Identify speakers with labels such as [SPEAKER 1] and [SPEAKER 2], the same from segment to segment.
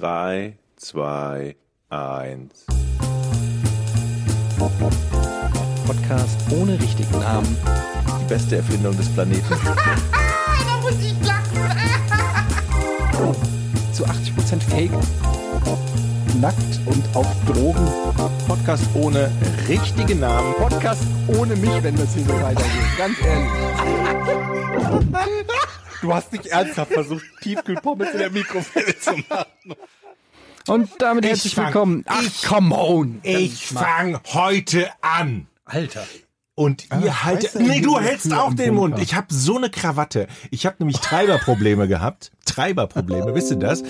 [SPEAKER 1] 3, 2, 1.
[SPEAKER 2] Podcast ohne richtigen Namen.
[SPEAKER 1] Die beste Erfindung des Planeten.
[SPEAKER 3] da muss ich lachen.
[SPEAKER 2] Zu 80% Fake.
[SPEAKER 4] nackt und auf Drogen.
[SPEAKER 1] Podcast ohne richtigen Namen.
[SPEAKER 4] Podcast ohne mich, wenn das hier so weitergeht. Ganz ehrlich.
[SPEAKER 1] Du hast nicht ernsthaft versucht, Tiefkühlpommes in der Mikrofile zu machen.
[SPEAKER 2] Und damit
[SPEAKER 5] Ich
[SPEAKER 2] herzlich
[SPEAKER 5] fang-
[SPEAKER 2] willkommen. Ach,
[SPEAKER 5] ich-
[SPEAKER 2] come on.
[SPEAKER 5] Ich fang heute an.
[SPEAKER 2] Alter.
[SPEAKER 5] Und ihr haltet.
[SPEAKER 4] scheiße,
[SPEAKER 5] Nee, du
[SPEAKER 4] Junge,
[SPEAKER 5] hältst
[SPEAKER 4] Tür
[SPEAKER 5] auch
[SPEAKER 4] am
[SPEAKER 5] den
[SPEAKER 4] Bunker.
[SPEAKER 5] Mund. Ich habe so eine Krawatte. Ich habe nämlich Treiberprobleme gehabt. Treiberprobleme, wisst ihr das?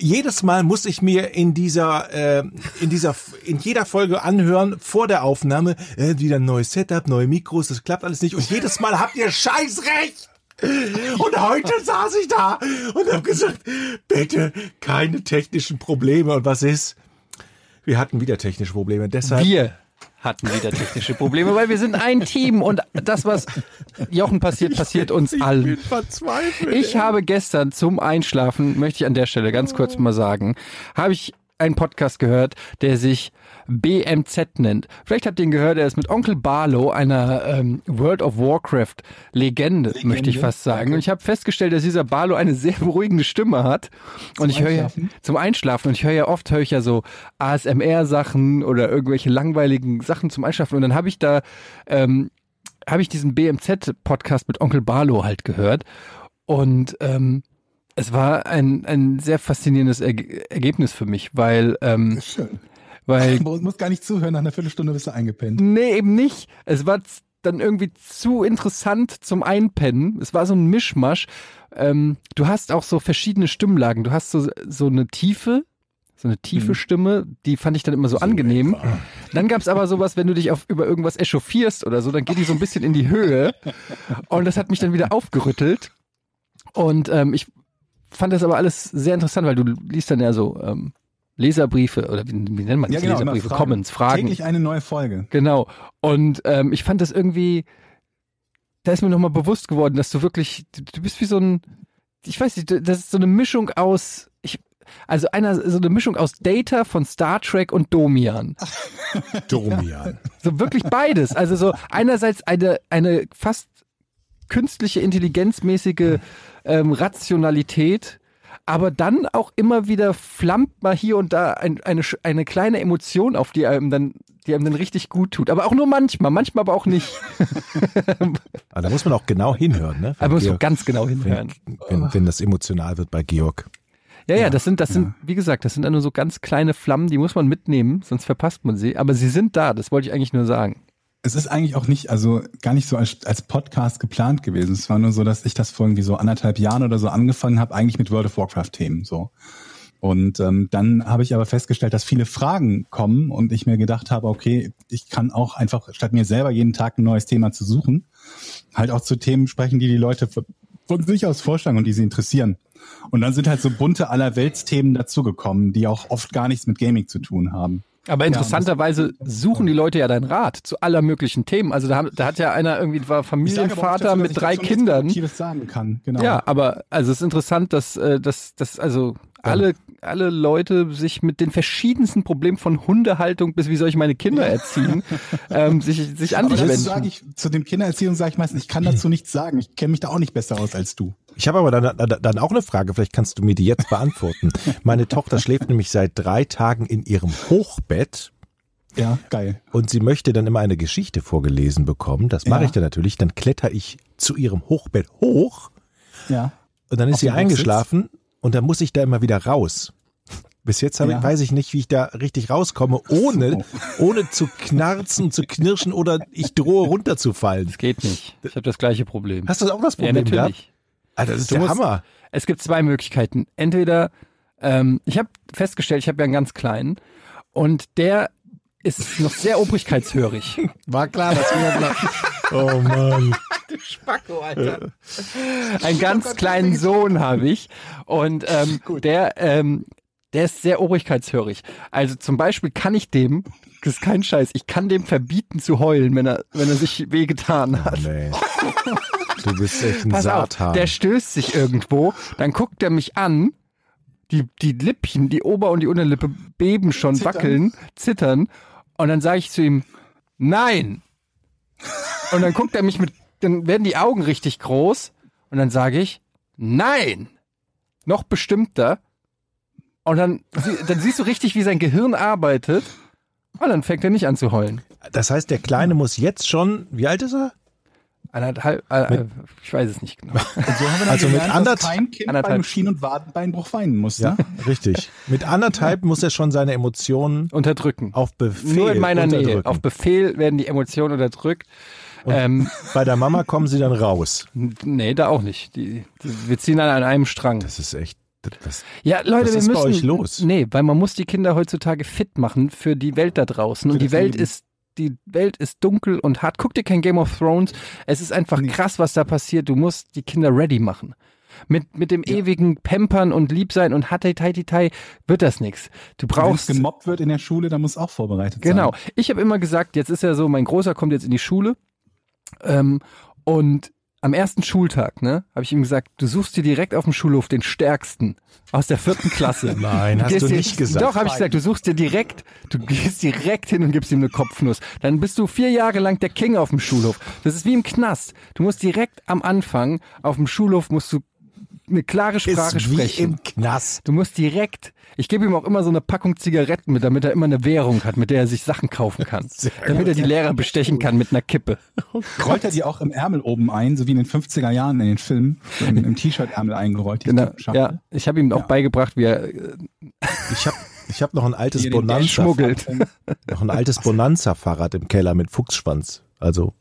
[SPEAKER 5] Jedes Mal muss ich mir in dieser, äh, in dieser, in jeder Folge anhören vor der Aufnahme äh, wieder ein neues Setup, neue Mikros. Das klappt alles nicht. Und jedes Mal habt ihr Scheiß recht. Und heute saß ich da und habe gesagt, bitte keine technischen Probleme. Und was ist? Wir hatten wieder technische Probleme. Deshalb
[SPEAKER 2] Wir hatten wieder technische Probleme, weil wir sind ein Team und das, was Jochen passiert, passiert uns allen.
[SPEAKER 1] verzweifelt.
[SPEAKER 2] Ich habe gestern zum Einschlafen, möchte ich an der Stelle ganz kurz mal sagen, habe ich einen Podcast gehört, der sich BMZ nennt. Vielleicht habt ihr ihn gehört, er ist mit Onkel Barlow, einer ähm, World of Warcraft Legende, möchte ich fast sagen. Und ich habe festgestellt, dass dieser Barlow eine sehr beruhigende Stimme hat. Und ich höre ja zum Einschlafen und ich höre ja oft, höre ich ja so ASMR-Sachen oder irgendwelche langweiligen Sachen zum Einschlafen. Und dann habe ich da ähm, habe ich diesen BMZ-Podcast mit Onkel Barlow halt gehört. Und ähm, es war ein, ein sehr faszinierendes Erg Ergebnis für mich, weil, ähm,
[SPEAKER 4] Schön.
[SPEAKER 2] weil
[SPEAKER 4] Du musst gar nicht zuhören, nach einer Viertelstunde bist du eingepennt.
[SPEAKER 2] Nee, eben nicht. Es war z- dann irgendwie zu interessant zum Einpennen. Es war so ein Mischmasch. Ähm, du hast auch so verschiedene Stimmlagen. Du hast so, so eine tiefe, so eine tiefe Stimme, die fand ich dann immer Mhm. so, angenehm. Dann gab es aber sowas, wenn du dich auf, über irgendwas echauffierst oder so, dann geht die so ein bisschen in die Höhe. Und das hat mich dann wieder aufgerüttelt. Und ähm, ich fand das aber alles sehr interessant, weil du liest dann ja so ähm, Leserbriefe oder wie, wie nennt man das?
[SPEAKER 4] immer
[SPEAKER 2] Leserbriefe, Comments, genau, Fragen.
[SPEAKER 4] Täglich eine neue Folge.
[SPEAKER 2] Genau. Und ähm, ich fand das irgendwie, da ist mir nochmal bewusst geworden, dass du wirklich, du, du bist wie so ein, ich weiß nicht, das ist so eine Mischung aus, ich, also einer, so eine Mischung aus Data von Star Trek und Domian.
[SPEAKER 5] Domian.
[SPEAKER 2] So wirklich beides. Also so einerseits eine, eine fast künstliche, intelligenzmäßige ähm, Rationalität, aber dann auch immer wieder flammt mal hier und da ein, eine, sch- eine kleine Emotion auf, die einem dann die einem dann richtig gut tut. Aber auch nur manchmal, manchmal aber auch nicht.
[SPEAKER 5] Aber da muss man auch genau hinhören, ne? Wenn
[SPEAKER 2] Aber muss man
[SPEAKER 5] Georg-
[SPEAKER 2] ganz genau hinhören.
[SPEAKER 5] wenn, wenn das emotional wird bei Georg.
[SPEAKER 2] Ja, ja, das sind, das sind, wie gesagt, das sind dann nur so ganz kleine Flammen, die muss man mitnehmen, sonst verpasst man sie. Aber sie sind da, das wollte ich eigentlich nur sagen.
[SPEAKER 4] Es ist eigentlich auch nicht, also gar nicht so als, als Podcast geplant gewesen. Es war nur so, dass ich das vor irgendwie so anderthalb Jahren oder so angefangen habe, eigentlich mit World of Warcraft-Themen so. Und ähm, dann habe ich aber festgestellt, dass viele Fragen kommen und ich mir gedacht habe, okay, ich kann auch einfach, statt mir selber jeden Tag ein neues Thema zu suchen, halt auch zu Themen sprechen, die die Leute von, von sich aus vorschlagen und die sie interessieren. Und dann sind halt so bunte Allerweltsthemen dazugekommen, die auch oft gar nichts mit Gaming zu tun haben.
[SPEAKER 2] Aber interessanterweise suchen die Leute ja deinen Rat zu aller möglichen Themen. Also da, haben- da hat ja einer irgendwie war
[SPEAKER 4] Ich sage aber auch
[SPEAKER 2] Familienvater
[SPEAKER 4] dazu, dass ich
[SPEAKER 2] mit drei
[SPEAKER 4] dazu nichts
[SPEAKER 2] Kindern.
[SPEAKER 4] Produktives sagen kann, genau.
[SPEAKER 2] Ja, aber also es ist interessant, dass, äh, dass, dass also alle, alle Leute sich mit den verschiedensten Problemen von Hundehaltung bis wie soll ich meine Kinder erziehen, ähm, sich, sich an
[SPEAKER 4] Aber
[SPEAKER 2] dich
[SPEAKER 4] das sage
[SPEAKER 2] wenden.
[SPEAKER 4] ich zu dem Kindererziehung sage ich meistens, ich kann dazu nichts sagen. Ich kenne mich da auch nicht besser aus als du.
[SPEAKER 5] Ich habe aber dann, dann- dann auch eine Frage, vielleicht kannst du mir die jetzt beantworten. Meine Tochter schläft nämlich seit drei Tagen in ihrem Hochbett
[SPEAKER 4] Ja, geil.
[SPEAKER 5] und sie möchte dann immer eine Geschichte vorgelesen bekommen. Das mache
[SPEAKER 4] Ja.
[SPEAKER 5] ich dann natürlich. Dann kletter ich zu ihrem Hochbett hoch
[SPEAKER 4] Ja.
[SPEAKER 5] und dann ist
[SPEAKER 4] Auf
[SPEAKER 5] sie
[SPEAKER 4] den Rücksitz?
[SPEAKER 5] eingeschlafen und dann muss ich da immer wieder raus. Bis jetzt habe
[SPEAKER 4] Ja.
[SPEAKER 5] ich, weiß ich nicht, wie ich da richtig rauskomme, ohne, ohne zu knarzen, zu knirschen oder ich drohe runterzufallen.
[SPEAKER 2] Das geht nicht. Ich habe das gleiche Problem.
[SPEAKER 5] Hast du auch das
[SPEAKER 2] ja,
[SPEAKER 5] Problem
[SPEAKER 2] natürlich.
[SPEAKER 5] gehabt? Alter, das ist
[SPEAKER 2] Du
[SPEAKER 5] der
[SPEAKER 2] musst-
[SPEAKER 5] Hammer.
[SPEAKER 2] Es gibt zwei Möglichkeiten. Entweder, ähm, ich habe festgestellt, ich habe ja einen ganz kleinen und der ist noch sehr obrigkeitshörig.
[SPEAKER 5] War klar, dass wir Oh Mann.
[SPEAKER 2] Einen ganz kleinen Sohn habe ich und ähm, der, ähm, der ist sehr obrigkeitshörig. Also zum Beispiel kann ich dem, das ist kein Scheiß, ich kann dem verbieten zu heulen, wenn er, wenn er sich wehgetan hat.
[SPEAKER 5] Nee. Du bist echt ein
[SPEAKER 2] Pass auf,
[SPEAKER 5] Satan.
[SPEAKER 2] der stößt sich irgendwo, dann guckt er mich an, die, die Lippchen, die Ober- und die Unterlippe beben schon,
[SPEAKER 5] Zittern.
[SPEAKER 2] wackeln, zittern. Und dann sage ich zu ihm, nein. Und dann guckt er mich mit, dann werden die Augen richtig groß. Und dann sage ich, nein. Noch bestimmter. Und dann, sie- dann siehst du richtig, wie sein Gehirn arbeitet. Und dann fängt er nicht an zu heulen.
[SPEAKER 5] Das heißt, der Kleine muss jetzt schon, wie alt ist er?
[SPEAKER 2] Eineinhalb, äh, ich weiß es nicht genau.
[SPEAKER 4] Und so haben wir dann
[SPEAKER 5] Also mit
[SPEAKER 4] gelernt,
[SPEAKER 5] anderth-
[SPEAKER 4] dass kein Kind
[SPEAKER 2] anderthalb-
[SPEAKER 4] beim Schien- und Wadenbeinbruch weinen muss.
[SPEAKER 5] Ja,
[SPEAKER 4] Ne?
[SPEAKER 5] richtig. Mit anderthalb muss er schon seine Emotionen
[SPEAKER 2] Unterdrücken.
[SPEAKER 5] auf Befehl
[SPEAKER 2] Nur in meiner Nähe.
[SPEAKER 5] unterdrücken.
[SPEAKER 2] Auf Befehl werden die Emotionen unterdrückt. Ähm,
[SPEAKER 5] Bei der Mama kommen sie dann raus.
[SPEAKER 2] nee, da auch nicht. Die, die, wir ziehen alle an einem Strang.
[SPEAKER 5] Das ist echt. Das,
[SPEAKER 2] Ja, Leute,
[SPEAKER 5] was
[SPEAKER 2] wir
[SPEAKER 5] ist bei
[SPEAKER 2] müssen.
[SPEAKER 5] euch los?
[SPEAKER 2] Nee, weil man muss die Kinder heutzutage fit machen für die Welt da draußen. Und die
[SPEAKER 4] das
[SPEAKER 2] Welt
[SPEAKER 4] Leben.
[SPEAKER 2] ist. Die Welt ist dunkel und hart. Guck dir kein Game of Thrones. Es ist einfach krass, was da passiert. Du musst die Kinder ready machen. Mit, mit dem ewigen Pampern und Liebsein und Hatei, Tai, Tai, Tai wird das nichts. Du
[SPEAKER 4] Wenn es
[SPEAKER 2] brauchst
[SPEAKER 4] gemobbt wird in der Schule, dann muss auch vorbereitet
[SPEAKER 2] Genau.
[SPEAKER 4] sein.
[SPEAKER 2] Ich habe immer gesagt, jetzt ist ja so, mein Großer kommt jetzt in die Schule ähm, und am ersten Schultag, ne, habe ich ihm gesagt, du suchst dir direkt auf dem Schulhof den stärksten aus der vierten Klasse.
[SPEAKER 5] Nein, hast
[SPEAKER 2] Gehst
[SPEAKER 5] du
[SPEAKER 2] dir-
[SPEAKER 5] nicht gesagt.
[SPEAKER 2] Doch, habe ich gesagt, du suchst dir direkt, du gehst direkt hin und gibst ihm eine Kopfnuss. Dann bist du vier Jahre lang der King auf dem Schulhof. Das ist wie im Knast. Du musst direkt am Anfang auf dem Schulhof musst du eine klare Sprache
[SPEAKER 5] ist wie
[SPEAKER 2] sprechen.
[SPEAKER 5] im Knast.
[SPEAKER 2] Du musst direkt, ich gebe ihm auch immer so eine Packung Zigaretten mit, damit er immer eine Währung hat, mit der er sich Sachen kaufen kann. damit er die Lehrer bestechen kann mit einer Kippe.
[SPEAKER 4] Rollt er die auch im Ärmel oben ein, so wie in den 50er Jahren in den Filmen, so im, im T-Shirt-Ärmel eingerollt. Die
[SPEAKER 2] Genau.
[SPEAKER 4] Schachtel.
[SPEAKER 2] Ja, ich habe ihm auch beigebracht, wie er äh,
[SPEAKER 5] Ich habe ich hab noch ein altes
[SPEAKER 4] Hier den
[SPEAKER 5] Bonanza.
[SPEAKER 2] schmuggelt.
[SPEAKER 5] Noch ein altes Bonanza-Fahrrad im Keller mit Fuchsschwanz. Also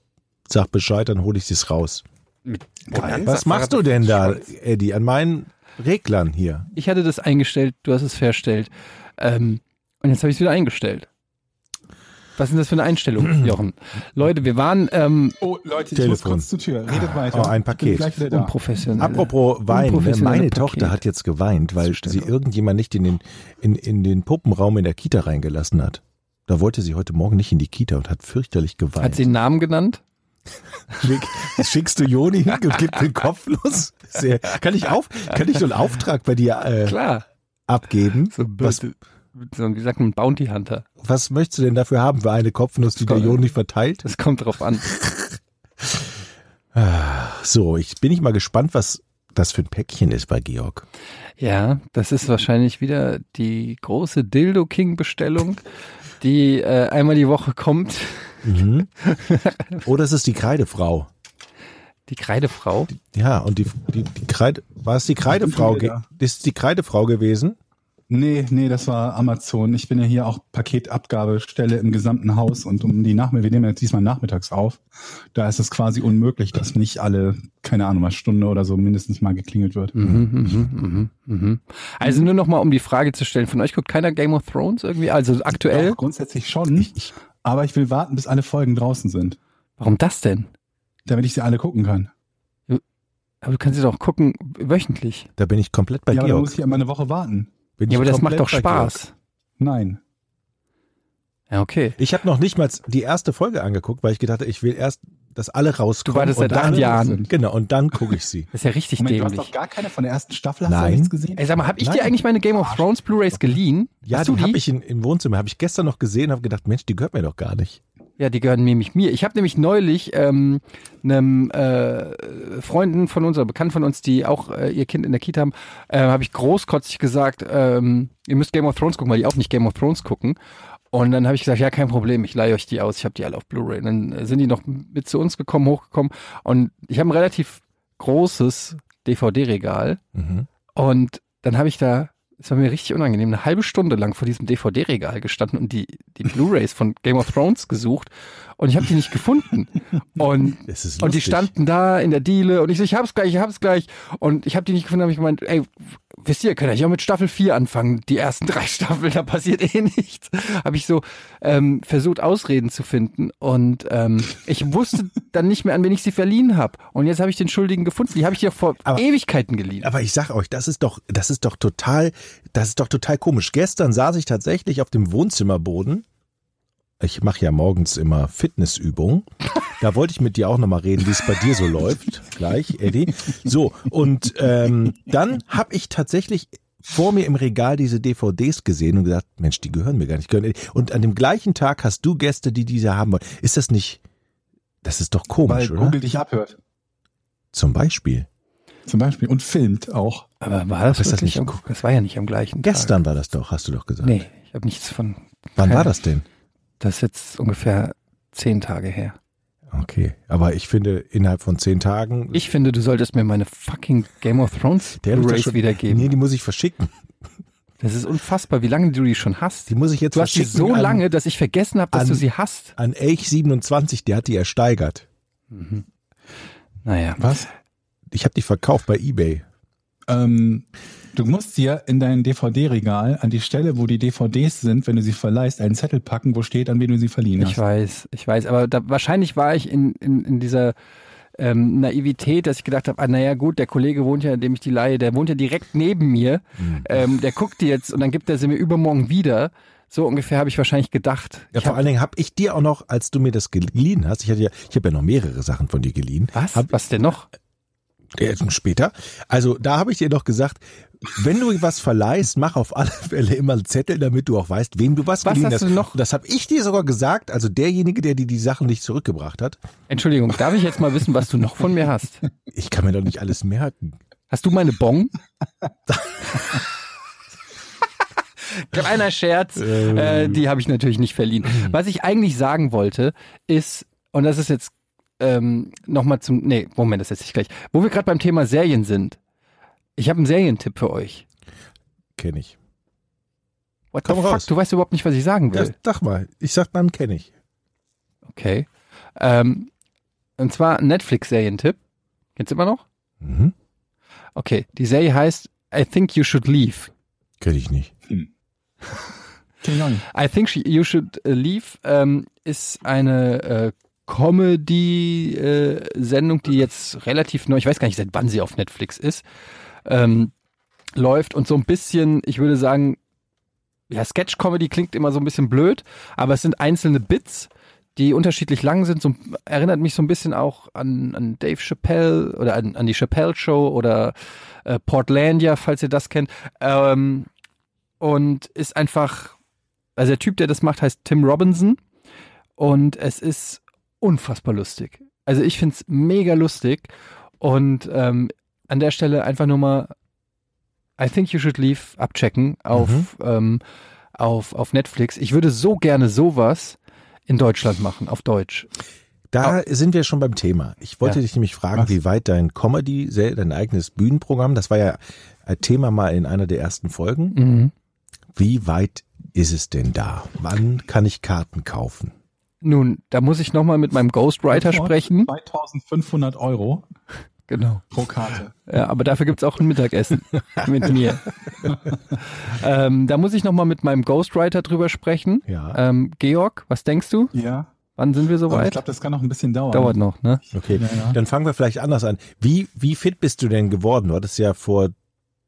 [SPEAKER 5] sag Bescheid, dann hole ich das raus. Was machst du denn da, Eddie, an meinen Reglern hier?
[SPEAKER 2] Ich hatte das eingestellt, du hast es verstellt. Ähm, und jetzt habe ich es wieder eingestellt. Was sind das für eine Einstellung, Jochen? Leute, wir waren ähm,
[SPEAKER 4] Oh, Leute, ich muss
[SPEAKER 5] Telefon.
[SPEAKER 4] kurz zur Tür. Redet weiter.
[SPEAKER 5] oh, ein Paket.
[SPEAKER 4] Bin gleich wieder da.
[SPEAKER 2] unprofessionell.
[SPEAKER 5] Apropos Wein, ne?
[SPEAKER 2] Unprofessionelle
[SPEAKER 5] meine
[SPEAKER 2] Paket.
[SPEAKER 5] Tochter hat jetzt geweint, weil sie irgendjemand nicht in den, in, in den Puppenraum in der Kita reingelassen hat. Da wollte sie heute Morgen nicht in die Kita und hat fürchterlich geweint.
[SPEAKER 2] Hat sie einen Namen genannt?
[SPEAKER 5] Schick, schickst du Joni hin und gibt den Kopf los? Sehr. Kann ich auf, kann ich so einen Auftrag bei dir äh,
[SPEAKER 2] Klar.
[SPEAKER 5] abgeben?
[SPEAKER 2] So,
[SPEAKER 5] was,
[SPEAKER 2] so wie sagt man Bounty Hunter?
[SPEAKER 5] was möchtest du denn dafür haben für eine Kopfnuss, die der Joni verteilt?
[SPEAKER 2] Das kommt drauf an.
[SPEAKER 5] So, ich bin ich mal gespannt, was das für ein Päckchen ist bei Georg.
[SPEAKER 2] Ja, das ist wahrscheinlich wieder die große Dildo King Bestellung, die äh, einmal die Woche kommt.
[SPEAKER 5] Mhm. Oder es ist die Kreidefrau.
[SPEAKER 2] Die Kreidefrau.
[SPEAKER 5] Ja, und die, die, die Kreide, war es die Kreidefrau?
[SPEAKER 4] bin schon
[SPEAKER 5] ge-
[SPEAKER 4] wieder
[SPEAKER 5] Ist die Kreidefrau gewesen?
[SPEAKER 4] Nee, nee, das war Amazon. Ich bin ja hier auch Paketabgabestelle im gesamten Haus und um die Nachmittag, wir nehmen jetzt diesmal nachmittags auf, da ist es quasi unmöglich, dass nicht alle, keine Ahnung, mal Stunde oder so mindestens mal geklingelt wird.
[SPEAKER 2] Mhm, mhm, mhm, mhm. Also nur noch mal um die Frage zu stellen, von euch guckt keiner Game of Thrones irgendwie, also aktuell?
[SPEAKER 4] Doch, grundsätzlich schon, aber Äh? ich will warten, bis alle Folgen draußen sind,
[SPEAKER 2] Warum das denn?
[SPEAKER 4] damit ich sie alle gucken kann.
[SPEAKER 2] Aber du kannst ja doch gucken wöchentlich.
[SPEAKER 5] Da bin ich komplett bei
[SPEAKER 4] ja, aber da muss
[SPEAKER 5] Georg.
[SPEAKER 4] ich ja immer eine Woche warten.
[SPEAKER 5] Bin
[SPEAKER 2] Ja, aber
[SPEAKER 5] ich
[SPEAKER 2] das macht
[SPEAKER 5] komplett
[SPEAKER 2] doch
[SPEAKER 5] bei Georg.
[SPEAKER 2] Spaß.
[SPEAKER 4] Nein.
[SPEAKER 2] Ja, okay.
[SPEAKER 5] Ich habe noch nicht mal die erste Folge angeguckt, weil ich gedacht habe, ich will erst, dass alle rauskommen.
[SPEAKER 2] Du wartest
[SPEAKER 5] und
[SPEAKER 2] seit
[SPEAKER 5] dann-
[SPEAKER 2] acht Jahren.
[SPEAKER 5] Genau, und dann gucke ich sie.
[SPEAKER 2] Das ist ja richtig
[SPEAKER 4] Moment, du hast doch
[SPEAKER 2] dämlich.
[SPEAKER 4] gar keine von der ersten Staffel, hast
[SPEAKER 5] Nein.
[SPEAKER 4] du nichts gesehen?
[SPEAKER 2] Ey, sag mal, hab ich
[SPEAKER 5] Nein.
[SPEAKER 2] dir eigentlich meine Game of Thrones Blu-rays geliehen?
[SPEAKER 5] Ja,
[SPEAKER 2] Hast du
[SPEAKER 5] die
[SPEAKER 2] die?
[SPEAKER 5] habe ich in, im Wohnzimmer, habe ich gestern noch gesehen, habe gedacht, Mensch, die gehört mir doch gar nicht.
[SPEAKER 2] Ja, die gehören nämlich mir. Ich habe nämlich neulich ähm, einem äh, Freunden von uns oder Bekannten von uns, die auch äh, ihr Kind in der Kita haben, äh, habe ich großkotzig gesagt, ähm, ihr müsst Game of Thrones gucken, weil die auch nicht Game of Thrones gucken. Und dann habe ich gesagt, ja, kein Problem, ich leihe euch die aus, ich habe die alle auf Blu-ray. Und Dann äh, sind die noch mit zu uns gekommen, hochgekommen. Und ich habe ein relativ großes DVD-Regal.
[SPEAKER 5] Mhm.
[SPEAKER 2] Und dann habe ich da, es war mir richtig unangenehm, eine halbe Stunde lang vor diesem DVD-Regal gestanden und die, die Blu-Rays von Game of Thrones gesucht und ich habe die nicht gefunden. Und,
[SPEAKER 5] Es ist
[SPEAKER 2] und die
[SPEAKER 5] lustig.
[SPEAKER 2] standen da in der Diele und ich so, ich hab's gleich, ich hab's gleich. Und ich habe die nicht gefunden, habe ich gemeint, ey, wisst ihr, könnt ihr auch mit Staffel 4 anfangen, die ersten drei Staffeln, da passiert eh nichts. Habe ich so ähm, versucht, Ausreden zu finden und ähm, ich wusste dann nicht mehr, an wen ich sie verliehen habe. Und jetzt habe ich den Schuldigen gefunden, die habe ich dir vor
[SPEAKER 5] Aber-
[SPEAKER 2] Ewigkeiten geliehen.
[SPEAKER 5] Aber ich sag euch, das ist doch, das ist doch total, das ist doch total komisch. Gestern saß ich tatsächlich auf dem Wohnzimmerboden. Ich mache ja morgens immer Fitnessübungen. Da wollte ich mit dir auch nochmal reden, wie es bei dir so läuft. Gleich, Eddie. So, und ähm, dann habe ich tatsächlich vor mir im Regal diese DVDs gesehen und gedacht, Mensch, die gehören mir gar nicht. gehören- Und an dem gleichen Tag hast du Gäste, die diese haben wollen. Ist das nicht, das ist doch
[SPEAKER 4] Weil
[SPEAKER 5] komisch, oder?
[SPEAKER 4] Google dich abhört.
[SPEAKER 5] Zum Beispiel.
[SPEAKER 4] Zum Beispiel. Und filmt auch.
[SPEAKER 2] Aber war das,
[SPEAKER 5] Äh, Ist das
[SPEAKER 2] wirklich
[SPEAKER 5] nicht
[SPEAKER 2] am- Das war ja nicht am gleichen
[SPEAKER 5] Gestern war das doch, hast du doch
[SPEAKER 2] Tag.
[SPEAKER 5] gesagt.
[SPEAKER 2] Nee, ich habe nichts von.
[SPEAKER 5] Wann
[SPEAKER 2] keine-
[SPEAKER 5] war das denn?
[SPEAKER 2] Das ist jetzt ungefähr zehn Tage her.
[SPEAKER 5] Okay, aber ich finde, innerhalb von zehn Tagen.
[SPEAKER 2] Ich finde, du solltest mir meine fucking Game of Thrones
[SPEAKER 5] Der hat mich doch
[SPEAKER 2] Blu-rays
[SPEAKER 5] schon-
[SPEAKER 2] wiedergeben.
[SPEAKER 5] Nee, die muss ich verschicken.
[SPEAKER 2] Das ist unfassbar, wie lange du die schon hast.
[SPEAKER 5] Die muss ich jetzt
[SPEAKER 2] Du hast sie
[SPEAKER 5] verschicken.
[SPEAKER 2] so
[SPEAKER 5] an,
[SPEAKER 2] lange, dass ich vergessen habe, dass
[SPEAKER 5] an-
[SPEAKER 2] du sie hast.
[SPEAKER 5] An Elch 27, der hat die ersteigert.
[SPEAKER 2] Naja.
[SPEAKER 4] Was?
[SPEAKER 5] Ich habe die verkauft bei Ebay.
[SPEAKER 4] Ähm, du musst dir in dein DVD-Regal an die Stelle, wo die DVDs sind, wenn du sie verleihst, einen Zettel packen, wo steht, an wen du sie verliehen
[SPEAKER 2] Ich
[SPEAKER 4] hast.
[SPEAKER 2] weiß, ich weiß. Aber da, wahrscheinlich war ich in, in, in dieser ähm, Naivität, dass ich gedacht habe, ah, naja gut, der Kollege wohnt ja, dem ich die leihe, der wohnt ja direkt neben mir.
[SPEAKER 5] Mhm.
[SPEAKER 2] Ähm, der guckt die jetzt und dann gibt er sie mir übermorgen wieder. So ungefähr habe ich wahrscheinlich gedacht.
[SPEAKER 5] Ja,
[SPEAKER 2] ich
[SPEAKER 5] vor
[SPEAKER 2] hab,
[SPEAKER 5] allen Dingen habe ich dir auch noch, als du mir das geliehen hast, ich hatte ja, ich habe ja noch mehrere Sachen von dir geliehen.
[SPEAKER 2] was?
[SPEAKER 5] Hab,
[SPEAKER 2] was denn noch?
[SPEAKER 5] äh, später. Also da habe ich dir doch gesagt, wenn du was verleihst, mach auf alle Fälle immer einen Zettel, damit du auch weißt, wem du was,
[SPEAKER 2] Was
[SPEAKER 5] geliehen
[SPEAKER 2] hast du
[SPEAKER 5] hast.
[SPEAKER 2] noch?
[SPEAKER 5] Das habe ich dir sogar gesagt, also derjenige, der dir die Sachen nicht zurückgebracht hat.
[SPEAKER 2] Entschuldigung, darf ich jetzt mal wissen, was du noch von mir hast?
[SPEAKER 5] Ich kann mir doch nicht alles merken.
[SPEAKER 2] Hast du meine Bon? Kleiner Scherz, äh,
[SPEAKER 5] Mhm.
[SPEAKER 2] die habe ich natürlich nicht verliehen. Was ich eigentlich sagen wollte, ist, und das ist jetzt ähm, nochmal zum, nee, Moment, das ist ich gleich, wo wir gerade beim Thema Serien sind. Ich habe einen Serientipp für euch.
[SPEAKER 5] Kenne ich.
[SPEAKER 2] What
[SPEAKER 5] Komm
[SPEAKER 2] the fuck,
[SPEAKER 5] raus.
[SPEAKER 2] du weißt überhaupt nicht, was ich sagen will.
[SPEAKER 5] Das, sag mal, ich sag mal, kenne ich.
[SPEAKER 2] Okay. Ähm, und zwar ein Netflix-Serientipp. Kennst du immer noch?
[SPEAKER 5] Mhm.
[SPEAKER 2] Okay, die Serie heißt I Think You Should Leave.
[SPEAKER 5] Kenne ich nicht.
[SPEAKER 4] Kenn ich auch nicht.
[SPEAKER 2] I Think she, You Should äh, Leave ähm, ist eine äh, Comedy-Sendung, die jetzt relativ neu, ich weiß gar nicht, seit wann sie auf Netflix ist, ähm, läuft und so ein bisschen, ich würde sagen, ja, Sketch-Comedy klingt immer so ein bisschen blöd, aber es sind einzelne Bits, die unterschiedlich lang sind. So, erinnert mich so ein bisschen auch an, an Dave Chappelle oder an, an die Chappelle-Show oder äh, Portlandia, falls ihr das kennt. Ähm, und ist einfach also der Typ, der das macht, heißt Tim Robinson und es ist unfassbar lustig. Also ich finde es mega lustig und ähm, an der Stelle einfach nur mal I Think You Should Leave abchecken auf,
[SPEAKER 5] Mhm.
[SPEAKER 2] ähm, auf, auf Netflix. Ich würde so gerne sowas in Deutschland machen, auf Deutsch.
[SPEAKER 5] Da sind wir schon beim Thema. Ich wollte
[SPEAKER 2] Ja.
[SPEAKER 5] dich nämlich fragen,
[SPEAKER 4] Was?
[SPEAKER 5] wie weit dein Comedy, sel- dein eigenes Bühnenprogramm, das war ja ein Thema mal in einer der ersten Folgen. Wie weit ist es denn da? Wann kann ich Karten kaufen?
[SPEAKER 2] Nun, da muss ich nochmal mit meinem Ghostwriter
[SPEAKER 4] Sofort
[SPEAKER 2] sprechen.
[SPEAKER 4] 2500 Euro
[SPEAKER 2] Genau.
[SPEAKER 4] pro Karte.
[SPEAKER 2] Ja, aber dafür gibt's auch ein Mittagessen mit mir. ähm, da muss ich nochmal mit meinem Ghostwriter drüber sprechen.
[SPEAKER 5] Ja.
[SPEAKER 2] Ähm, Georg, was denkst du?
[SPEAKER 4] Ja.
[SPEAKER 2] Wann sind wir
[SPEAKER 4] Aber ich
[SPEAKER 2] soweit?
[SPEAKER 4] glaube, das kann noch ein bisschen dauern.
[SPEAKER 2] Dauert noch, ne?
[SPEAKER 5] Okay,
[SPEAKER 4] Ja, ja.
[SPEAKER 5] dann fangen wir vielleicht anders an. Wie, wie fit bist du denn geworden? Du hattest ja vor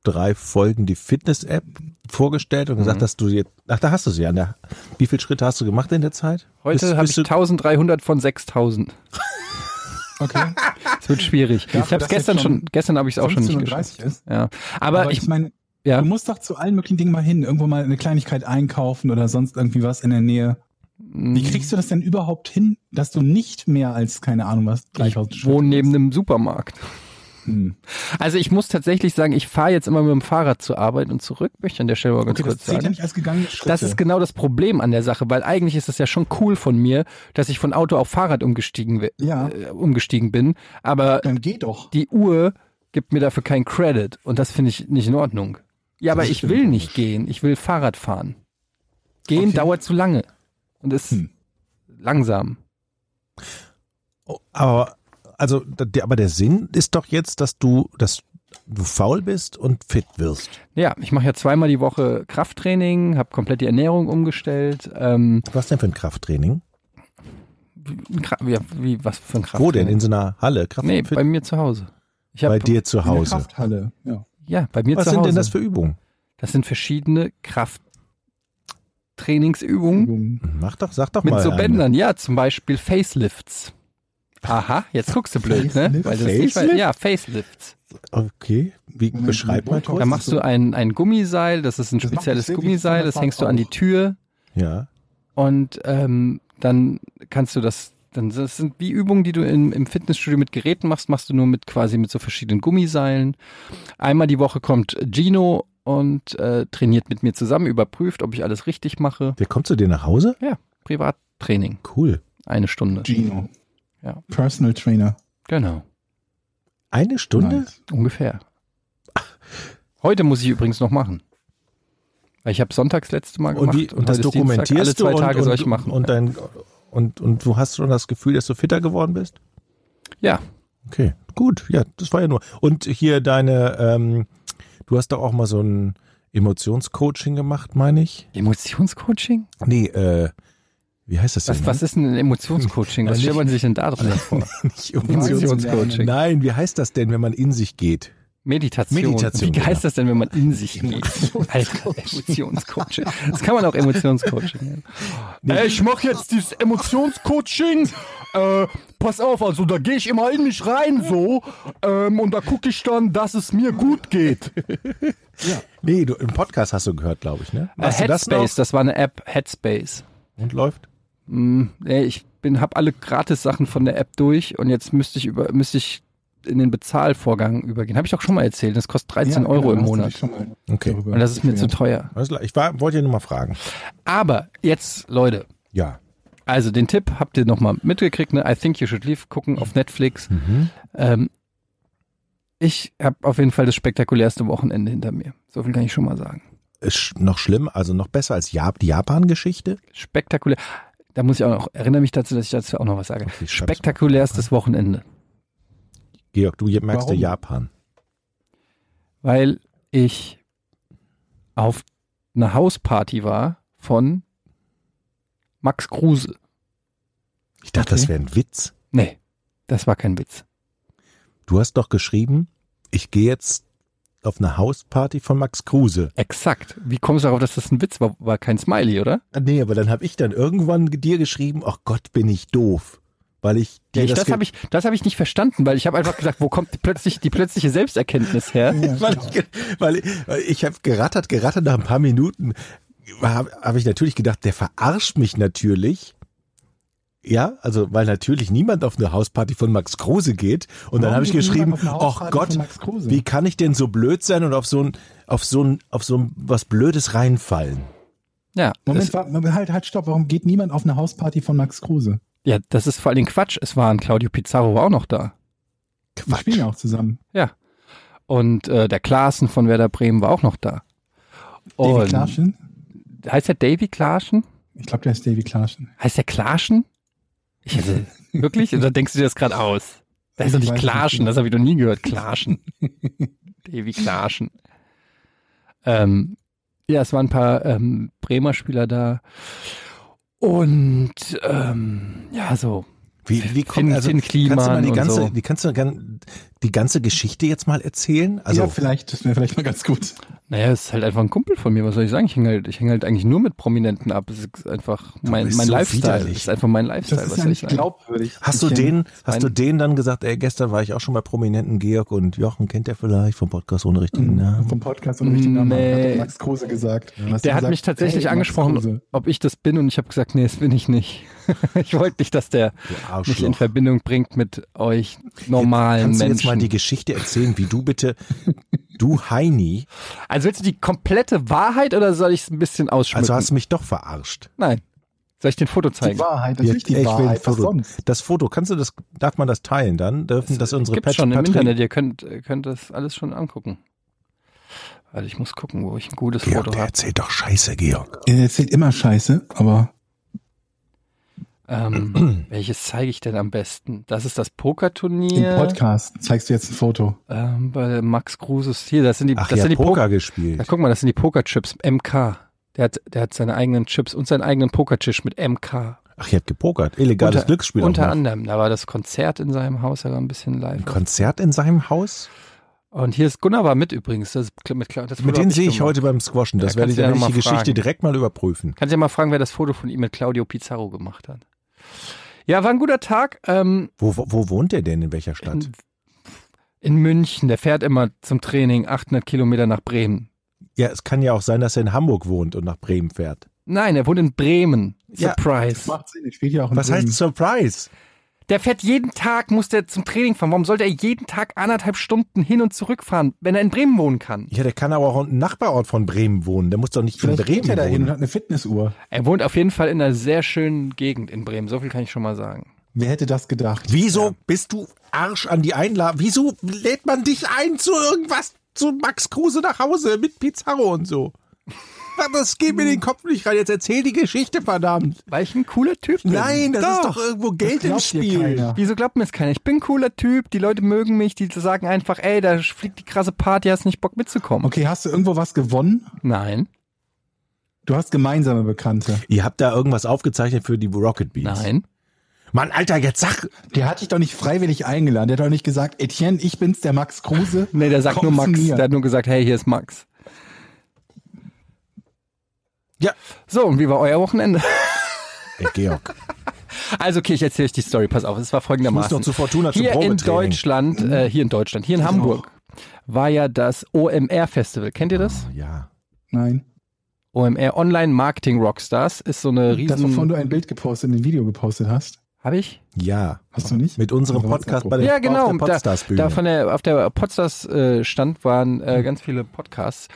[SPEAKER 5] drei Folgen die Fitness-App vorgestellt und gesagt, dass du jetzt, ach, da hast du sie an der, wie viele Schritte hast du gemacht in der Zeit?
[SPEAKER 2] Heute
[SPEAKER 5] Bist-
[SPEAKER 2] habe
[SPEAKER 5] bist
[SPEAKER 2] ich
[SPEAKER 5] du-
[SPEAKER 2] 1300 von 6000.
[SPEAKER 4] Okay.
[SPEAKER 2] Es wird schwierig.
[SPEAKER 4] Dafür,
[SPEAKER 2] ich habe
[SPEAKER 4] dass
[SPEAKER 2] gestern
[SPEAKER 4] jetzt schon
[SPEAKER 2] schon, gestern habe ich es auch schon nicht
[SPEAKER 4] 15:30
[SPEAKER 2] geschafft.
[SPEAKER 4] ist.
[SPEAKER 2] Ja. Aber,
[SPEAKER 4] Aber, ich,
[SPEAKER 2] ich,
[SPEAKER 4] meine,
[SPEAKER 2] ja,
[SPEAKER 4] du musst doch zu allen möglichen Dingen mal hin. Irgendwo mal eine Kleinigkeit einkaufen oder sonst irgendwie was in der Nähe. Wie
[SPEAKER 2] Mhm.
[SPEAKER 4] kriegst du das denn überhaupt hin, dass du nicht mehr als, keine Ahnung was,
[SPEAKER 2] ich
[SPEAKER 4] 3000 Schritte
[SPEAKER 2] wohne neben
[SPEAKER 4] machst?
[SPEAKER 2] einem Supermarkt.
[SPEAKER 4] Hm.
[SPEAKER 2] Also ich muss tatsächlich sagen, ich fahre jetzt immer mit dem Fahrrad zur Arbeit und zurück. Möchte ich an der Stelle mal ganz
[SPEAKER 4] Okay, das
[SPEAKER 2] kurz
[SPEAKER 4] zählt ja
[SPEAKER 2] sagen.
[SPEAKER 4] nicht als gegangene Schritte.
[SPEAKER 2] Das ist genau das Problem an der Sache, weil eigentlich ist das ja schon cool von mir, dass ich von Auto auf Fahrrad umgestiegen, we-
[SPEAKER 4] Ja.
[SPEAKER 2] äh, umgestiegen bin. Aber
[SPEAKER 4] Dann Ähm, geh doch.
[SPEAKER 2] die Uhr gibt mir dafür keinen Credit und das finde ich nicht in Ordnung. Ja, aber ich will nicht gehen, ich will Fahrrad fahren. Gehen
[SPEAKER 4] Okay.
[SPEAKER 2] dauert zu lange und ist
[SPEAKER 4] Hm.
[SPEAKER 2] langsam.
[SPEAKER 5] Oh, Aber, also, da- der- aber der Sinn ist doch jetzt, dass du, dass du faul bist und fit wirst.
[SPEAKER 2] Ja, ich mache ja zweimal die Woche Krafttraining, habe komplett die Ernährung umgestellt. Ähm,
[SPEAKER 5] Was denn für ein Krafttraining?
[SPEAKER 2] Kra ja, wie, was für ein Krafttraining?
[SPEAKER 5] Wo denn? In so einer Halle? Kraft
[SPEAKER 2] nee,
[SPEAKER 5] fit-
[SPEAKER 2] bei mir zu Hause. Ich hab,
[SPEAKER 5] bei dir zu
[SPEAKER 4] In der
[SPEAKER 5] Hause.
[SPEAKER 4] Krafthalle. Ja.
[SPEAKER 2] Ja, bei mir
[SPEAKER 5] Was
[SPEAKER 2] zu
[SPEAKER 5] sind
[SPEAKER 2] Hause.
[SPEAKER 5] denn das für Übungen?
[SPEAKER 2] das sind verschiedene Krafttrainingsübungen
[SPEAKER 5] Mach doch, sag doch
[SPEAKER 2] mit
[SPEAKER 5] mal.
[SPEAKER 2] so
[SPEAKER 5] eine.
[SPEAKER 2] Bändern. Ja, zum Beispiel Facelifts. Aha, jetzt guckst du blöd, ne?
[SPEAKER 5] Facelift?
[SPEAKER 2] Weil du das nicht weißt.
[SPEAKER 5] Facelift?
[SPEAKER 2] ja, Facelifts.
[SPEAKER 5] Okay, wie beschreib mal
[SPEAKER 2] Da
[SPEAKER 5] kurz.
[SPEAKER 2] machst du ein, ein Gummiseil, das ist ein
[SPEAKER 4] Das macht
[SPEAKER 2] spezielles
[SPEAKER 4] Facelift
[SPEAKER 2] Gummiseil, das
[SPEAKER 4] von der
[SPEAKER 2] hängst du
[SPEAKER 4] Fahrt
[SPEAKER 2] an die
[SPEAKER 4] auch.
[SPEAKER 2] Tür
[SPEAKER 5] Ja.
[SPEAKER 2] und ähm, dann kannst du das, dann das sind wie Übungen, die du im, im Fitnessstudio mit Geräten machst, machst du nur mit quasi mit so verschiedenen Gummiseilen. Einmal die Woche kommt Gino und äh, trainiert mit mir zusammen, überprüft, ob ich alles richtig mache.
[SPEAKER 5] Der kommt zu dir nach Hause?
[SPEAKER 2] Ja, Privattraining,
[SPEAKER 5] Cool.
[SPEAKER 2] eine Stunde.
[SPEAKER 4] Gino.
[SPEAKER 2] Ja.
[SPEAKER 4] Personal Trainer.
[SPEAKER 2] Genau,
[SPEAKER 5] Eine Stunde?
[SPEAKER 4] Nice.
[SPEAKER 2] ungefähr. Heute muss ich übrigens noch machen. Weil ich habe sonntags letzte Mal
[SPEAKER 5] Und,
[SPEAKER 2] gemacht.
[SPEAKER 5] wie, und das
[SPEAKER 2] heute ist Dienstag.
[SPEAKER 5] dokumentierst
[SPEAKER 2] Alle zwei
[SPEAKER 5] du
[SPEAKER 2] Tage
[SPEAKER 5] und,
[SPEAKER 2] soll
[SPEAKER 5] und,
[SPEAKER 2] ich machen.
[SPEAKER 5] Und, dein, und, und du hast schon das Gefühl, dass du fitter geworden bist?
[SPEAKER 2] ja,
[SPEAKER 5] Okay, gut. Ja, das war ja nur. Und hier deine, ähm, du hast doch auch mal so ein Emotionscoaching gemacht, meine ich?
[SPEAKER 2] Emotionscoaching?
[SPEAKER 5] Nee, äh, wie heißt das
[SPEAKER 2] Was,
[SPEAKER 5] denn?
[SPEAKER 2] was ist denn ein Emotionscoaching? Was
[SPEAKER 5] Ja,
[SPEAKER 2] stellt
[SPEAKER 5] nicht-
[SPEAKER 2] man sich denn da drunter vor?
[SPEAKER 5] Nicht Emotions
[SPEAKER 4] Emotionscoaching.
[SPEAKER 5] Nein, wie heißt das denn, wenn man in sich geht?
[SPEAKER 2] Meditation.
[SPEAKER 5] Meditation,
[SPEAKER 2] Wie
[SPEAKER 4] genau.
[SPEAKER 5] ja.
[SPEAKER 2] heißt das denn, wenn man in sich geht? Alter, Emotionscoaching. Das kann man auch Emotionscoaching nennen. Äh, ich mache jetzt dieses Emotionscoaching. Äh, pass auf, also da gehe ich immer in mich rein so ähm, und da gucke ich dann, dass es mir gut geht.
[SPEAKER 5] Nee, du, im Podcast hast du gehört, glaube ich, ne?
[SPEAKER 2] Äh,
[SPEAKER 5] Machst du das
[SPEAKER 2] Headspace, das,
[SPEAKER 5] noch?
[SPEAKER 2] war eine App, Headspace.
[SPEAKER 5] Und läuft?
[SPEAKER 2] Nee, ich bin, habe alle Gratis-Sachen von der App durch und jetzt müsste ich über, müsste ich in den Bezahlvorgang übergehen. Habe ich doch schon mal erzählt. Das kostet 13
[SPEAKER 4] Ja,
[SPEAKER 2] Euro
[SPEAKER 4] genau,
[SPEAKER 2] im
[SPEAKER 4] hast du dich
[SPEAKER 2] Monat.
[SPEAKER 4] schon mal
[SPEAKER 5] Okay.
[SPEAKER 4] darüber
[SPEAKER 2] Und das ist mir zu
[SPEAKER 4] beschwert.
[SPEAKER 2] teuer.
[SPEAKER 5] Alles klar. Ich war, wollte ja nur mal fragen.
[SPEAKER 2] Aber jetzt, Leute,
[SPEAKER 5] Ja.
[SPEAKER 2] also den Tipp habt ihr nochmal mitgekriegt, ne? I think you should leave, gucken auf Netflix. Ähm, ich habe auf jeden Fall das spektakulärste Wochenende hinter mir. So viel kann ich schon mal sagen.
[SPEAKER 5] Ist sch- noch schlimm, also noch besser als Jap die Japan-Geschichte?
[SPEAKER 2] Spektakulär. Da muss ich auch noch, erinnere mich dazu, dass ich dazu auch noch was sage.
[SPEAKER 5] Okay, schreib's mal.
[SPEAKER 2] Spektakulärstes Wochenende.
[SPEAKER 5] Georg, du merkst ja
[SPEAKER 4] Warum?
[SPEAKER 5] Japan.
[SPEAKER 2] weil ich auf einer Hausparty war von Max Kruse.
[SPEAKER 5] Ich dachte, das
[SPEAKER 4] Okay.
[SPEAKER 5] wäre ein Witz.
[SPEAKER 2] Nee, das war kein Witz.
[SPEAKER 5] Du hast doch geschrieben, ich gehe jetzt auf eine Hausparty von Max Kruse.
[SPEAKER 2] Exakt. Wie kommst du darauf, dass das ein Witz war? War kein Smiley, oder?
[SPEAKER 5] Ah, Nee, aber dann habe ich dann irgendwann dir geschrieben, ach Gott, bin ich doof. Weil ich dir
[SPEAKER 2] Nee, das
[SPEAKER 5] ge-
[SPEAKER 2] habe ich, das hab ich nicht verstanden, weil ich habe einfach gesagt, wo kommt die plötzlich die plötzliche Selbsterkenntnis her?
[SPEAKER 5] weil ich, ge- weil ich, weil ich habe gerattert, gerattert nach ein paar Minuten habe hab ich natürlich gedacht, der verarscht mich natürlich. Ja, also weil natürlich niemand auf eine Hausparty von Max Kruse geht. Und dann
[SPEAKER 4] Warum
[SPEAKER 5] habe ich
[SPEAKER 4] geht
[SPEAKER 5] geschrieben,
[SPEAKER 4] niemand auf eine
[SPEAKER 5] ach
[SPEAKER 4] Hausparty
[SPEAKER 5] Gott,
[SPEAKER 4] von Max Kruse?"
[SPEAKER 5] wie kann ich denn so blöd sein und auf so ein, auf so ein, auf so ein was Blödes reinfallen?
[SPEAKER 2] Ja,
[SPEAKER 4] Moment, warte, Moment, halt, halt, stopp. Warum geht niemand auf eine Hausparty von Max Kruse?
[SPEAKER 2] ja, das ist vor allen Dingen Quatsch. Es waren Claudio Pizarro war auch noch da.
[SPEAKER 4] Die spielen ja auch zusammen.
[SPEAKER 2] Ja. Und äh, der Klaassen von Werder Bremen war auch noch da.
[SPEAKER 4] Davy
[SPEAKER 2] Und
[SPEAKER 4] Klarschen?
[SPEAKER 2] heißt der Davy Klarschen?
[SPEAKER 4] Ich glaube, der ist Davy Klarschen.
[SPEAKER 2] Heißt der Klarschen? Ich hätte, wirklich? Oder denkst du dir das gerade aus? Das heißt doch nicht
[SPEAKER 4] Ich Also, weiß nicht
[SPEAKER 2] Klarschen,
[SPEAKER 4] genau.
[SPEAKER 2] das habe ich noch nie gehört. Klarschen. Davy Klarschen. Ähm, ja, es waren ein paar ähm, Bremer Spieler da. Und ähm, ja, so.
[SPEAKER 5] Wie, wie
[SPEAKER 2] Finn-
[SPEAKER 5] kommt also,
[SPEAKER 2] Finn
[SPEAKER 5] kannst du mal
[SPEAKER 2] Kliman
[SPEAKER 5] die
[SPEAKER 2] und
[SPEAKER 5] ganze,
[SPEAKER 2] so.
[SPEAKER 5] die kannst du gan- die ganze Geschichte jetzt mal erzählen? Also
[SPEAKER 4] ja, vielleicht, das wäre vielleicht mal ganz gut.
[SPEAKER 2] Naja, es ist halt einfach ein Kumpel von mir, was soll ich sagen? Ich hänge halt, ich häng halt eigentlich nur mit Prominenten ab. Es ist einfach mein,
[SPEAKER 5] bist
[SPEAKER 2] mein
[SPEAKER 5] so
[SPEAKER 2] Lifestyle.
[SPEAKER 5] widerlich.
[SPEAKER 2] Es ist einfach mein
[SPEAKER 4] Das
[SPEAKER 2] Lifestyle,
[SPEAKER 4] ist
[SPEAKER 2] was
[SPEAKER 4] ja
[SPEAKER 2] soll ich
[SPEAKER 4] nicht
[SPEAKER 2] sagen?
[SPEAKER 4] glaubwürdig.
[SPEAKER 5] Hast du
[SPEAKER 4] Ich, äh,
[SPEAKER 5] den, hast du
[SPEAKER 2] mein-
[SPEAKER 5] denen dann gesagt, ey, gestern war ich auch schon bei prominenten Georg und Jochen kennt der vielleicht vom Podcast ohne
[SPEAKER 2] Mhm.
[SPEAKER 5] richtigen Namen?
[SPEAKER 4] Vom Podcast und richtigen Namen hat
[SPEAKER 2] Nee.
[SPEAKER 4] doch Max Kruse gesagt. Dann hast du
[SPEAKER 2] Der hat
[SPEAKER 4] gesagt,
[SPEAKER 2] mich tatsächlich
[SPEAKER 4] hey, Max
[SPEAKER 2] angesprochen,
[SPEAKER 4] Kruse.
[SPEAKER 2] ob ich das bin und ich habe gesagt, nee, das bin ich nicht. ich wollte nicht, dass der
[SPEAKER 5] Du Arschloch.
[SPEAKER 2] mich in Verbindung bringt mit euch
[SPEAKER 5] Jetzt
[SPEAKER 2] normalen
[SPEAKER 5] Kannst du jetzt mal
[SPEAKER 2] Menschen.
[SPEAKER 5] die Geschichte erzählen, wie du bitte, du Heini,
[SPEAKER 2] also willst du die komplette Wahrheit oder soll ich es ein bisschen ausschmücken?
[SPEAKER 5] also hast du mich doch verarscht.
[SPEAKER 2] Nein. Soll ich den Foto zeigen?
[SPEAKER 4] Die Wahrheit, natürlich die
[SPEAKER 5] ich will ein
[SPEAKER 4] Wahrheit. Was
[SPEAKER 5] Foto.
[SPEAKER 4] sonst?
[SPEAKER 5] Das Foto, kannst du das, darf man das teilen dann? Dürfen das, unsere
[SPEAKER 2] Gibt's
[SPEAKER 5] Pat-
[SPEAKER 2] schon im
[SPEAKER 5] Patri-
[SPEAKER 2] Internet, ihr könnt, ihr könnt das alles schon angucken. Also ich muss gucken, wo ich ein gutes
[SPEAKER 5] Georg,
[SPEAKER 2] Foto
[SPEAKER 5] der
[SPEAKER 2] habe.
[SPEAKER 5] erzählt doch Scheiße, Georg.
[SPEAKER 4] Er erzählt Äh, immer Scheiße, aber
[SPEAKER 2] Ähm, welches zeige ich denn am besten? Das ist das
[SPEAKER 4] im
[SPEAKER 2] Pokerturnier.
[SPEAKER 4] Podcast zeigst du jetzt ein Foto.
[SPEAKER 2] Ähm, bei Max Kruses. Hier, das sind die,
[SPEAKER 5] Ach,
[SPEAKER 2] das
[SPEAKER 5] ja,
[SPEAKER 2] sind die
[SPEAKER 5] Poker
[SPEAKER 2] Ja,
[SPEAKER 5] gespielt.
[SPEAKER 2] guck mal, das sind die Pokerchips. MK. Der hat, der hat seine eigenen Chips und seinen eigenen Pokertisch mit MK.
[SPEAKER 5] Ach, ihr habt gepokert. Illegales
[SPEAKER 2] Unter-
[SPEAKER 5] Glücksspiel. auch
[SPEAKER 2] Unter
[SPEAKER 5] noch.
[SPEAKER 2] anderem. Da war das Konzert in seinem Haus, da war ein bisschen live.
[SPEAKER 5] Ein Konzert in seinem Haus? und
[SPEAKER 2] Und hier ist Gunnar war mit übrigens. Das, ist kl- mit, kl- das Foto
[SPEAKER 5] Mit
[SPEAKER 2] hab
[SPEAKER 5] denen sehe ich
[SPEAKER 2] gemacht.
[SPEAKER 5] heute beim Squashen. Das
[SPEAKER 2] Ja,
[SPEAKER 5] werde
[SPEAKER 2] kannst
[SPEAKER 5] ich
[SPEAKER 2] du ja
[SPEAKER 5] dann
[SPEAKER 2] noch
[SPEAKER 5] die
[SPEAKER 2] mal
[SPEAKER 5] Geschichte
[SPEAKER 2] fragen.
[SPEAKER 5] direkt mal überprüfen.
[SPEAKER 2] Kannst du ja mal fragen, wer das Foto von ihm mit Claudio Pizarro gemacht hat. Ja, war ein guter Tag. Ähm,
[SPEAKER 5] Wo, wo, wo wohnt der denn in welcher Stadt?
[SPEAKER 2] in München, der fährt immer zum Training 800 Kilometer nach Bremen.
[SPEAKER 5] Ja, es kann ja auch sein, dass er in Hamburg wohnt und nach Bremen fährt.
[SPEAKER 2] Nein, er wohnt in Bremen.
[SPEAKER 5] Ja.
[SPEAKER 2] Surprise.
[SPEAKER 4] Macht Sinn, ich spiele ja auch in
[SPEAKER 5] Was
[SPEAKER 4] Bremen.
[SPEAKER 5] heißt Surprise?
[SPEAKER 2] Der fährt jeden Tag, muss der zum Training fahren. Warum sollte er jeden Tag anderthalb Stunden hin und zurück fahren, wenn er in Bremen wohnen kann?
[SPEAKER 5] Ja, der kann aber auch im Nachbarort von Bremen wohnen. Der muss doch nicht
[SPEAKER 4] Vielleicht
[SPEAKER 5] in Bremen
[SPEAKER 4] geht er da hin und
[SPEAKER 5] wohnen.
[SPEAKER 4] hat eine Fitnessuhr.
[SPEAKER 2] Er wohnt auf jeden Fall in einer sehr schönen Gegend in Bremen. So viel kann ich schon mal sagen.
[SPEAKER 4] Wer hätte das gedacht?
[SPEAKER 5] Wieso bist du Arsch an die Einladung? Wieso lädt man dich ein zu irgendwas, zu Max Kruse nach Hause mit Pizarro und so? Das geht mir in den Kopf nicht rein. Jetzt erzähl die Geschichte, verdammt.
[SPEAKER 2] Weil ich ein cooler Typ bin.
[SPEAKER 5] Nein, das ist doch irgendwo Geld im
[SPEAKER 4] Äh, glaubt dir
[SPEAKER 5] Spiel.
[SPEAKER 4] keiner.
[SPEAKER 2] Wieso glaubt mir das keiner? Ich bin ein cooler Typ, die Leute mögen mich, die sagen einfach, ey, da fliegt die krasse Party, hast nicht Bock mitzukommen.
[SPEAKER 4] Okay, hast du irgendwo was gewonnen?
[SPEAKER 2] Nein,
[SPEAKER 4] Du hast gemeinsame Bekannte.
[SPEAKER 5] Ihr habt da irgendwas aufgezeichnet für die Rocket Beans.
[SPEAKER 2] nein.
[SPEAKER 5] Mann, Alter, jetzt sag.
[SPEAKER 4] Der hat dich doch nicht freiwillig eingeladen. Der hat doch nicht gesagt, Etienne, ich bin's, der Max Kruse.
[SPEAKER 2] Nee, der sagt
[SPEAKER 4] Komm
[SPEAKER 2] nur
[SPEAKER 4] zu
[SPEAKER 2] Max.
[SPEAKER 4] mir.
[SPEAKER 2] Der hat nur gesagt, hey, hier ist Max.
[SPEAKER 5] Ja.
[SPEAKER 2] So, und wie war euer Wochenende?
[SPEAKER 5] Ey, Georg.
[SPEAKER 2] Also, okay, ich erzähle euch die Story. Pass auf, es war folgendermaßen.
[SPEAKER 5] Ich muss noch zu Fortuna zum
[SPEAKER 2] hier in
[SPEAKER 5] Probetraining.
[SPEAKER 2] Deutschland, äh, hier in Deutschland, hier in Hamburg war ja das OMR Festival. Kennt ihr das?
[SPEAKER 5] Ja.
[SPEAKER 4] Nein.
[SPEAKER 2] OMR Online Marketing Rockstars ist so eine
[SPEAKER 4] Das, wovon
[SPEAKER 2] riesen.
[SPEAKER 4] du ein Bild gepostet, in ein Video gepostet hast.
[SPEAKER 2] Habe ich?
[SPEAKER 5] Ja.
[SPEAKER 4] Hast du nicht?
[SPEAKER 5] Mit unserem
[SPEAKER 4] Also,
[SPEAKER 5] Podcast bei
[SPEAKER 4] was-
[SPEAKER 5] der,
[SPEAKER 2] Ja, genau.
[SPEAKER 5] auf der Podstars-Bühne.
[SPEAKER 2] Da, da von der, auf der Podstars äh, stand waren
[SPEAKER 5] Hm.
[SPEAKER 2] äh, ganz viele Podcasts.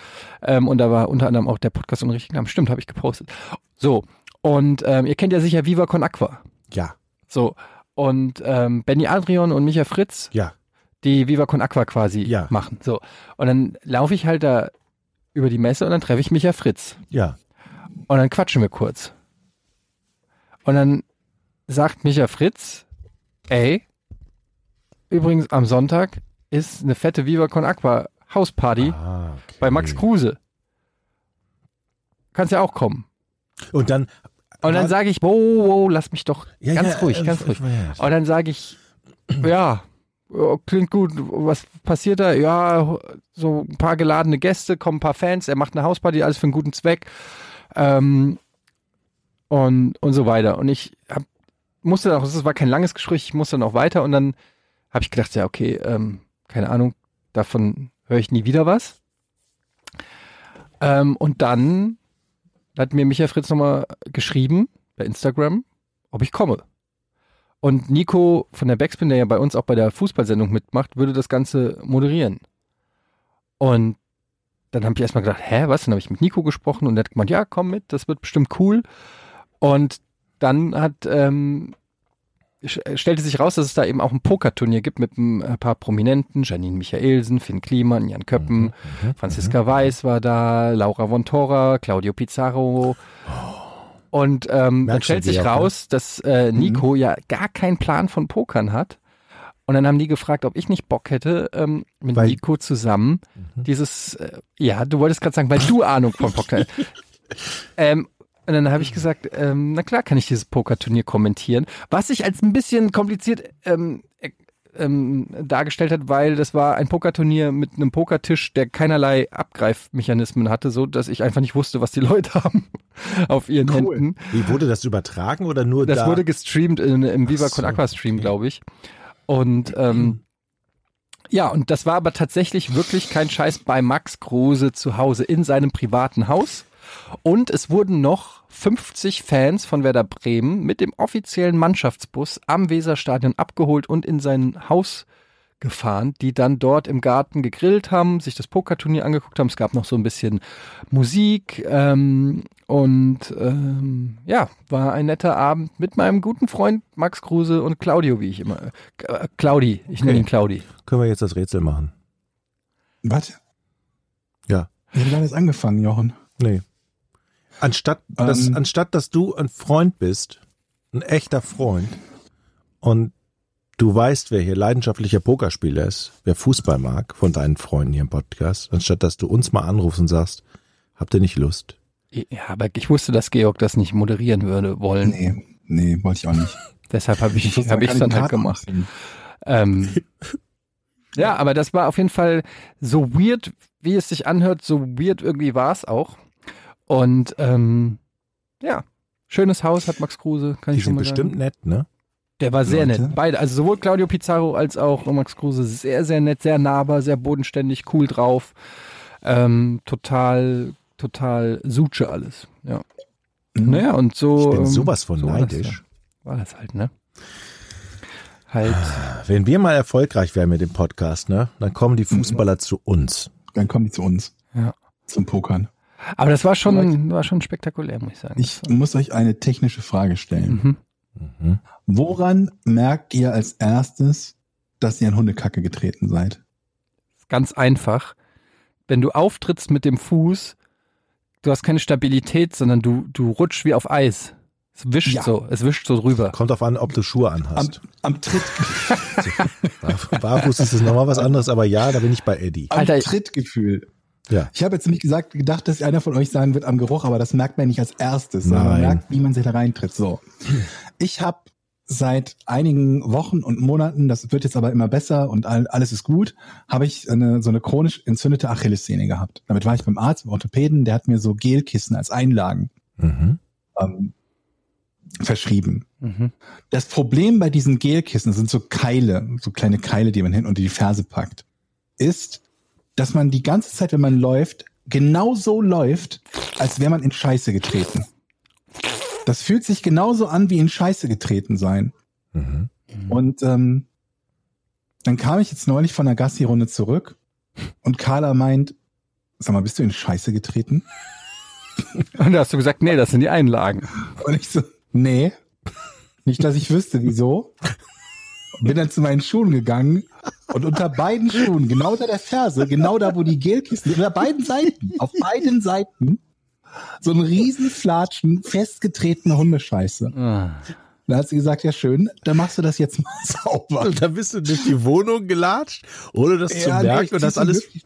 [SPEAKER 2] Ähm, und da war unter anderem auch der Podcast unrichtigen Namen. Stimmt, habe ich gepostet. So, und ähm, ihr kennt ja sicher Viva Con Aqua.
[SPEAKER 5] ja,
[SPEAKER 2] So, und ähm, Benny Adrian und Micha Fritz,
[SPEAKER 5] ja.
[SPEAKER 2] die Viva Con Aqua quasi
[SPEAKER 5] Ja.
[SPEAKER 2] machen. So, und dann laufe ich halt da über die Messe und dann treffe ich Micha Fritz.
[SPEAKER 5] Ja.
[SPEAKER 2] Und dann quatschen wir kurz. Und dann sagt Micha Fritz, ey, übrigens am Sonntag ist eine fette Viva Con Aqua Hausparty
[SPEAKER 5] Ah, okay.
[SPEAKER 2] Hm? bei Max Kruse. Kannst ja auch kommen.
[SPEAKER 5] Und dann.
[SPEAKER 2] Und dann
[SPEAKER 5] War-
[SPEAKER 2] sage ich, wow, wow, lass mich doch
[SPEAKER 5] Ja,
[SPEAKER 2] ganz
[SPEAKER 5] ja,
[SPEAKER 2] ruhig,
[SPEAKER 5] äh,
[SPEAKER 2] ganz ruhig.
[SPEAKER 5] ja.
[SPEAKER 2] Und dann sage ich, ja, ja, klingt gut. Was passiert da? Ja, so ein paar geladene Gäste, kommen ein paar Fans, er macht eine Hausparty, alles für einen guten Zweck. Ähm, und, und so weiter. Und ich hab, musste dann auch, es war kein langes Gespräch, ich musste dann auch weiter und dann habe ich gedacht, ja, okay, ähm, keine Ahnung, davon höre ich nie wieder was. Ähm, und dann hat mir Michael Fritz nochmal geschrieben bei Instagram, ob ich komme. Und Nico von der Backspin, der ja bei uns auch bei der Fußballsendung mitmacht, würde das Ganze moderieren. Und dann habe ich erstmal gedacht, hä, was? Dann habe ich mit Nico gesprochen und der hat gemeint, ja, komm mit, das wird bestimmt cool. Und dann hat, ähm, sch- äh, stellte sich raus, dass es da eben auch ein Pokerturnier gibt mit ein äh, paar Prominenten, Janine Michaelsen, Finn Kliman, Jan Köppen,
[SPEAKER 5] Mhm.
[SPEAKER 2] Franziska Weiß war da, Laura von Tora, Claudio Pizarro. Und ähm, dann
[SPEAKER 5] Merkst du
[SPEAKER 2] stellt sich
[SPEAKER 5] dir auch, ne? Mhm.
[SPEAKER 2] raus, dass äh, Nico ja gar keinen Plan von Pokern hat. Und dann haben die gefragt, ob ich nicht Bock hätte, ähm, mit
[SPEAKER 5] Weil- Mhm.
[SPEAKER 2] Nico zusammen dieses, äh, ja, du wolltest gerade sagen, weil du Ahnung von Poker hast. ähm, und dann habe ich gesagt, ähm, na klar kann ich dieses Pokerturnier kommentieren, was sich als ein bisschen kompliziert ähm, äh, ähm, dargestellt hat, weil das war ein Pokerturnier mit einem Pokertisch, der keinerlei Abgreifmechanismen hatte, so dass ich einfach nicht wusste, was die Leute haben auf ihren Händen.
[SPEAKER 5] Wie wurde das übertragen oder nur
[SPEAKER 2] Das
[SPEAKER 5] da?
[SPEAKER 2] wurde gestreamt in, im Viva
[SPEAKER 5] so,
[SPEAKER 2] Con Aqua Stream, glaube ich. Und ähm, ja, und das war aber tatsächlich wirklich kein Scheiß bei Max Kruse zu Hause in seinem privaten Haus. Und es wurden noch 50 Fans von Werder Bremen mit dem offiziellen Mannschaftsbus am Weserstadion abgeholt und in sein Haus gefahren, die dann dort im Garten gegrillt haben, sich das Pokerturnier angeguckt haben. Es gab noch so ein bisschen Musik ähm, und ähm, ja, war ein netter Abend mit meinem guten Freund Max Kruse und Claudio, wie ich immer. Äh, Claudi, ich nenne
[SPEAKER 5] Okay.
[SPEAKER 2] ihn Claudi.
[SPEAKER 5] Können wir jetzt das Rätsel machen?
[SPEAKER 4] Warte.
[SPEAKER 5] Ja.
[SPEAKER 4] Wir haben alles angefangen, Jochen.
[SPEAKER 5] Nee. Anstatt, dass,
[SPEAKER 4] Ähm.
[SPEAKER 5] anstatt, dass du ein Freund bist, ein echter Freund, und du weißt, wer hier leidenschaftlicher Pokerspieler ist, wer Fußball mag, von deinen Freunden hier im Podcast, anstatt dass du uns mal anrufst und sagst, habt ihr nicht Lust?
[SPEAKER 2] Ja, aber ich wusste, dass Georg das nicht moderieren würde wollen.
[SPEAKER 4] Nee, nee, wollte ich auch nicht.
[SPEAKER 2] Deshalb habe ich
[SPEAKER 4] Sonst
[SPEAKER 2] habe ich
[SPEAKER 4] kann
[SPEAKER 2] dann
[SPEAKER 4] die
[SPEAKER 2] halt
[SPEAKER 4] Karten
[SPEAKER 2] gemacht.
[SPEAKER 4] ziehen.
[SPEAKER 2] Ähm, ja, aber das war auf jeden Fall so weird, wie es sich anhört, so weird irgendwie war es auch. Und ähm, ja, schönes Haus hat Max Kruse, kann
[SPEAKER 5] Die
[SPEAKER 2] ich schon
[SPEAKER 5] sind
[SPEAKER 2] mal
[SPEAKER 5] bestimmt
[SPEAKER 2] sagen.
[SPEAKER 5] nett, ne?
[SPEAKER 2] Der war sehr
[SPEAKER 4] Leute.
[SPEAKER 2] nett. Beide, also sowohl Claudio Pizarro als auch Max Kruse, sehr, sehr nett, sehr nahbar, sehr bodenständig, cool drauf. Ähm, total, total Suche alles. Ja. Naja, und so.
[SPEAKER 5] Mhm. Ich bin
[SPEAKER 2] ähm,
[SPEAKER 5] sowas von
[SPEAKER 2] so war das
[SPEAKER 5] neidisch.
[SPEAKER 2] ja. War das halt, ne? Halt.
[SPEAKER 5] Wenn wir mal erfolgreich wären mit dem Podcast, ne, dann kommen die Fußballer zu uns.
[SPEAKER 4] Dann kommen die zu uns.
[SPEAKER 2] Ja.
[SPEAKER 4] Zum Pokern.
[SPEAKER 2] Aber das war schon, war schon spektakulär, muss ich sagen.
[SPEAKER 4] Ich muss euch eine technische Frage stellen.
[SPEAKER 2] mhm.
[SPEAKER 4] Woran merkt ihr als erstes, dass ihr in Hundekacke getreten seid?
[SPEAKER 2] Ganz einfach. Wenn du auftrittst mit dem Fuß, du hast keine Stabilität, sondern du, du rutschst wie auf Eis. Es wischt
[SPEAKER 4] Ja.
[SPEAKER 2] so, es wischt so drüber.
[SPEAKER 5] Kommt auf an, ob du Schuhe
[SPEAKER 4] Am,
[SPEAKER 5] anhast.
[SPEAKER 4] am Tritt,
[SPEAKER 5] Bar- Barfuß ist es nochmal was anderes, aber ja, da bin ich bei Eddie.
[SPEAKER 4] am
[SPEAKER 2] Alter, ich-
[SPEAKER 4] Trittgefühl.
[SPEAKER 5] Ja.
[SPEAKER 4] Ich habe jetzt nicht gesagt, gedacht, dass einer von euch sagen wird am Geruch, aber das merkt man nicht als erstes, sondern man
[SPEAKER 5] Nein.
[SPEAKER 4] merkt, wie man sich da reintritt. So. Ich habe seit einigen Wochen und Monaten, das wird jetzt aber immer besser und all, alles ist gut, habe ich eine, so eine chronisch entzündete Achillessehne gehabt. Damit war ich beim Arzt, beim Orthopäden, der hat mir so Gelkissen als Einlagen
[SPEAKER 5] Mhm.
[SPEAKER 4] ähm, verschrieben.
[SPEAKER 2] Mhm.
[SPEAKER 4] Das Problem bei diesen Gelkissen, das sind so Keile, so kleine Keile, die man hin unter die Ferse packt, ist, dass man die ganze Zeit, wenn man läuft, genau so läuft, als wäre man in Scheiße getreten. Das fühlt sich genauso an wie in Scheiße getreten sein.
[SPEAKER 5] Mhm.
[SPEAKER 4] Und ähm, dann kam ich jetzt neulich von der Gassi-Runde zurück und Carla meint, sag mal, bist du in Scheiße getreten?
[SPEAKER 2] Und da hast du gesagt, nee, das sind die Einlagen.
[SPEAKER 4] Und ich so, nee, nicht, dass ich wüsste, wieso. Bin dann zu meinen Schuhen gegangen und unter beiden Schuhen, genau unter der Ferse, genau da, wo die Gelkisten, unter beiden Seiten, auf beiden Seiten, so ein riesen Flatschen festgetretene Hundescheiße.
[SPEAKER 2] Ah.
[SPEAKER 4] Dann hat sie gesagt, ja schön, dann machst du das jetzt mal sauber.
[SPEAKER 5] Und dann Oh, bist du durch die Wohnung gelatscht, ohne das zu
[SPEAKER 4] Ja, nee,
[SPEAKER 5] merken
[SPEAKER 4] ich
[SPEAKER 5] und das
[SPEAKER 4] zieh
[SPEAKER 5] alles.
[SPEAKER 4] die-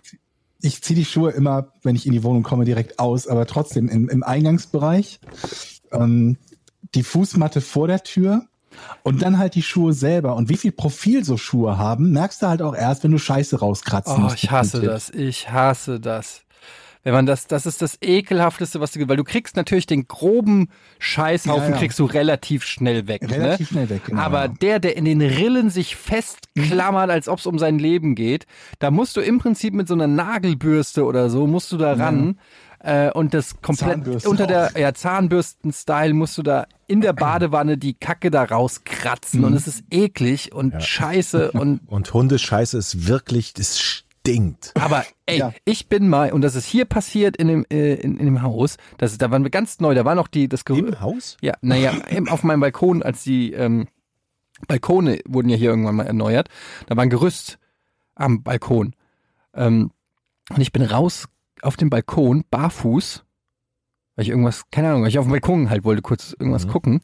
[SPEAKER 4] Ich ziehe die Schuhe immer, wenn ich in die Wohnung komme, direkt aus, aber trotzdem im, im Eingangsbereich. Ähm, die Fußmatte vor der Tür und dann halt die Schuhe selber. Und wie viel Profil so Schuhe haben, merkst du halt auch erst, wenn du Scheiße rauskratzen
[SPEAKER 2] Oh,
[SPEAKER 4] musst
[SPEAKER 2] ich
[SPEAKER 4] mit
[SPEAKER 2] hasse
[SPEAKER 4] dem Tipp.
[SPEAKER 2] das. Ich hasse das. Wenn man das, das ist das ekelhafteste, was du, weil du kriegst natürlich den groben Scheißhaufen,
[SPEAKER 4] Ja, ja.
[SPEAKER 2] kriegst du relativ schnell weg.
[SPEAKER 4] Relativ
[SPEAKER 2] ne?
[SPEAKER 4] schnell weg, genau, Mhm.
[SPEAKER 2] Aber
[SPEAKER 4] ja.
[SPEAKER 2] der, der in den Rillen sich festklammert, als ob es um sein Leben geht, da musst du im Prinzip mit so einer Nagelbürste oder so, musst du da ran. Äh, und das komplett
[SPEAKER 4] Zahnbürste
[SPEAKER 2] unter der
[SPEAKER 4] auch.
[SPEAKER 2] ja, Zahnbürsten-Style musst du da in der Badewanne die Kacke da rauskratzen
[SPEAKER 4] Mhm.
[SPEAKER 2] und es ist eklig und scheiße und
[SPEAKER 5] Und Hundescheiße ist wirklich, das stinkt.
[SPEAKER 2] Aber ey,
[SPEAKER 4] Ja.
[SPEAKER 2] ich bin mal, und das ist hier passiert in dem, äh, in, in dem Haus, das, ist- da waren wir ganz neu, da war noch die, das Gerü-
[SPEAKER 5] Im Haus?
[SPEAKER 2] Ja, naja, eben auf meinem Balkon, als die ähm, Balkone wurden ja hier irgendwann mal erneuert, da war ein Gerüst am Balkon. Ähm, und ich bin raus auf den Balkon, barfuß, weil ich irgendwas, keine Ahnung, weil ich auf dem Balkon halt wollte kurz irgendwas gucken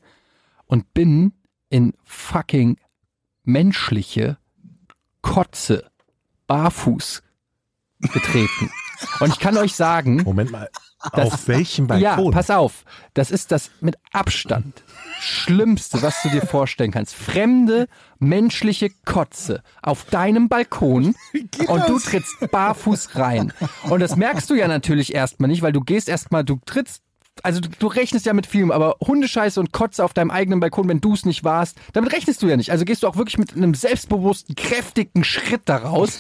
[SPEAKER 2] und bin in fucking menschliche Kotze barfuß getreten. und ich kann euch sagen,
[SPEAKER 5] Moment mal.
[SPEAKER 2] Das-
[SPEAKER 5] auf welchem
[SPEAKER 2] ja,
[SPEAKER 5] Balkon?
[SPEAKER 2] pass auf. Das ist das mit Abstand Schlimmste, was du dir vorstellen kannst. Fremde menschliche Kotze auf deinem Balkon und du trittst barfuß rein. Und das merkst du ja natürlich erstmal nicht, weil du gehst erstmal, du trittst, also du, du rechnest ja mit vielem, aber Hundescheiße und Kotze auf deinem eigenen Balkon, wenn du es nicht warst, damit rechnest du ja nicht. Also gehst du auch wirklich mit einem selbstbewussten, kräftigen Schritt daraus.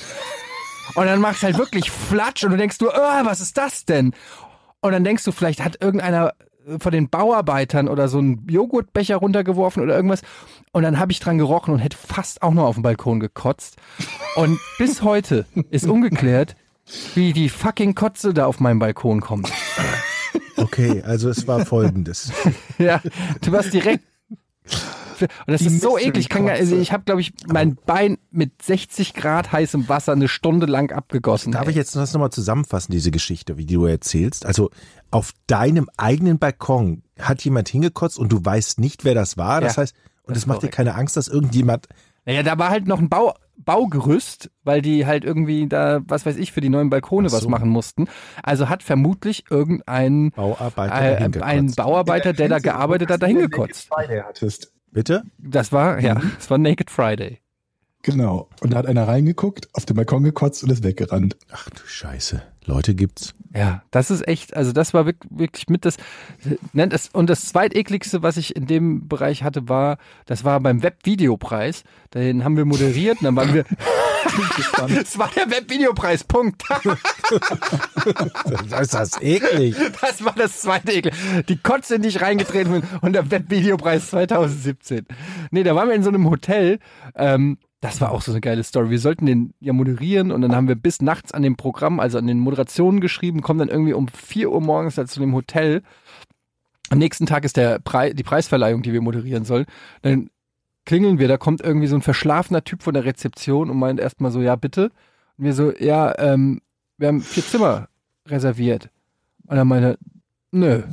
[SPEAKER 2] Und dann machst halt wirklich Flatsch und du denkst du, oh, was ist das denn? Und dann denkst du, vielleicht hat irgendeiner äh, von den Bauarbeitern oder so einen Joghurtbecher runtergeworfen oder irgendwas. Und dann habe ich dran gerochen und hätte fast auch noch auf dem Balkon gekotzt. Und bis heute ist ungeklärt, wie die fucking Kotze da auf meinem Balkon kommt.
[SPEAKER 5] Okay, also es war folgendes.
[SPEAKER 2] Ja, du warst direkt. Und das
[SPEAKER 4] Die
[SPEAKER 2] ist so
[SPEAKER 4] Mystery
[SPEAKER 2] eklig. Ich, kann gar- also
[SPEAKER 4] Kotze.
[SPEAKER 2] ich habe, glaube ich, mein Bein mit 60 Grad heißem Wasser eine Stunde lang abgegossen.
[SPEAKER 5] Darf
[SPEAKER 2] ey.
[SPEAKER 5] ich jetzt das nochmal zusammenfassen, diese Geschichte, wie die du erzählst? Also auf deinem eigenen Balkon hat jemand hingekotzt und du weißt nicht, wer das war. Das
[SPEAKER 2] Ja,
[SPEAKER 5] heißt, und
[SPEAKER 2] das
[SPEAKER 5] es
[SPEAKER 2] ist
[SPEAKER 5] macht dir
[SPEAKER 2] korrekt.
[SPEAKER 5] keine Angst, dass irgendjemand.
[SPEAKER 2] Naja, da war halt noch ein Bau, Baugerüst, weil die halt irgendwie da, was weiß ich, für die neuen Balkone
[SPEAKER 5] Ach
[SPEAKER 2] was
[SPEAKER 5] so.
[SPEAKER 2] machen mussten. Also hat vermutlich irgendein
[SPEAKER 5] Bauarbeiter
[SPEAKER 2] äh,
[SPEAKER 5] hingekotzt.
[SPEAKER 2] ein Bauarbeiter, der da gearbeitet hat, da hingekotzt.
[SPEAKER 4] Friday hattest.
[SPEAKER 5] Bitte?
[SPEAKER 2] Das war, ja, das war Naked Friday.
[SPEAKER 4] Genau. Und da hat einer reingeguckt, auf den Balkon gekotzt und ist weggerannt.
[SPEAKER 5] Ach du Scheiße. Leute gibt's.
[SPEAKER 2] Ja, das ist echt, also das war wirk- wirklich mit das, nennt es, und das zweitekligste, was ich in dem Bereich hatte, war, das war beim Webvideopreis. Den haben wir moderiert und dann waren wir, das war der Webvideopreis, Punkt.
[SPEAKER 5] Das ist das eklig.
[SPEAKER 2] Das war das zweite Ekel. Die Kotze, in die ich reingetreten bin und der Webvideopreis 2017. Nee, da waren wir in so einem Hotel. Ähm, das war auch so eine geile Story. Wir sollten den ja moderieren und dann haben wir bis nachts an dem Programm, also an den Moderationen geschrieben, kommen dann irgendwie um 4 Uhr morgens da zu dem Hotel. Am nächsten Tag ist der Pre die Preisverleihung, die wir moderieren sollen. Dann klingeln wir, da kommt irgendwie so ein verschlafener Typ von der Rezeption und meint erstmal so, ja, bitte. Und wir so, ja, ähm, wir haben vier Zimmer reserviert. Und dann meinte er, nö.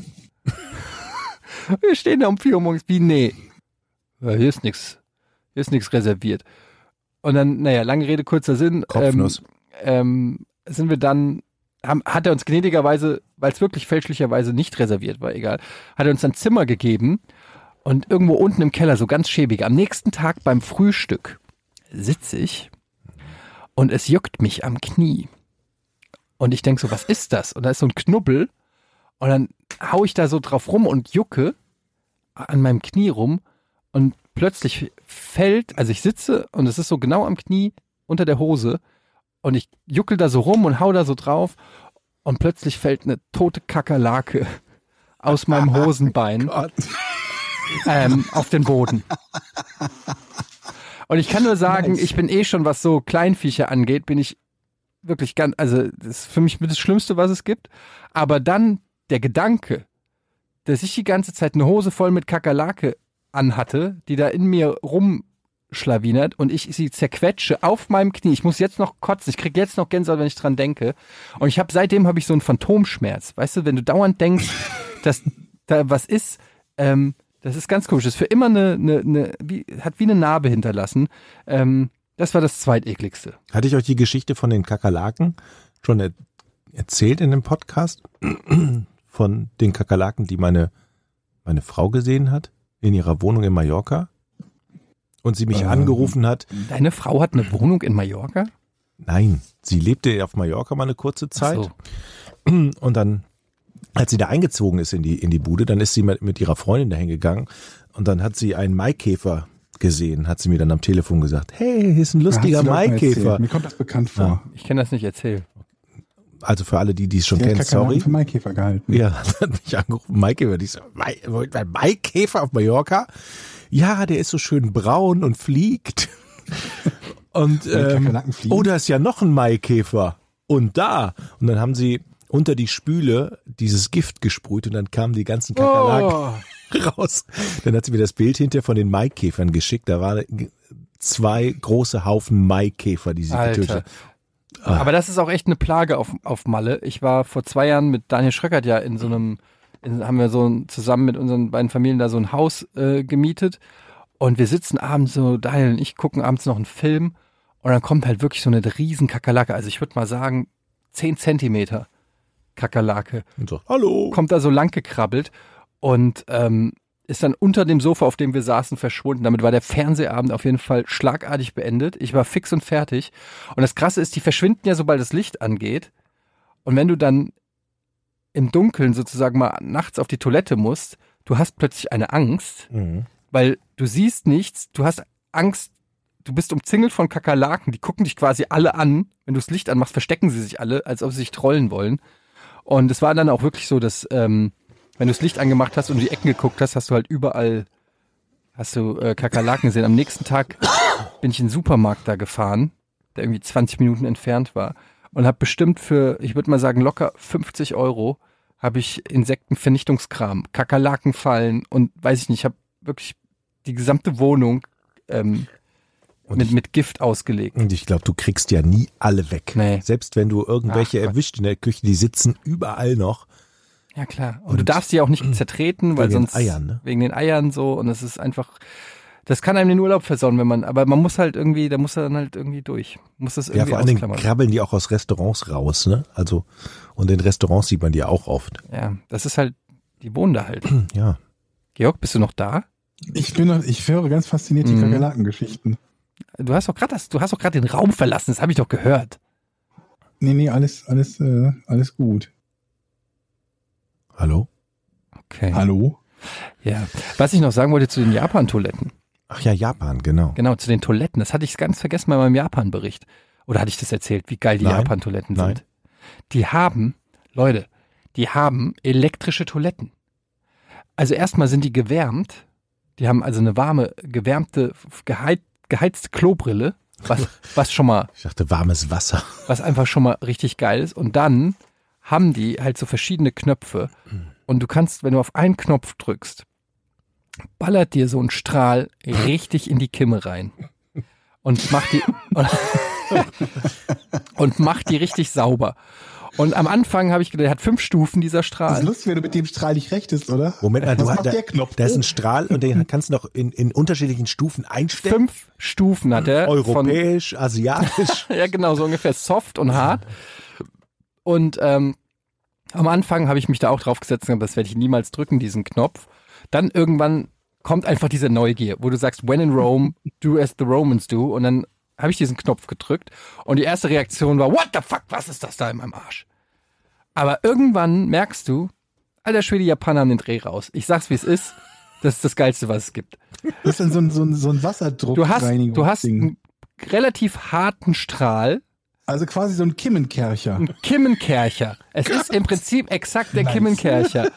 [SPEAKER 2] Wir stehen da um 4 Uhr morgens, wie, nee. Ja, hier ist nichts. Hier ist nichts reserviert. Und dann, naja, lange Rede, kurzer Sinn.
[SPEAKER 5] Kopfnuss.
[SPEAKER 2] Ähm, ähm, sind wir dann, haben, hat er uns gnädigerweise, weil es wirklich fälschlicherweise nicht reserviert war, egal, hat er uns ein Zimmer gegeben und irgendwo unten im Keller, so ganz schäbig, am nächsten Tag beim Frühstück sitze ich und es juckt mich am Knie. Und ich denke so, was ist das? Und da ist so ein Knubbel. Und dann hau ich da so drauf rum und jucke an meinem Knie rum. Und plötzlich fällt, also ich sitze und es ist so genau am Knie unter der Hose. Und ich juckel da so rum und hau da so drauf. Und plötzlich fällt eine tote Kakerlake aus meinem Hosenbein ähm, auf den Boden. Und ich kann nur sagen, ich bin eh schon, was so Kleinviecher angeht, bin ich wirklich ganz, also das ist für mich mit das Schlimmste, was es gibt. Aber dann der Gedanke, dass ich die ganze Zeit eine Hose voll mit Kakerlake anhatte, die da in mir rumschlawinert und ich sie zerquetsche auf meinem Knie. Ich muss jetzt noch kotzen, ich krieg jetzt noch Gänsehaut, wenn ich dran denke. Und ich habe seitdem habe ich so einen Phantomschmerz. Weißt du, wenn du dauernd denkst, dass da was ist, ähm, das ist ganz komisch. Das ist für immer eine, eine, eine wie, hat wie eine Narbe hinterlassen. Ähm, das war das zweitekligste.
[SPEAKER 5] Hatte ich euch die Geschichte von den Kakerlaken schon er erzählt in dem Podcast? Von den Kakerlaken, die meine, meine Frau gesehen hat in ihrer Wohnung in Mallorca und sie mich
[SPEAKER 4] Ähm.
[SPEAKER 5] angerufen hat.
[SPEAKER 2] Deine Frau hat eine Wohnung in Mallorca?
[SPEAKER 5] Nein, sie lebte auf Mallorca mal eine kurze Zeit.
[SPEAKER 2] So.
[SPEAKER 5] Und dann, als sie da eingezogen ist in die, in die Bude, dann ist sie mit, mit ihrer Freundin dahin gegangen und dann hat sie einen Maikäfer gesehen, hat sie mir dann am Telefon gesagt, hey, hier ist ein lustiger
[SPEAKER 4] Hat's Leuten
[SPEAKER 5] Maikäfer.
[SPEAKER 4] erzählt. Mir kommt das bekannt vor.
[SPEAKER 2] Ich kann das nicht erzählen.
[SPEAKER 5] Also für alle die, die es schon
[SPEAKER 4] Die hat
[SPEAKER 5] kennen,
[SPEAKER 4] Kakerlaken
[SPEAKER 5] sorry.
[SPEAKER 4] für Maikäfer gehalten.
[SPEAKER 5] Ja, dann hat mich angerufen, Maikäfer. Ich so, Mai- wollt ihr Maikäfer auf Mallorca? Ja, der ist so schön braun und fliegt. Und ähm,
[SPEAKER 4] Kakerlaken fliegen?
[SPEAKER 5] oh, da ist ja noch ein Maikäfer. Und da. Und dann haben sie unter die Spüle dieses Gift gesprüht und dann kamen die ganzen Kakerlaken raus. Dann hat sie mir das Bild hinterher von den Maikäfern geschickt. Da waren zwei große Haufen Maikäfer, die sie getötet Ah.
[SPEAKER 2] Alter.
[SPEAKER 5] hat.
[SPEAKER 2] Aber das ist auch echt eine Plage auf, auf Malle. Ich war vor zwei Jahren mit Daniel Schröckert ja in so einem, in, haben wir so ein, zusammen mit unseren beiden Familien da so ein Haus äh, gemietet. Und wir sitzen abends so, Daniel und ich gucken abends noch einen Film. Und dann kommt halt wirklich so eine riesen Kakerlake. Also ich würde mal sagen, 10 Zentimeter Kakerlake.
[SPEAKER 5] Und so, hallo.
[SPEAKER 2] kommt da so lang gekrabbelt und ähm, ist dann unter dem Sofa, auf dem wir saßen, verschwunden. Damit war der Fernsehabend auf jeden Fall schlagartig beendet. Ich war fix und fertig. Und das Krasse ist, die verschwinden ja, sobald das Licht angeht. Und wenn du dann im Dunkeln sozusagen mal nachts auf die Toilette musst, du hast plötzlich eine Angst,
[SPEAKER 5] Mhm.
[SPEAKER 2] weil du siehst nichts, du hast Angst, du bist umzingelt von Kakerlaken, die gucken dich quasi alle an. Wenn du das Licht anmachst, verstecken sie sich alle, als ob sie dich trollen wollen. Und es war dann auch wirklich so, dass ähm, wenn du das Licht angemacht hast und in die Ecken geguckt hast, hast du halt überall hast du äh, Kakerlaken gesehen. Am nächsten Tag bin ich in den Supermarkt da gefahren, der irgendwie 20 Minuten entfernt war und habe bestimmt für, ich würde mal sagen, locker 50 Euro habe ich Insektenvernichtungskram, Kakerlakenfallen und weiß ich nicht, ich habe wirklich die gesamte Wohnung ähm,
[SPEAKER 5] Und
[SPEAKER 2] mit, mit Gift ausgelegt.
[SPEAKER 5] Und ich glaube, du kriegst ja nie alle weg.
[SPEAKER 2] Nee.
[SPEAKER 5] Selbst wenn du irgendwelche
[SPEAKER 2] Ach, Gott.
[SPEAKER 5] erwischt in der Küche, die sitzen überall noch.
[SPEAKER 2] Ja, klar. Und, du darfst sie auch nicht zertreten, weil
[SPEAKER 5] Wegen den
[SPEAKER 2] sonst.
[SPEAKER 5] Eiern, ne?
[SPEAKER 2] Wegen den Eiern so. Und es ist einfach. Das kann einem den Urlaub versauen, wenn man. Aber man muss halt irgendwie, da muss er dann halt irgendwie durch. Muss das
[SPEAKER 5] Ja,
[SPEAKER 2] irgendwie
[SPEAKER 5] vor allen Dingen
[SPEAKER 2] ausklammern.
[SPEAKER 5] krabbeln die auch aus Restaurants raus, ne? Also, und in Restaurants sieht man die auch oft.
[SPEAKER 2] ja, das ist halt. Die wohnen da halt.
[SPEAKER 5] Ja.
[SPEAKER 2] Georg, bist du noch da?
[SPEAKER 4] Ich, bin, noch- ich höre ganz fasziniert die
[SPEAKER 2] Mhm.
[SPEAKER 4] Kakerlakengeschichten.
[SPEAKER 2] Du hast doch gerade das, du hast doch gerade den Raum verlassen, das habe ich doch gehört.
[SPEAKER 4] Nee, nee, alles, alles, äh, alles gut.
[SPEAKER 5] Hallo?
[SPEAKER 2] Okay.
[SPEAKER 4] Hallo?
[SPEAKER 2] Ja. Was ich noch sagen wollte zu den Japan-Toiletten.
[SPEAKER 5] Ach ja, Japan, genau.
[SPEAKER 2] Genau, zu den Toiletten. Das hatte ich ganz vergessen bei meinem Japan-Bericht. Oder hatte ich das erzählt, wie geil die
[SPEAKER 5] Nein.
[SPEAKER 2] Japan-Toiletten
[SPEAKER 5] Nein.
[SPEAKER 2] sind? Die haben, Leute, die haben elektrische Toiletten. Also erstmal sind die gewärmt. Die haben also eine warme, gewärmte, geheiz, geheizte Klobrille, was, was schon mal
[SPEAKER 5] Ich dachte, warmes Wasser.
[SPEAKER 2] was einfach schon mal richtig geil ist. Und dann haben die halt so verschiedene Knöpfe. Und du kannst, wenn du auf einen Knopf drückst, ballert dir so ein Strahl richtig in die Kimme rein. Und macht die, und, und macht die richtig sauber. Und am Anfang habe ich gedacht, der hat fünf Stufen, dieser
[SPEAKER 4] Das ist
[SPEAKER 2] Strahl.
[SPEAKER 4] lustig, wenn du mit dem Strahl nicht recht ist, oder?
[SPEAKER 5] Moment mal, du
[SPEAKER 4] Was macht
[SPEAKER 5] da,
[SPEAKER 4] der Knopf? Oh.
[SPEAKER 5] da ist ein Strahl und den kannst du noch in, in unterschiedlichen Stufen einstellen.
[SPEAKER 2] Fünf Stufen hat er. von-
[SPEAKER 5] Europäisch, asiatisch.
[SPEAKER 2] Ja, genau, so ungefähr soft und hart. Und ähm, am Anfang habe ich mich da auch drauf gesetzt, und gesagt, das werde ich niemals drücken, diesen Knopf. Dann irgendwann kommt einfach diese Neugier, wo du sagst, when in Rome, do as the Romans do. Und dann habe ich diesen Knopf gedrückt und die erste Reaktion war, what the fuck, was ist das da in meinem Arsch? Aber irgendwann merkst du, alter Schwede, die Japaner haben den Dreh raus. Ich sag's, wie es ist. Das ist das Geilste, was es gibt.
[SPEAKER 4] Das ist dann so ein, so ein, so ein Wasserdruck.
[SPEAKER 2] Du hast, du hast einen relativ harten Strahl,
[SPEAKER 4] Also quasi so ein Kimmenkercher.
[SPEAKER 2] Kimmenkercher. Es ist im Prinzip exakt der Kimmenkercher.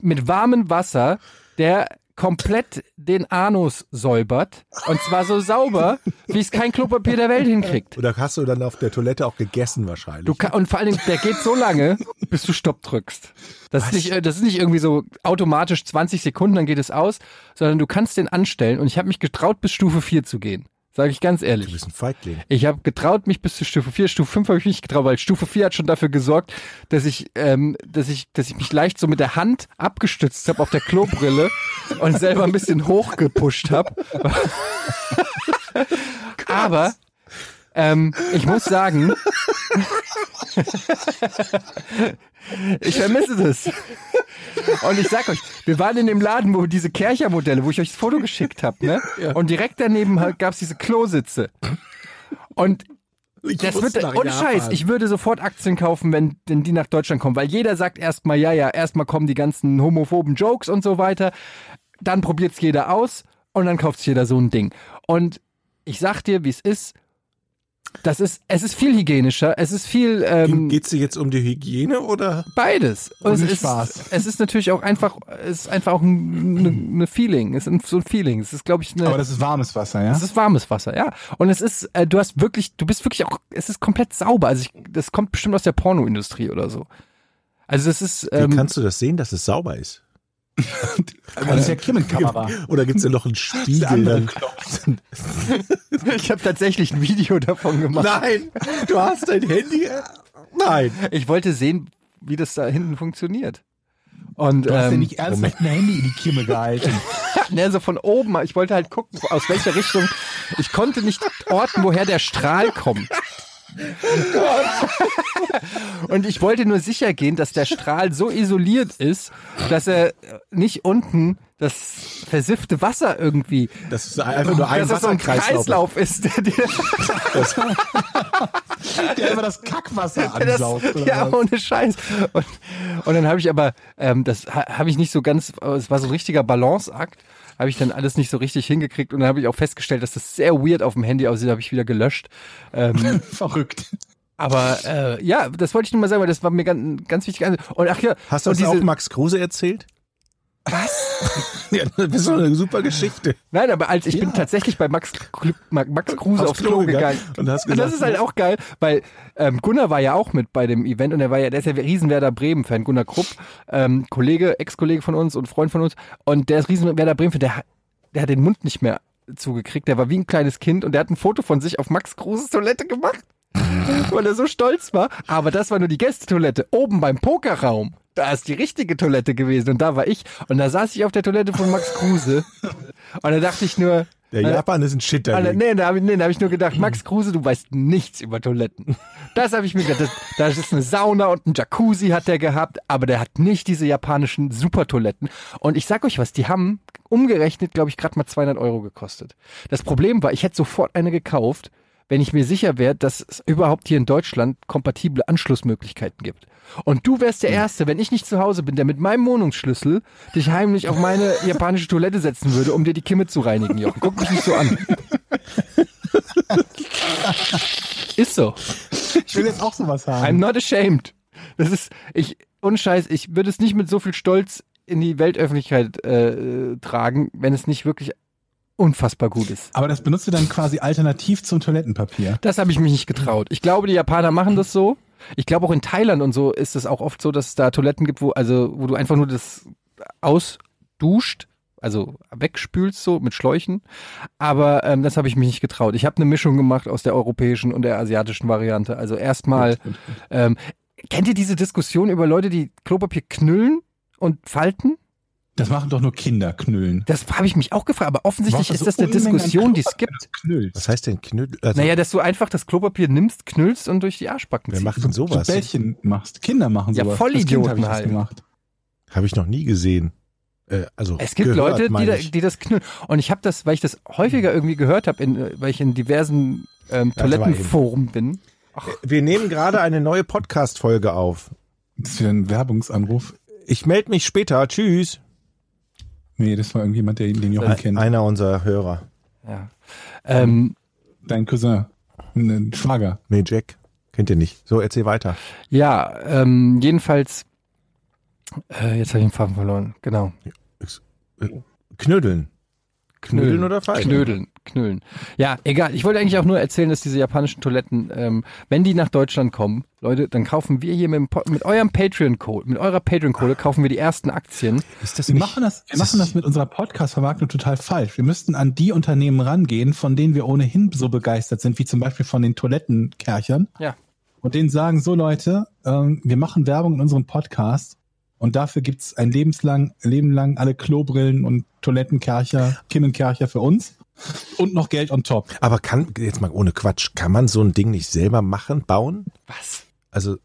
[SPEAKER 2] Mit warmem Wasser, der komplett den Anus säubert. Und zwar so sauber, wie es kein Klopapier der Welt hinkriegt.
[SPEAKER 5] Oder hast du dann auf der Toilette auch gegessen wahrscheinlich?
[SPEAKER 2] Du kann, und vor allen Dingen, der geht so lange, bis du Stopp drückst. Das ist, nicht, äh, das ist nicht irgendwie so automatisch 20 Sekunden, dann geht es aus, sondern du kannst den anstellen. Und ich habe mich getraut, bis Stufe 4 zu gehen. Sage ich ganz ehrlich.
[SPEAKER 5] du bist ein Feigling.
[SPEAKER 2] Ich habe getraut, mich bis zu Stufe 4. Stufe 5 habe ich mich nicht getraut, weil Stufe 4 hat schon dafür gesorgt, dass ich, ähm, dass ich, dass ich mich leicht so mit der Hand abgestützt habe auf der Klobrille und selber ein bisschen hochgepusht habe. Aber ähm, ich muss sagen, ich vermisse das. Und ich sag euch, wir waren in dem Laden, wo diese Kerchermodelle, wo ich euch das Foto geschickt habe, ne? Und direkt daneben gab es diese Klositze. Und das wird, und Scheiß, ich würde sofort Aktien kaufen, wenn, wenn die nach Deutschland kommen, weil jeder sagt erstmal, ja, ja, erstmal kommen die ganzen homophoben Jokes und so weiter, dann probiert's jeder aus und dann kauft's jeder so ein Ding. Und ich sag dir, wie es ist, das ist, es ist viel hygienischer, es ist viel, ähm,
[SPEAKER 5] Geht's dir jetzt um die Hygiene oder?
[SPEAKER 2] Beides. Und es,
[SPEAKER 4] den
[SPEAKER 2] ist,
[SPEAKER 4] Spaß.
[SPEAKER 2] es ist natürlich auch einfach, es ist einfach auch ein, ne- ne Feeling. Es ist so ein Feeling. Es ist, glaube ich,
[SPEAKER 4] Aber
[SPEAKER 2] eine,
[SPEAKER 4] das ist warmes Wasser, ja?
[SPEAKER 2] es ist warmes Wasser, ja. Und es ist, äh, du hast wirklich, du bist wirklich auch, es ist komplett sauber. Also ich, das kommt bestimmt aus der Pornoindustrie oder so. Also das ist,
[SPEAKER 5] Wie
[SPEAKER 2] ähm,
[SPEAKER 5] kannst du das sehen, dass es sauber ist?
[SPEAKER 4] das ist ja Kimmenkamera.
[SPEAKER 5] Oder gibt's da noch einen Spiegel? Dann?
[SPEAKER 2] ich habe tatsächlich ein Video davon gemacht.
[SPEAKER 5] Nein, du hast dein Handy. äh, Nein.
[SPEAKER 2] Ich wollte sehen, wie das da hinten funktioniert. Und
[SPEAKER 4] Du hast ja
[SPEAKER 2] ähm,
[SPEAKER 4] nicht ernsthaft ein Handy in die Kimme gehalten.
[SPEAKER 2] ne, so von oben, ich wollte halt gucken, aus welcher Richtung. Ich konnte nicht orten, woher der Strahl kommt. Und ich wollte nur sicher gehen, dass der Strahl so isoliert ist, dass er nicht unten das versiffte Wasser irgendwie,
[SPEAKER 5] Das ist einfach Also nur ein
[SPEAKER 2] dass das so ein
[SPEAKER 5] Wasserkreislauf.
[SPEAKER 2] Kreislauf ist, der dir
[SPEAKER 4] Der immer das Kackwasser
[SPEAKER 2] das,
[SPEAKER 4] ansaugt. oder
[SPEAKER 2] ja,
[SPEAKER 4] was?
[SPEAKER 2] ohne Scheiß. Und, und dann habe ich aber, ähm, das ha, habe ich nicht so ganz, aber es war so ein richtiger Balanceakt, habe ich dann alles nicht so richtig hingekriegt und dann habe ich auch festgestellt, dass das sehr weird auf dem Handy aussieht, habe ich wieder gelöscht. Ähm,
[SPEAKER 4] Verrückt.
[SPEAKER 2] aber äh, ja, das wollte ich nur mal sagen, weil das war mir ganz, ganz wichtig. an- Und ach ja,
[SPEAKER 5] Hast du
[SPEAKER 2] und
[SPEAKER 5] das
[SPEAKER 2] diese,
[SPEAKER 5] auch Max Kruse erzählt? Was? ja, das ist doch eine super Geschichte.
[SPEAKER 2] Nein, aber als ich bin tatsächlich bei Max, Kl- Ma- Max Kruse aufs, Klo, gegangen.
[SPEAKER 5] und hast
[SPEAKER 2] Und das
[SPEAKER 5] gesagt,
[SPEAKER 2] ist halt auch geil, weil ähm, Gunnar war ja auch mit bei dem Event und er war ja, der ist ja Riesenwerder Bremen-Fan, Gunnar Krupp, ähm, Kollege, Ex-Kollege von uns und Freund von uns. Und der ist Riesenwerder Bremen-Fan, der, hat- der hat den Mund nicht mehr zugekriegt, der war wie ein kleines Kind und der hat ein Foto von sich auf Max Kruses Toilette gemacht, weil er so stolz war. Aber das war nur die Gästetoilette, oben beim Pokerraum. Da ist die richtige Toilette gewesen und da war ich. Und da saß ich auf der Toilette von Max Kruse. Und da dachte ich nur,
[SPEAKER 5] der Japan ist ein Shit
[SPEAKER 2] Ah,
[SPEAKER 5] dagegen.
[SPEAKER 2] nee, da habe ich, nee, da hab ich nur gedacht, Max Kruse, du weißt nichts über Toiletten. Das habe ich mir gedacht. Das, das ist eine Sauna und ein Jacuzzi hat der gehabt, aber der hat nicht diese japanischen Supertoiletten. Und ich sag euch was, die haben umgerechnet, glaube ich, gerade mal 200 Euro gekostet. Das Problem war, ich hätte sofort eine gekauft, wenn ich mir sicher wäre, dass es überhaupt hier in Deutschland kompatible Anschlussmöglichkeiten gibt. Und du wärst der Erste, wenn ich nicht zu Hause bin, der mit meinem Wohnungsschlüssel dich heimlich auf meine japanische Toilette setzen würde, um dir die Kimme zu reinigen, Jochen. Guck mich nicht so an. Ist so.
[SPEAKER 4] Ich will jetzt auch sowas
[SPEAKER 2] I'm
[SPEAKER 4] haben.
[SPEAKER 2] not ashamed. Das ist, ich, ohne Scheiß, ich würde es nicht mit so viel Stolz in die Weltöffentlichkeit äh, tragen, wenn es nicht wirklich unfassbar gut ist.
[SPEAKER 4] Aber das benutzt du dann quasi alternativ zum Toilettenpapier.
[SPEAKER 2] Das habe ich mich nicht getraut. Ich glaube, die Japaner machen das so. Ich glaube, auch in Thailand und so ist es auch oft so, dass es da Toiletten gibt, wo, also, wo du einfach nur das ausduscht, also wegspülst so mit Schläuchen. Aber ähm, das habe ich mich nicht getraut. Ich habe eine Mischung gemacht aus der europäischen und der asiatischen Variante. Also erstmal, ähm, kennt ihr diese Diskussion über Leute, die Klopapier knüllen und falten?
[SPEAKER 4] Das machen doch nur Kinder, knüllen.
[SPEAKER 2] Das habe ich mich auch gefragt, aber offensichtlich
[SPEAKER 4] Brauchst
[SPEAKER 2] ist
[SPEAKER 4] du
[SPEAKER 2] das
[SPEAKER 5] Also
[SPEAKER 4] so
[SPEAKER 2] eine
[SPEAKER 4] Unmengen
[SPEAKER 2] Diskussion,
[SPEAKER 4] an
[SPEAKER 2] die es
[SPEAKER 4] Klopapier,
[SPEAKER 2] gibt.
[SPEAKER 4] das knüllt.
[SPEAKER 5] Was heißt denn Knödel? Also,
[SPEAKER 2] Naja, dass du einfach das Klopapier nimmst, knüllst und durch die Arschbacken
[SPEAKER 5] wer
[SPEAKER 2] ziehst.
[SPEAKER 5] macht denn
[SPEAKER 4] So
[SPEAKER 5] sowas?
[SPEAKER 4] Bällchen machst. Kinder machen
[SPEAKER 2] Ja,
[SPEAKER 4] sowas.
[SPEAKER 2] Vollidioten
[SPEAKER 4] Als Kind hab ich
[SPEAKER 2] halt.
[SPEAKER 4] Das gemacht.
[SPEAKER 5] Habe ich noch nie gesehen. Äh, also
[SPEAKER 2] Es gibt
[SPEAKER 5] gehört,
[SPEAKER 2] Leute, die,
[SPEAKER 5] meine
[SPEAKER 2] da,
[SPEAKER 5] ich.
[SPEAKER 2] die das knüllen. Und ich habe das, weil ich das häufiger irgendwie gehört habe, in, äh, weil ich in diversen ähm,
[SPEAKER 5] Ja, also aber eben.
[SPEAKER 2] Toilettenforen bin.
[SPEAKER 5] Wir nehmen gerade eine neue Podcast-Folge auf.
[SPEAKER 4] Das ist wieder ein Werbungsanruf.
[SPEAKER 5] Ich melde mich später. Tschüss. Äh,
[SPEAKER 4] Nee, das war irgendjemand, der den Jochen kennt.
[SPEAKER 5] Einer unserer Hörer.
[SPEAKER 2] Ja. Ähm,
[SPEAKER 4] Dein Cousin. Ein Schwager.
[SPEAKER 5] Nee, Jack. Kennt ihr nicht. So, erzähl weiter.
[SPEAKER 2] ja, ähm, jedenfalls. Äh, jetzt habe ich den Faden verloren. Genau.
[SPEAKER 5] Knödeln. Knödeln oder falten?
[SPEAKER 2] Knödeln, knüllen. Ja, egal. Ich wollte eigentlich auch nur erzählen, dass diese japanischen Toiletten, ähm, wenn die nach Deutschland kommen, Leute, dann kaufen wir hier mit, dem, Po- mit eurem Patreon-Code, mit eurer Patreon-Code kaufen wir die ersten Aktien.
[SPEAKER 5] Ist das
[SPEAKER 4] Wir machen das, wir machen das mit unserer Podcast-Vermarktung total falsch. Wir müssten an die Unternehmen rangehen, von denen wir ohnehin so begeistert sind, wie zum Beispiel von den Toilettenkerchern.
[SPEAKER 2] Ja.
[SPEAKER 4] Und denen sagen, so Leute, ähm, wir machen Werbung in unserem Podcast und dafür gibt's ein lebenslang, Leben lang alle Klobrillen und Toilettenkercher, Kimmenkercher für uns und noch Geld on top.
[SPEAKER 5] Aber kann, jetzt mal ohne Quatsch, kann man so ein Ding nicht selber machen, bauen?
[SPEAKER 2] Was?
[SPEAKER 5] Also,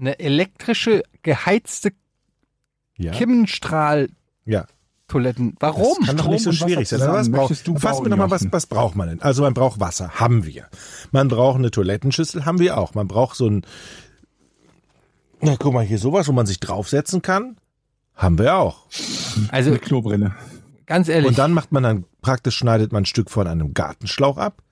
[SPEAKER 2] Eine elektrische, geheizte
[SPEAKER 5] ja.
[SPEAKER 2] Kimmenstrahl
[SPEAKER 5] ja.
[SPEAKER 2] Toiletten.
[SPEAKER 5] Das
[SPEAKER 2] Warum?
[SPEAKER 5] kann doch nicht so
[SPEAKER 4] Strom und
[SPEAKER 5] schwierig
[SPEAKER 4] Wasser
[SPEAKER 5] sein. Aber was
[SPEAKER 4] zusammen.
[SPEAKER 5] braucht,
[SPEAKER 4] Möchtest du
[SPEAKER 5] fassen wir
[SPEAKER 4] bauen,
[SPEAKER 5] nochmal, was,
[SPEAKER 4] Jochen?
[SPEAKER 5] was braucht man denn? Also, man braucht Wasser. Haben wir. Man braucht eine Toilettenschüssel. Haben wir auch. Man braucht so ein, na, guck mal, hier sowas, wo man sich draufsetzen kann. Haben wir auch.
[SPEAKER 2] Also
[SPEAKER 4] Eine Klobrille.
[SPEAKER 2] ganz ehrlich,
[SPEAKER 5] Und dann macht man dann, praktisch schneidet man ein Stück von einem Gartenschlauch ab.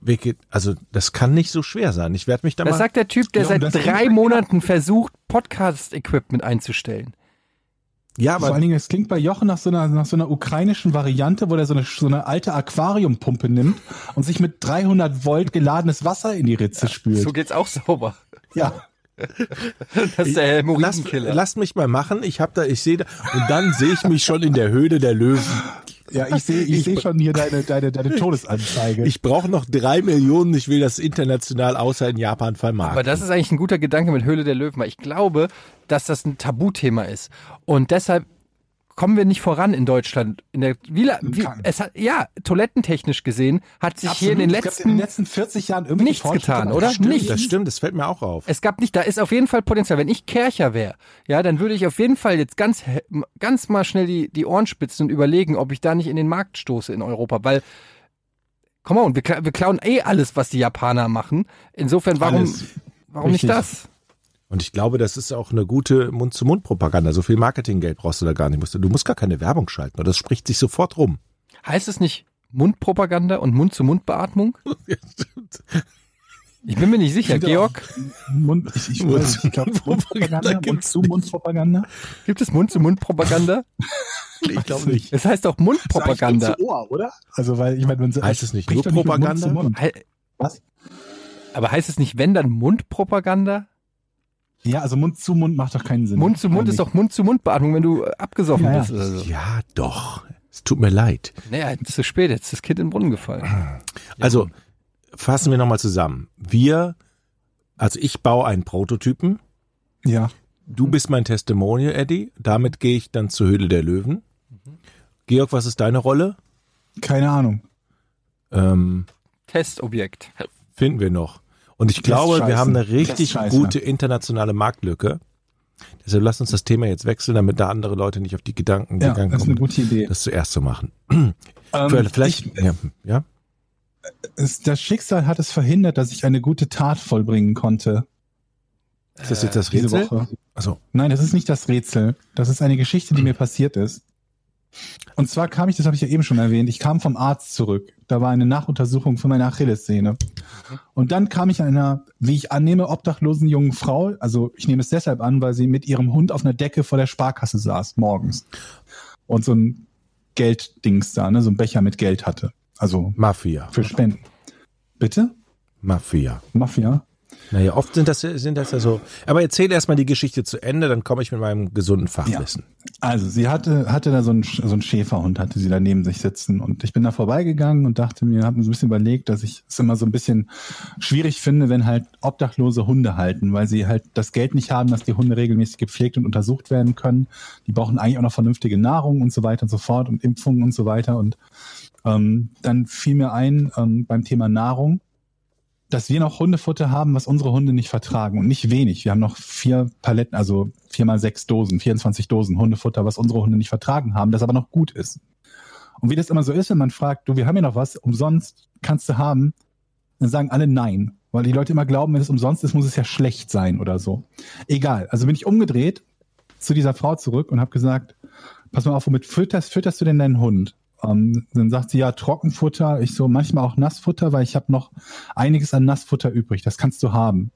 [SPEAKER 5] Wicke- Also, das kann nicht so schwer sein. Ich werde mich da
[SPEAKER 2] das
[SPEAKER 5] mal.
[SPEAKER 2] sagt der Typ, der
[SPEAKER 4] Ja,
[SPEAKER 2] seit
[SPEAKER 4] und das-
[SPEAKER 2] drei Monaten versucht, Podcast-Equipment einzustellen.
[SPEAKER 5] Ja,
[SPEAKER 4] Vor
[SPEAKER 5] aber
[SPEAKER 4] allen Dingen, es klingt bei Jochen nach so einer, nach so einer ukrainischen Variante, wo der so eine, so eine alte Aquariumpumpe nimmt und sich mit 300 Volt geladenes Wasser in die Ritze spült.
[SPEAKER 2] geht's auch sauber.
[SPEAKER 4] ja.
[SPEAKER 2] Das ist der
[SPEAKER 5] lasst, lasst mich mal machen. Ich hab da, ich sehe da, und dann sehe ich mich schon in der Höhle der Löwen.
[SPEAKER 4] ja, ich sehe ich seh schon hier deine, deine, deine Todesanzeige.
[SPEAKER 5] Ich brauche noch drei Millionen. Ich will das international außer in Japan
[SPEAKER 2] Aber
[SPEAKER 5] vermarkten.
[SPEAKER 2] das ist eigentlich ein guter Gedanke mit Höhle der Löwen, weil ich glaube, dass das ein Tabuthema ist. Und deshalb kommen wir nicht voran in Deutschland. In der, wie, la- wie,
[SPEAKER 4] Kann.
[SPEAKER 2] es hat, ja, toilettentechnisch gesehen hat sich hier in den
[SPEAKER 4] Es gab in
[SPEAKER 2] letzten
[SPEAKER 4] den letzten 40 Jahren irgendwelche
[SPEAKER 2] nichts
[SPEAKER 4] Fortschritte,
[SPEAKER 2] getan,
[SPEAKER 4] aber
[SPEAKER 2] oder?
[SPEAKER 4] das stimmt.
[SPEAKER 2] Nicht.
[SPEAKER 5] das stimmt. Das fällt mir auch auf.
[SPEAKER 2] Es gab nicht, da ist auf jeden Fall Potenzial. Wenn ich Kercher wäre, ja, dann würde ich auf jeden Fall jetzt ganz, he- ganz mal schnell die, die Ohren spitzen und überlegen, ob ich da nicht in den Markt stoße in Europa, weil, come on, wir, kla- wir klauen eh alles, was die Japaner machen. Insofern, warum,
[SPEAKER 4] Alles.
[SPEAKER 2] warum nicht
[SPEAKER 4] Richtig.
[SPEAKER 2] das?
[SPEAKER 5] Und ich glaube, das ist auch eine gute Mund-zu-Mund-Propaganda. So viel Marketinggeld brauchst du da gar nicht. Musst du- Du musst gar keine Werbung schalten. oder Das spricht sich sofort rum.
[SPEAKER 2] Heißt es nicht Mundpropaganda und Mund-zu-Mund-Beatmung? Ich bin mir nicht sicher.
[SPEAKER 4] Klingt
[SPEAKER 2] Georg,
[SPEAKER 4] Mund, ich, ich,
[SPEAKER 5] Mund-
[SPEAKER 4] weiß nicht, ich glaube,
[SPEAKER 5] Propaganda
[SPEAKER 4] Mundpropaganda, Mund
[SPEAKER 5] gibt's
[SPEAKER 4] zu Mundpropaganda.
[SPEAKER 2] gibt es Mund-zu-Mund-Propaganda?
[SPEAKER 5] Ich glaube nicht.
[SPEAKER 2] Es heißt doch Mundpropaganda.
[SPEAKER 4] Zu Ohr, oder? Also, weil, ich meine, man
[SPEAKER 5] Heißt es nicht nur
[SPEAKER 4] spricht doch mit
[SPEAKER 5] Propaganda?
[SPEAKER 4] Mund zu Mund.
[SPEAKER 2] He-
[SPEAKER 4] Was?
[SPEAKER 2] Aber heißt es nicht, wenn dann Mundpropaganda?
[SPEAKER 4] Ja, also Mund zu Mund macht doch keinen Sinn.
[SPEAKER 2] Mund zu Mund ist doch Mund zu Mund Beatmung, wenn du äh, abgesoffen
[SPEAKER 4] Ja, ja.
[SPEAKER 2] bist oder so.
[SPEAKER 5] Ja, doch. Es tut mir leid.
[SPEAKER 2] Naja, jetzt ist zu spät, jetzt ist das Kind in den Brunnen gefallen.
[SPEAKER 5] Also fassen wir nochmal zusammen. Wir, also ich baue einen Prototypen.
[SPEAKER 4] Ja.
[SPEAKER 5] Du
[SPEAKER 4] Mhm.
[SPEAKER 5] bist mein Testimonial, Eddie. Damit gehe ich dann zur Höhle der Löwen.
[SPEAKER 4] Mhm.
[SPEAKER 5] Georg, was ist deine Rolle?
[SPEAKER 4] Keine Ahnung.
[SPEAKER 5] Ähm,
[SPEAKER 2] Testobjekt.
[SPEAKER 5] finden wir noch. Und ich glaube, wir
[SPEAKER 4] Scheißen.
[SPEAKER 5] haben eine richtig
[SPEAKER 4] Testscheiße.
[SPEAKER 5] gute internationale Marktlücke. Deshalb lass uns das Thema jetzt wechseln, damit da andere Leute nicht auf die Gedanken
[SPEAKER 4] Ja,
[SPEAKER 5] gegangen
[SPEAKER 4] das ist eine
[SPEAKER 5] kommen,
[SPEAKER 4] gute Idee.
[SPEAKER 5] das zuerst zu machen.
[SPEAKER 4] Ähm,
[SPEAKER 5] Vielleicht, ja, ja.
[SPEAKER 4] es, das Schicksal hat es verhindert, dass ich eine gute Tat vollbringen konnte
[SPEAKER 5] Ist das jetzt das
[SPEAKER 4] Äh, diese
[SPEAKER 5] Rätsel?
[SPEAKER 4] Woche.
[SPEAKER 5] Also
[SPEAKER 4] Nein, das ist nicht das Rätsel. Das ist eine Geschichte, die mir passiert ist. Und zwar kam ich, das habe ich ja eben schon erwähnt, ich kam vom Arzt zurück. Da war eine Nachuntersuchung für meine Achillessehne. Und dann kam ich einer, wie ich annehme, obdachlosen jungen Frau, also ich nehme es deshalb an, weil sie mit ihrem Hund auf einer Decke vor der Sparkasse saß, morgens. Und so ein Gelddings da, ne, so ein Becher mit Geld hatte. Also
[SPEAKER 5] Mafia.
[SPEAKER 4] für Spenden. Bitte?
[SPEAKER 5] Mafia.
[SPEAKER 4] Mafia?
[SPEAKER 5] Naja, oft sind das, sind das ja so. Aber erzähl erstmal die Geschichte zu Ende, dann komme ich mit meinem gesunden Fachwissen.
[SPEAKER 4] Also sie hatte, hatte da so einen, Sch- so einen Schäferhund, hatte sie da neben sich sitzen. Und ich bin da vorbeigegangen und dachte mir, habe mir so ein bisschen überlegt, dass ich es immer so ein bisschen schwierig finde, wenn halt obdachlose Hunde halten, weil sie halt das Geld nicht haben, dass die Hunde regelmäßig gepflegt und untersucht werden können. Die brauchen eigentlich auch noch vernünftige Nahrung und so weiter und so fort und Impfungen und so weiter. Und ähm, dann fiel mir ein ähm, beim Thema Nahrung, dass wir noch Hundefutter haben, was unsere Hunde nicht vertragen und nicht wenig. Wir haben noch vier Paletten, also vier mal sechs Dosen, 24 Dosen Hundefutter, was unsere Hunde nicht vertragen haben, das aber noch gut ist. Und wie das immer so ist, wenn man fragt, du, wir haben ja noch was, umsonst kannst du haben, dann sagen alle nein. Weil die Leute immer glauben, wenn es umsonst ist, muss es ja schlecht sein oder so. Egal. Also bin ich umgedreht zu dieser Frau zurück und habe gesagt, pass mal auf, womit fütterst, fütterst du denn deinen Hund? Ähm, dann sagt sie, ja, Trockenfutter. Ich so, manchmal auch Nassfutter, weil ich habe noch einiges an Nassfutter übrig. Das kannst du haben.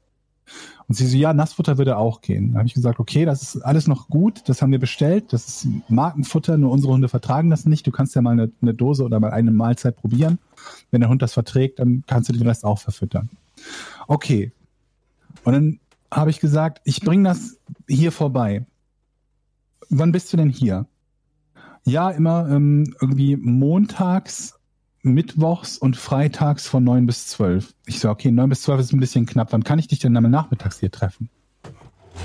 [SPEAKER 4] Und sie so, ja, Nassfutter würde auch gehen. Da habe ich gesagt, okay, das ist alles noch gut. Das haben wir bestellt. Das ist Markenfutter. Nur unsere Hunde vertragen das nicht. Du kannst ja mal eine, eine Dose oder mal eine Mahlzeit probieren. Wenn der Hund das verträgt, dann kannst du den Rest auch verfüttern. Okay. Und dann habe ich gesagt, ich bringe das hier vorbei. Wann bist du denn hier? Ja, immer ähm, irgendwie montags, mittwochs und freitags von 9 bis 12. Ich so, okay, 9 bis 12 ist ein bisschen knapp. Wann kann ich dich denn am nachmittags hier treffen?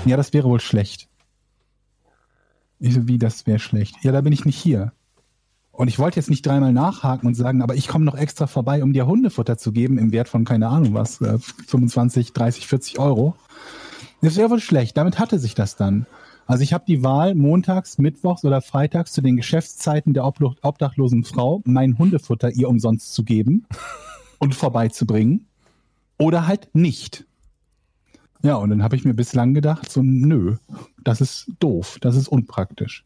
[SPEAKER 4] Ja, das wäre wohl schlecht. Ich so, wie, das wäre schlecht? Ja, da bin ich nicht hier. Und ich wollte jetzt nicht dreimal nachhaken und sagen, aber ich komme noch extra vorbei, um dir Hundefutter zu geben im Wert von, keine Ahnung was, äh, 25, 30, 40 Euro. Das wäre wohl schlecht. Damit hatte sich das dann. Also ich habe die Wahl, montags, mittwochs oder freitags zu den Geschäftszeiten der oblo- obdachlosen Frau mein Hundefutter ihr umsonst zu geben und vorbeizubringen oder halt nicht. Ja, und dann habe ich mir bislang gedacht, so nö, das ist doof, das ist unpraktisch.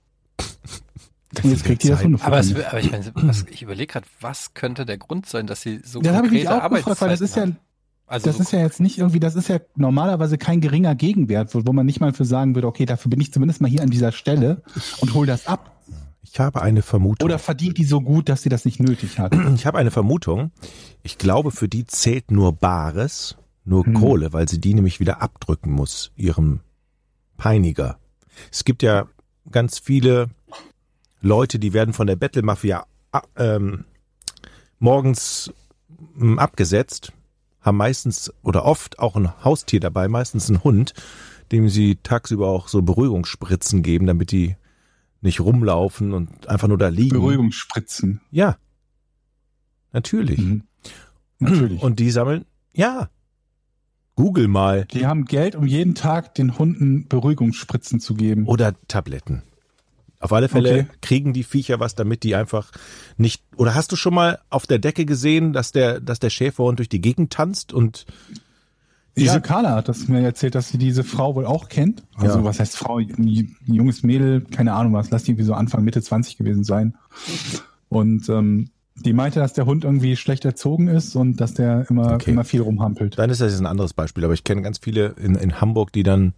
[SPEAKER 4] Und jetzt kriegt ihr das Hundefutter.
[SPEAKER 2] Aber, es,
[SPEAKER 4] nicht.
[SPEAKER 2] aber ich meine, was, ich überlege gerade, was könnte der Grund sein, dass sie so
[SPEAKER 4] das habe ich mich
[SPEAKER 2] konkrete
[SPEAKER 4] auch gefragt, weil das
[SPEAKER 2] Arbeitszeiten
[SPEAKER 4] ist ja
[SPEAKER 2] hat? Also
[SPEAKER 4] das
[SPEAKER 2] so
[SPEAKER 4] ist ja jetzt nicht irgendwie, das ist ja normalerweise kein geringer Gegenwert, wo, wo man nicht mal für sagen würde, okay, dafür bin ich zumindest mal hier an dieser Stelle und hol das ab.
[SPEAKER 5] Ich habe eine Vermutung.
[SPEAKER 4] Oder verdient die so gut, dass sie das nicht nötig hat?
[SPEAKER 5] ich habe eine Vermutung. Ich glaube, für die zählt nur Bares, nur Kohle, weil sie die nämlich wieder abdrücken muss, ihrem Peiniger. Es gibt ja ganz viele Leute, die werden von der Bettelmafia a- ähm, morgens m, abgesetzt, haben meistens oder oft auch ein Haustier dabei, meistens einen Hund, dem sie tagsüber auch so Beruhigungsspritzen geben, damit die nicht rumlaufen und einfach nur da liegen.
[SPEAKER 4] Beruhigungsspritzen.
[SPEAKER 5] Ja. Natürlich.
[SPEAKER 4] Mhm. Natürlich.
[SPEAKER 5] Und die sammeln? Ja. Google mal.
[SPEAKER 4] die haben Geld, um jeden Tag den Hunden Beruhigungsspritzen zu geben.
[SPEAKER 5] Oder Tabletten. Auf alle Fälle
[SPEAKER 4] Okay.
[SPEAKER 5] kriegen die Viecher was, damit die einfach nicht. Oder hast du schon mal auf der Decke gesehen, dass der, dass der Schäferhund durch die Gegend tanzt und
[SPEAKER 4] Diese
[SPEAKER 5] diese-
[SPEAKER 4] Carla hat das mir erzählt, dass sie diese Frau wohl auch kennt. Also
[SPEAKER 5] Ja.
[SPEAKER 4] was heißt Frau? Ein j- junges Mädel, keine Ahnung was, lass die irgendwie so Anfang, Mitte 20 gewesen sein. Und ähm, die meinte, dass der Hund irgendwie schlecht erzogen ist und dass der immer,
[SPEAKER 5] Okay.
[SPEAKER 4] immer viel rumhampelt.
[SPEAKER 5] Dann ist das jetzt ein anderes Beispiel, aber ich kenne ganz viele in, in Hamburg, die dann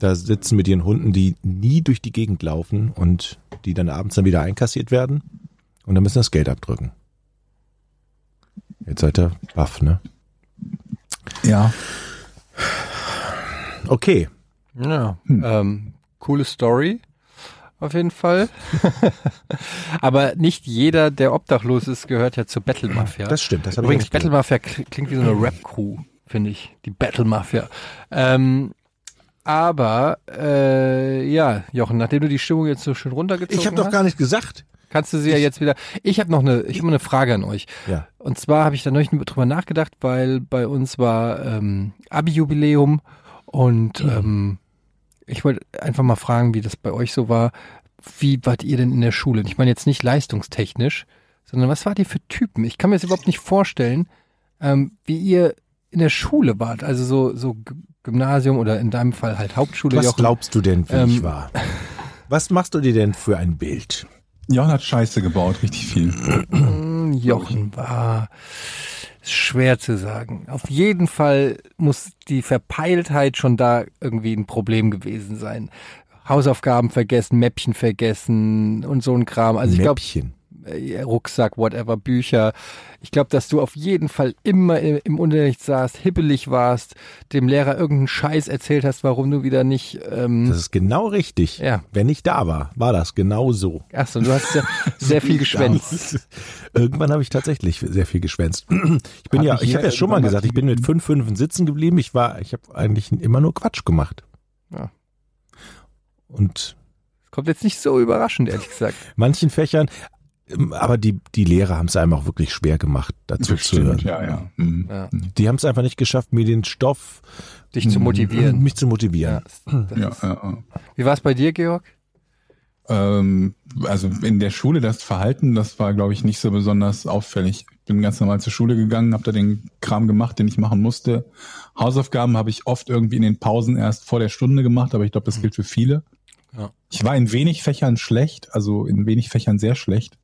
[SPEAKER 5] da sitzen mit ihren Hunden, die nie durch die Gegend laufen und die dann abends dann wieder einkassiert werden und dann müssen das Geld abdrücken. Jetzt seid ihr baff, ne?
[SPEAKER 4] Ja.
[SPEAKER 5] Okay.
[SPEAKER 2] Ja, ähm, coole Story. Auf jeden Fall. Aber nicht jeder, der obdachlos ist, gehört ja zur Battle Mafia.
[SPEAKER 5] Das Hm. stimmt, das habe ich
[SPEAKER 2] Übrigens,
[SPEAKER 5] auch nicht
[SPEAKER 2] Battle Mafia kli- klingt wie so eine Rap-Crew, finde ich. Die Battle Mafia. Ähm, aber, äh, ja, Jochen, nachdem du die Stimmung jetzt so schön runtergezogen
[SPEAKER 5] Ich habe doch
[SPEAKER 2] hast,
[SPEAKER 5] gar nicht gesagt.
[SPEAKER 2] kannst du sie ja jetzt wieder. Ich habe noch eine, ich habe eine Frage an euch.
[SPEAKER 5] Ja.
[SPEAKER 2] Und zwar habe ich da neulich drüber nachgedacht, weil bei uns war ähm, Abi-Jubiläum und ähm, ich wollte einfach mal fragen, wie das bei euch so war. Wie wart ihr denn in der Schule? Und Ich meine jetzt nicht leistungstechnisch, sondern was wart ihr für Typen? Ich kann mir das überhaupt nicht vorstellen, ähm, wie ihr in der Schule wart, also so, so G- Gymnasium oder in deinem Fall halt Hauptschule.
[SPEAKER 5] Was
[SPEAKER 2] Jochen.
[SPEAKER 5] glaubst du denn, wie ich
[SPEAKER 2] Ähm.
[SPEAKER 5] war? Was machst du dir denn für ein Bild?
[SPEAKER 4] Jochen hat Scheiße gebaut, richtig
[SPEAKER 5] Äh,
[SPEAKER 4] viel.
[SPEAKER 2] Jochen war ist schwer zu sagen. Auf jeden Fall muss die Verpeiltheit schon da irgendwie ein Problem gewesen sein. Hausaufgaben vergessen, Mäppchen vergessen und so ein Kram. Also ich glaube,
[SPEAKER 5] Mäppchen.
[SPEAKER 2] äh, Rucksack, whatever, Bücher. Ich glaube, dass du auf jeden Fall immer im, im Unterricht saßt, hibbelig warst, dem Lehrer irgendeinen Scheiß erzählt hast, warum du wieder nicht. Ähm,
[SPEAKER 5] Das ist genau richtig.
[SPEAKER 2] Ja.
[SPEAKER 5] Wenn ich da war, war das genau so.
[SPEAKER 2] achso, du hast sehr, sehr viel geschwänzt.
[SPEAKER 5] Irgendwann habe ich tatsächlich sehr viel geschwänzt. Ich bin
[SPEAKER 4] Hat
[SPEAKER 5] ja, ich
[SPEAKER 4] mich
[SPEAKER 5] habe
[SPEAKER 4] jeder
[SPEAKER 5] ja schon mal
[SPEAKER 4] irgendwann mal
[SPEAKER 5] gesagt, ich bin mit fünf Fünfen sitzen geblieben. Ich war, ich habe eigentlich immer nur Quatsch gemacht.
[SPEAKER 2] Ja.
[SPEAKER 5] Und
[SPEAKER 2] Kommt jetzt nicht so überraschend, ehrlich gesagt.
[SPEAKER 5] manchen Fächern, ähm, aber die, die Lehrer haben es einem auch wirklich schwer gemacht, dazu zu hören.
[SPEAKER 4] Bestimmt, ja, ja. Mhm.
[SPEAKER 2] Ja,
[SPEAKER 5] Die haben es einfach nicht geschafft, mir den Stoff,
[SPEAKER 2] dich zu motivieren.
[SPEAKER 5] Mm, mich zu motivieren.
[SPEAKER 2] Ja, das
[SPEAKER 4] ja,
[SPEAKER 2] ist,
[SPEAKER 4] ja, ja.
[SPEAKER 2] wie war es bei dir, Georg?
[SPEAKER 4] Ähm, also in der Schule das Verhalten, das war, glaube ich, nicht so besonders auffällig. Ich bin ganz normal zur Schule gegangen, habe da den Kram gemacht, den ich machen musste. Hausaufgaben habe ich oft irgendwie in den Pausen erst vor der Stunde gemacht, aber ich glaube, das gilt für viele.
[SPEAKER 2] Ja.
[SPEAKER 4] Ich war in wenig Fächern schlecht, also in wenig Fächern sehr schlecht.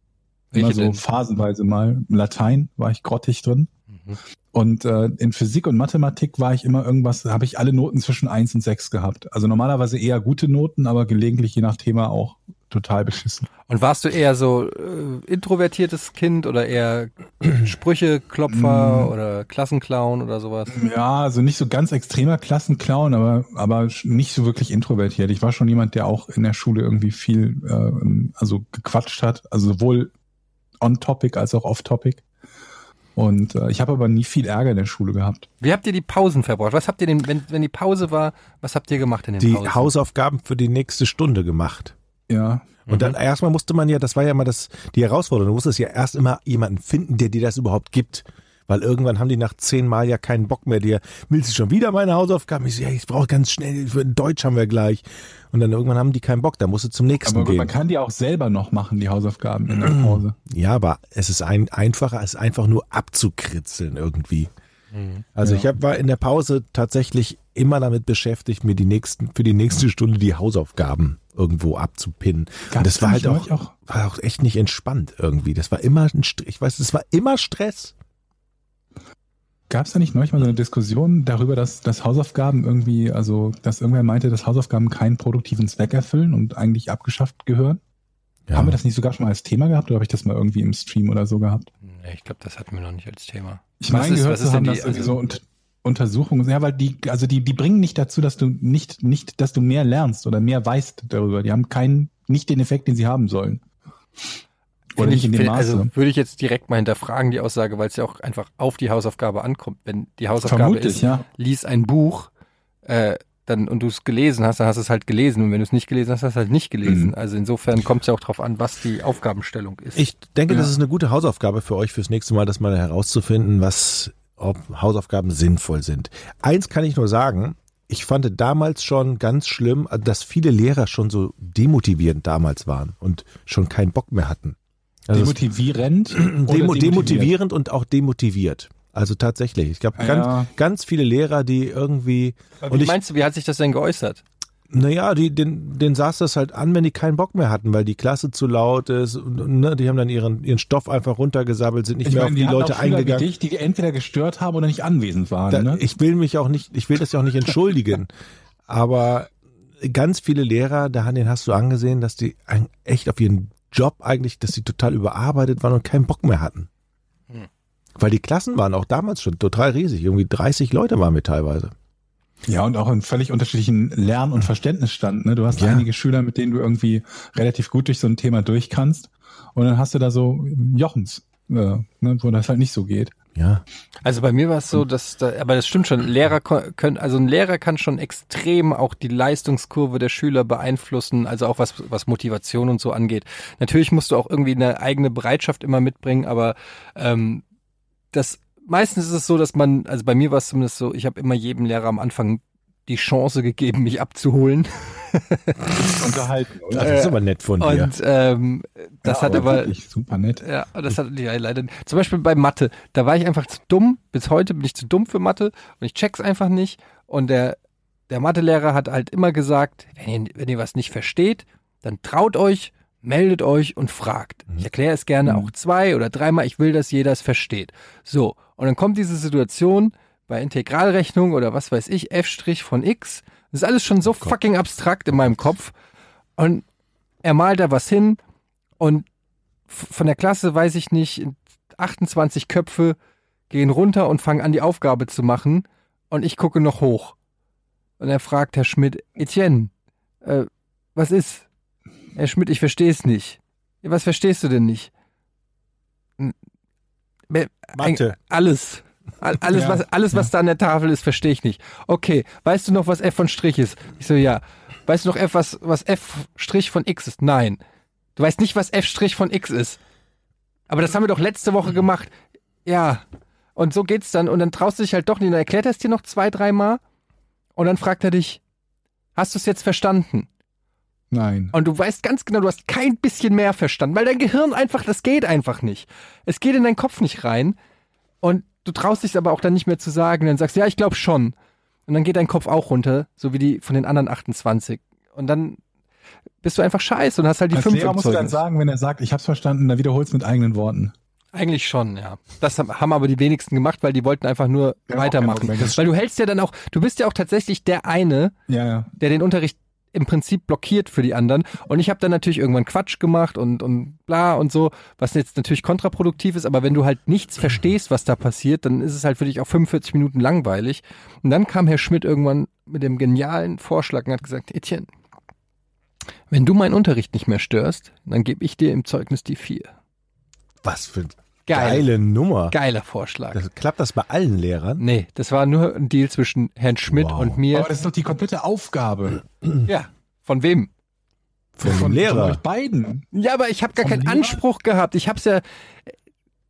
[SPEAKER 4] Immer
[SPEAKER 2] Welche
[SPEAKER 4] so
[SPEAKER 2] denn?
[SPEAKER 4] phasenweise mal. Latein war ich grottig drin.
[SPEAKER 2] Mhm.
[SPEAKER 4] Und äh, in Physik und Mathematik war ich immer irgendwas, habe ich alle Noten zwischen 1 und 6 gehabt. Also normalerweise eher gute Noten, aber gelegentlich je nach Thema auch total beschissen.
[SPEAKER 2] Und warst du eher so äh, introvertiertes Kind oder eher Sprücheklopfer
[SPEAKER 4] Mm.
[SPEAKER 2] oder Klassenclown oder sowas?
[SPEAKER 4] Ja, also nicht so ganz extremer Klassenclown, aber, aber sch- nicht so wirklich introvertiert. Ich war schon jemand, der auch in der Schule irgendwie viel äh, also gequatscht hat, also sowohl on-topic als auch off-topic. Und äh, ich habe aber nie viel Ärger in der Schule gehabt.
[SPEAKER 2] Wie habt ihr die Pausen verbracht? Was habt ihr denn, wenn, wenn die Pause war, was habt ihr gemacht in den
[SPEAKER 5] Die
[SPEAKER 2] Pausen?
[SPEAKER 5] Hausaufgaben für die nächste Stunde gemacht.
[SPEAKER 4] Ja,
[SPEAKER 5] Und dann erstmal musste man ja, das war ja immer das, die Herausforderung, du musstest ja erst immer jemanden finden, der dir das überhaupt gibt. Weil irgendwann haben die nach zehn Mal ja keinen Bock mehr dir. Willst du schon wieder meine Hausaufgaben? Ich so, ja, ich brauche ganz schnell, für Deutsch haben wir gleich. Und dann irgendwann haben die keinen Bock, da musst du zum nächsten
[SPEAKER 4] aber gut, man
[SPEAKER 5] gehen. Mhm.
[SPEAKER 4] kann die auch selber noch machen, die Hausaufgaben in der Pause.
[SPEAKER 5] Ja, aber es ist ein, einfacher, als einfach nur abzukritzeln irgendwie. Also ich hab, war in der Pause tatsächlich immer damit beschäftigt, mir die nächsten, für die nächste Stunde die Hausaufgaben irgendwo abzupinnen. Und
[SPEAKER 4] Gab's
[SPEAKER 5] das war
[SPEAKER 4] da
[SPEAKER 5] halt
[SPEAKER 4] nicht
[SPEAKER 5] auch,
[SPEAKER 4] neulich auch?
[SPEAKER 5] war auch echt nicht entspannt irgendwie. Das war immer ein Stress. Ich weiß, es war immer Stress.
[SPEAKER 4] Gab es da nicht neulich mal so eine Diskussion darüber, dass, dass Hausaufgaben irgendwie, also dass irgendwer meinte, dass Hausaufgaben keinen produktiven Zweck erfüllen und eigentlich abgeschafft gehören? Haben wir das nicht sogar schon mal als Thema gehabt oder habe ich das mal irgendwie im Stream oder so gehabt?
[SPEAKER 2] Hm, Nee, ich glaube, das hatten wir noch nicht als Thema.
[SPEAKER 4] Ich meine, gehört zu haben,
[SPEAKER 2] denn
[SPEAKER 4] dass irgendwie so und, Untersuchungen, ja, weil die, also die, die bringen nicht dazu, dass du nicht, nicht, dass du mehr lernst oder mehr weißt darüber. Die haben keinen, nicht den Effekt, den sie haben sollen.
[SPEAKER 2] Finde
[SPEAKER 4] Oder nicht in dem
[SPEAKER 2] finde-
[SPEAKER 4] Maße.
[SPEAKER 2] Also würde ich jetzt direkt mal hinterfragen, die Aussage, weil es ja auch einfach auf die Hausaufgabe ankommt. Wenn die Hausaufgabe
[SPEAKER 4] Vermutlich,
[SPEAKER 2] ist,
[SPEAKER 4] ja.
[SPEAKER 2] lies ein Buch äh, dann, und du es gelesen hast, dann hast du es halt gelesen. Und wenn du es nicht gelesen hast, hast du es halt nicht gelesen. Also insofern kommt es ja auch darauf an, was die Aufgabenstellung ist.
[SPEAKER 5] Mhm. Ich denke, das
[SPEAKER 4] Ja.
[SPEAKER 5] ist eine gute Hausaufgabe für euch fürs nächste Mal, das mal herauszufinden, was, ob Hausaufgaben sinnvoll sind. Eins kann ich nur sagen. Ich fand damals schon ganz schlimm, dass viele Lehrer schon so demotivierend damals waren und schon keinen Bock mehr hatten. Also es-
[SPEAKER 4] demotivierend. oder
[SPEAKER 5] Demo
[SPEAKER 4] demotiviert? Ah,
[SPEAKER 5] demotivierend und auch demotiviert. Also tatsächlich. Ich glaube,
[SPEAKER 4] Ja.
[SPEAKER 5] ganz, ganz viele Lehrer, die irgendwie.
[SPEAKER 2] Aber
[SPEAKER 5] Und
[SPEAKER 2] wie
[SPEAKER 5] ich,
[SPEAKER 2] meinst du, wie hat sich das denn geäußert?
[SPEAKER 5] naja, die, den, den saß das halt an, wenn die keinen Bock mehr hatten, weil die Klasse zu laut ist. Und, und, ne, die haben dann ihren, ihren Stoff einfach runtergesabbelt, sind nicht mehr auf die
[SPEAKER 4] hatten
[SPEAKER 5] Leute
[SPEAKER 4] auch Schüler wie
[SPEAKER 5] eingegangen.
[SPEAKER 4] Dich, die entweder gestört haben oder nicht anwesend waren.
[SPEAKER 5] Da,
[SPEAKER 4] ne?
[SPEAKER 5] Ich will mich auch nicht, ich will das ja auch nicht entschuldigen. aber ganz viele Lehrer, da den hast du angesehen, dass die ein- echt auf ihren Job eigentlich, dass die total überarbeitet waren und keinen Bock mehr hatten. Weil die Klassen waren auch damals schon total riesig. Irgendwie 30 Leute waren wir teilweise.
[SPEAKER 4] ja, und auch in völlig unterschiedlichen Lern- und Verständnisstand. Ne? Du hast
[SPEAKER 5] Ja.
[SPEAKER 4] einige Schüler, mit denen du irgendwie relativ gut durch so ein Thema durch kannst. Und dann hast du da so Jochens, äh, ne? wo das halt nicht so geht.
[SPEAKER 5] Ja.
[SPEAKER 2] Also bei mir war es so, dass da, aber das stimmt schon, Lehrer ko- können, also ein Lehrer kann schon extrem auch die Leistungskurve der Schüler beeinflussen, also auch was, was Motivation und so angeht. Natürlich musst du auch irgendwie eine eigene Bereitschaft immer mitbringen, aber ähm, das meistens ist es so, dass man, also bei mir war es zumindest so, ich habe immer jedem Lehrer am Anfang die Chance gegeben, mich abzuholen.
[SPEAKER 4] unterhalten, oder?
[SPEAKER 5] Das ist aber nett von dir.
[SPEAKER 2] Und ähm, das
[SPEAKER 4] Ja,
[SPEAKER 2] hat aber
[SPEAKER 4] wirklich super nett.
[SPEAKER 2] Ja, das hat ja, leider. Zum Beispiel bei Mathe, da war ich einfach zu dumm. Bis heute bin ich zu dumm für Mathe und ich check's einfach nicht. Und der, der Mathelehrer hat halt immer gesagt, wenn ihr, wenn ihr was nicht versteht, dann traut euch, meldet euch und fragt. Ich erkläre es gerne auch zwei oder dreimal. Ich will, dass jeder es versteht. So, und dann kommt diese Situation bei Integralrechnung oder was weiß ich, f' von x. Das ist alles schon so fucking abstrakt in meinem Kopf. Und er malt da was hin und f- von der Klasse weiß ich nicht, 28 Köpfe gehen runter und fangen an, die Aufgabe zu machen und ich gucke noch hoch. Und er fragt Herr Schmidt, Etienne, äh, was ist? Herr Schmidt, ich verstehe es nicht. "Ja, Was verstehst du denn nicht? Hm, N- me-
[SPEAKER 5] Mathe.
[SPEAKER 2] ein- Alles. All- Alles,
[SPEAKER 4] Ja,
[SPEAKER 2] was, alles, was da an der Tafel ist, verstehe ich nicht. Okay, weißt du noch, was f von Strich ist? Ich so, ja. Weißt du noch, f, was, was f Strich von x ist? Nein. Du weißt nicht, was f Strich von x ist. Aber das haben wir doch letzte Woche gemacht. Ja. Und so geht's dann. Und dann traust du dich halt doch nicht. Dann erklärt er es dir noch zwei, dreimal. Und dann fragt er dich, hast du es jetzt verstanden?
[SPEAKER 4] Nein.
[SPEAKER 2] Und du weißt ganz genau, du hast kein bisschen mehr verstanden, weil dein Gehirn einfach, das geht einfach nicht. Es geht in deinen Kopf nicht rein. Und du traust dich aber auch dann nicht mehr zu sagen. Dann sagst du, ja, ich glaube schon. Und dann geht dein Kopf auch runter, so wie die von den anderen 28. Und dann bist du einfach scheiße und hast halt die
[SPEAKER 4] Als
[SPEAKER 2] fünf
[SPEAKER 4] Lehrer
[SPEAKER 2] im
[SPEAKER 4] muss dann
[SPEAKER 2] Zeugnis.
[SPEAKER 4] sagen, wenn er sagt, ich hab's verstanden, dann wiederholst mit eigenen Worten.
[SPEAKER 2] Eigentlich schon, ja. Das haben haben aber die wenigsten gemacht, weil die wollten einfach nur
[SPEAKER 4] Genau,
[SPEAKER 2] weitermachen.
[SPEAKER 4] genau. Das-
[SPEAKER 2] weil du hältst ja dann auch, du bist ja auch tatsächlich der eine,
[SPEAKER 4] Ja, ja.
[SPEAKER 2] der den Unterricht im Prinzip blockiert für die anderen. Und ich habe dann natürlich irgendwann Quatsch gemacht und, und bla und so, was jetzt natürlich kontraproduktiv ist, aber wenn du halt nichts verstehst, was da passiert, dann ist es halt für dich auch 45 Minuten langweilig. Und dann kam Herr Schmidt irgendwann mit dem genialen Vorschlag und hat gesagt, Etienne, wenn du meinen Unterricht nicht mehr störst, dann gebe ich dir im Zeugnis die vier.
[SPEAKER 5] Was für eine
[SPEAKER 2] Geil.
[SPEAKER 5] geile Nummer.
[SPEAKER 2] Geiler Vorschlag.
[SPEAKER 5] Das, klappt das bei allen Lehrern?
[SPEAKER 2] nee, das war nur ein Deal zwischen Herrn Schmidt
[SPEAKER 5] Wow.
[SPEAKER 2] und mir.
[SPEAKER 4] Aber das ist doch die komplette Aufgabe
[SPEAKER 2] ja. Von wem?
[SPEAKER 5] Von, dem
[SPEAKER 4] von
[SPEAKER 5] Lehrer.
[SPEAKER 4] euch beiden.
[SPEAKER 2] Ja, aber ich habe gar
[SPEAKER 4] Vom
[SPEAKER 2] keinen
[SPEAKER 4] Lehrer?
[SPEAKER 2] Anspruch gehabt. Ich hab's ja, äh,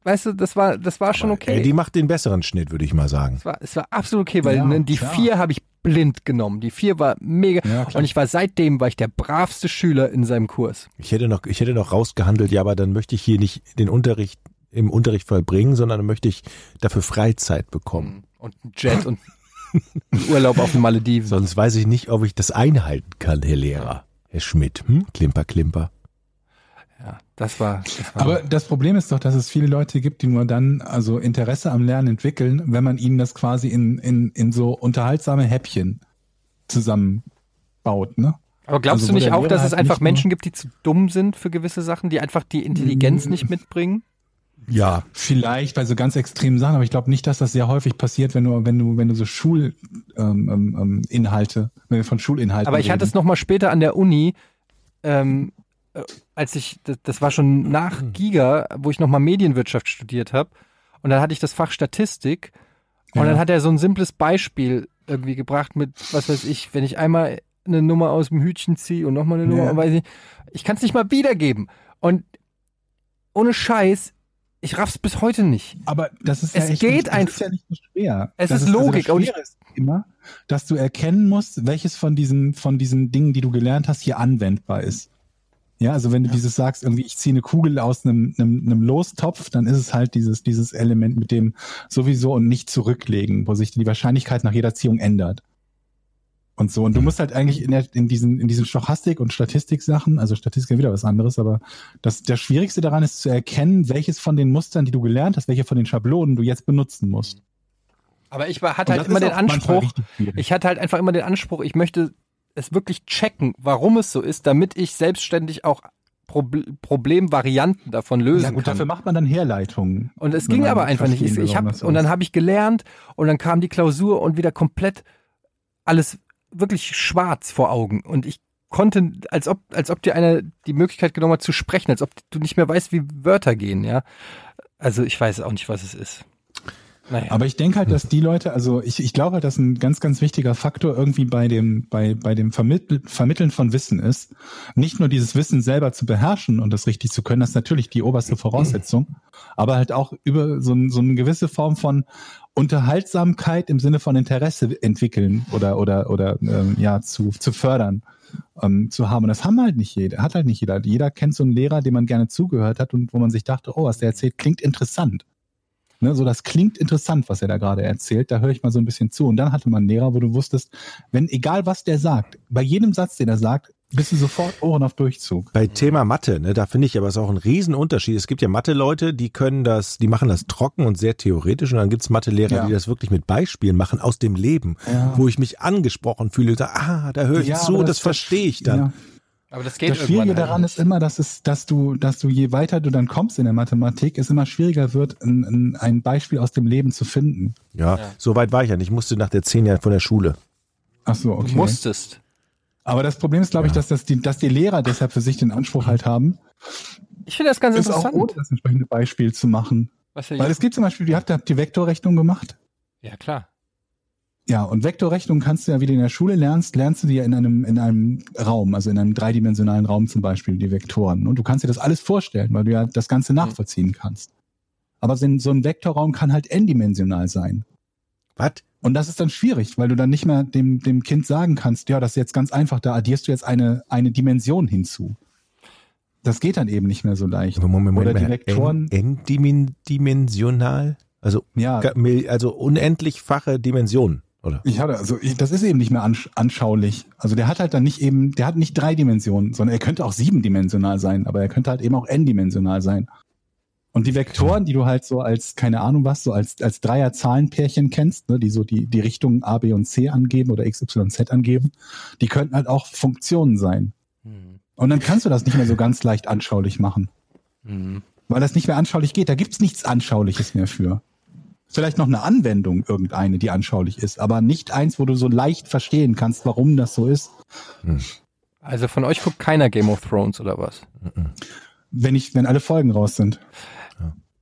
[SPEAKER 2] weißt du, das war, das war schon okay.
[SPEAKER 5] Ey, Also die macht den besseren Schnitt, würde ich mal sagen.
[SPEAKER 2] es, war, es war absolut okay, weil
[SPEAKER 4] Ja,
[SPEAKER 2] ne, die
[SPEAKER 4] klar.
[SPEAKER 2] vier habe ich blind genommen. Die vier war mega.
[SPEAKER 4] Ja, klar.
[SPEAKER 2] und ich war seitdem war ich der bravste Schüler in seinem Kurs.
[SPEAKER 5] Ich hätte noch, ich hätte noch rausgehandelt, ja, aber dann möchte ich hier nicht den Unterricht im Unterricht vollbringen, sondern dann möchte ich dafür Freizeit bekommen.
[SPEAKER 2] Und ein Jet und einen Urlaub auf den Malediven.
[SPEAKER 5] Sonst weiß ich nicht, ob ich das einhalten kann, Herr Lehrer. Herr Schmidt, hm? Klimper, Klimper.
[SPEAKER 2] Ja, das war. Das war
[SPEAKER 4] Aber das Problem ist doch, dass es viele Leute gibt, die nur dann also Interesse am Lernen entwickeln, wenn man ihnen das quasi in, in, in so unterhaltsame Häppchen zusammenbaut, ne?
[SPEAKER 2] Aber glaubst
[SPEAKER 4] Also
[SPEAKER 2] du
[SPEAKER 4] wo
[SPEAKER 2] nicht
[SPEAKER 4] der
[SPEAKER 2] auch,
[SPEAKER 4] Lehrer
[SPEAKER 2] dass es
[SPEAKER 4] halt
[SPEAKER 2] einfach
[SPEAKER 4] nicht nur-
[SPEAKER 2] Menschen gibt, die zu dumm sind für gewisse Sachen, die einfach die Intelligenz nicht mitbringen?
[SPEAKER 5] Ja,
[SPEAKER 4] Vielleicht bei so ganz extremen Sachen, aber ich glaube nicht, dass das sehr häufig passiert, wenn du, wenn du, wenn du so Schulinhalte, ähm, ähm, Inhalte, wenn wir von Schulinhalten
[SPEAKER 2] Aber ich hatte es nochmal später an der Uni, ähm, äh, als ich, das, das war schon nach Giga, wo ich nochmal Medienwirtschaft studiert habe. Und dann hatte ich das Fach Statistik. Und
[SPEAKER 4] Ja.
[SPEAKER 2] dann hat er so ein simples Beispiel irgendwie gebracht mit, was weiß ich, wenn ich einmal eine Nummer aus dem Hütchen ziehe und nochmal eine Nummer,
[SPEAKER 4] Ja.
[SPEAKER 2] und weiß ich, ich kann es nicht mal wiedergeben. Und ohne Scheiß, ich raff's bis heute nicht.
[SPEAKER 4] Aber das ist
[SPEAKER 2] Es
[SPEAKER 4] ja echt
[SPEAKER 2] geht
[SPEAKER 4] nicht, das
[SPEAKER 2] einfach-
[SPEAKER 4] ist ja nicht so schwer.
[SPEAKER 2] Es
[SPEAKER 4] das
[SPEAKER 2] ist Logik,
[SPEAKER 4] Also
[SPEAKER 2] und
[SPEAKER 4] das
[SPEAKER 2] ich-
[SPEAKER 4] Schwere ist immer, dass du erkennen musst, welches von diesen von diesen Dingen, die du gelernt hast, hier anwendbar ist. Ja, also wenn du dieses sagst, irgendwie ich ziehe eine Kugel aus einem, einem, einem Lostopf, dann ist es halt dieses dieses Element mit dem sowieso und nicht zurücklegen, wo sich die Wahrscheinlichkeit nach jeder Ziehung ändert. Und so. Und
[SPEAKER 2] Mhm.
[SPEAKER 4] du musst halt eigentlich in, der, in diesen, in diesen Stochastik- und Statistik-Sachen, also Statistik ist wieder was anderes, aber das, das Schwierigste daran ist zu erkennen, welches von den Mustern, die du gelernt hast, welche von den Schablonen du jetzt benutzen musst.
[SPEAKER 2] Aber ich war, hatte
[SPEAKER 4] Und
[SPEAKER 2] halt
[SPEAKER 4] das
[SPEAKER 2] immer
[SPEAKER 4] ist
[SPEAKER 2] den
[SPEAKER 4] auch manchmal
[SPEAKER 2] Anspruch,
[SPEAKER 4] richtig schwierig.
[SPEAKER 2] Ich hatte halt einfach immer den Anspruch, ich möchte es wirklich checken, warum es so ist, damit ich selbstständig auch Probl Problemvarianten davon lösen
[SPEAKER 4] Ja gut,
[SPEAKER 2] kann.
[SPEAKER 4] dafür macht man dann Herleitungen.
[SPEAKER 2] und es
[SPEAKER 4] Wenn
[SPEAKER 2] ging
[SPEAKER 4] man
[SPEAKER 2] aber einfach nicht. Ich,
[SPEAKER 4] verstehen will,
[SPEAKER 2] ich
[SPEAKER 4] warum
[SPEAKER 2] hab,
[SPEAKER 4] das so
[SPEAKER 2] und dann
[SPEAKER 4] ist.
[SPEAKER 2] habe ich gelernt und dann kam die Klausur und wieder komplett alles wirklich schwarz vor Augen. Und ich konnte, als ob, als ob dir einer die Möglichkeit genommen hat zu sprechen, als ob du nicht mehr weißt, wie Wörter gehen, ja. Also ich weiß auch nicht, was es ist. Naja.
[SPEAKER 4] Aber ich denke halt, dass die Leute, also ich, ich glaube halt, dass ein ganz, ganz wichtiger Faktor irgendwie bei dem, bei, bei dem Vermittel, Vermitteln von Wissen ist, nicht nur dieses Wissen selber zu beherrschen und das richtig zu können, das ist natürlich die oberste Voraussetzung, aber halt auch über so, ein, so eine gewisse Form von Unterhaltsamkeit im Sinne von Interesse entwickeln oder, oder, oder ähm, ja, zu, zu fördern ähm, zu haben. Und das haben halt nicht jeder, hat halt nicht jeder. Jeder kennt so einen Lehrer, dem man gerne zugehört hat und wo man sich dachte, oh, was der erzählt, klingt interessant. Ne, so, das klingt interessant, was er da gerade erzählt. Da höre ich mal so ein bisschen zu. Und dann hatte man einen Lehrer, wo du wusstest, wenn, egal was der sagt, bei jedem Satz, den er sagt, bist du sofort Ohren auf Durchzug.
[SPEAKER 5] Bei Thema Mathe, ne, da finde ich aber es auch ein Riesenunterschied. Es gibt ja Mathe-Leute, die können das, die machen das trocken und sehr theoretisch und dann gibt's Mathe-Lehrer,
[SPEAKER 4] Ja.
[SPEAKER 5] die das wirklich mit Beispielen machen aus dem Leben, wo ich mich angesprochen fühle. Da, ah, da höre ich
[SPEAKER 4] Ah. Ja,
[SPEAKER 5] zu,
[SPEAKER 4] aber
[SPEAKER 5] das,
[SPEAKER 4] das-
[SPEAKER 5] verstehe ich dann.
[SPEAKER 4] Ja.
[SPEAKER 2] Aber das geht
[SPEAKER 4] das Schwierige
[SPEAKER 2] irgendwann
[SPEAKER 4] daran
[SPEAKER 2] halt.
[SPEAKER 4] ist immer, dass es, dass du, dass du je weiter du dann kommst in der Mathematik, es immer schwieriger wird, ein, ein, ein Beispiel aus dem Leben zu finden.
[SPEAKER 5] Ja, so weit war ich ja nicht. Ich musste nach der zehn Jahren von der Schule.
[SPEAKER 4] Ach so, okay.
[SPEAKER 2] Du musstest.
[SPEAKER 4] Aber das Problem ist, glaube ich, dass, das die, dass die Lehrer deshalb für sich den Anspruch halt haben,
[SPEAKER 2] Ich finde das ganz
[SPEAKER 4] ist auch ohne
[SPEAKER 2] interessant.
[SPEAKER 4] das entsprechende Beispiel zu machen.
[SPEAKER 2] Was der
[SPEAKER 4] Weil es gibt zum Beispiel, ihr habt, habt die Vektorrechnung gemacht.
[SPEAKER 2] ja, klar.
[SPEAKER 4] Ja, und Vektorrechnung kannst du ja, wie du in der Schule lernst, lernst du die ja in einem, in einem Raum, also in einem dreidimensionalen Raum zum Beispiel, die Vektoren. Und du kannst dir das alles vorstellen, weil du ja das Ganze nachvollziehen kannst. Aber so ein so ein Vektorraum kann halt n-dimensional sein.
[SPEAKER 5] Was?
[SPEAKER 4] Und das ist dann schwierig, weil du dann nicht mehr dem, dem Kind sagen kannst, ja, das ist jetzt ganz einfach, da addierst du jetzt eine, eine Dimension hinzu. Das geht dann eben nicht mehr so leicht.
[SPEAKER 5] Moment,
[SPEAKER 4] Oder die
[SPEAKER 5] mal.
[SPEAKER 4] Vektoren.
[SPEAKER 5] N- N-dimensional? Also,
[SPEAKER 4] Ja,
[SPEAKER 5] ga- mil- also unendlichfache Dimensionen, oder?
[SPEAKER 4] Ich hatte, also ich, das ist eben nicht mehr ansch anschaulich. Also der hat halt dann nicht eben, der hat nicht drei Dimensionen, sondern er könnte auch siebendimensional sein, aber er könnte halt eben auch n-dimensional sein. Und die Vektoren, die du halt so als, keine Ahnung was, so als, als Dreier-Zahlenpärchen kennst, ne, die so die, die Richtungen A, B und C angeben oder X, Y, Z angeben, die könnten halt auch Funktionen sein.
[SPEAKER 5] Hm,
[SPEAKER 4] Und dann kannst du das nicht mehr so ganz leicht anschaulich machen.
[SPEAKER 5] hm.
[SPEAKER 4] Weil das nicht mehr anschaulich geht. Da gibt's nichts Anschauliches mehr für. Vielleicht noch eine Anwendung, irgendeine, die anschaulich ist, aber nicht eins, wo du so leicht verstehen kannst, warum das so ist.
[SPEAKER 2] Also von euch guckt keiner Game of Thrones oder was?
[SPEAKER 4] Wenn ich, wenn alle Folgen raus sind.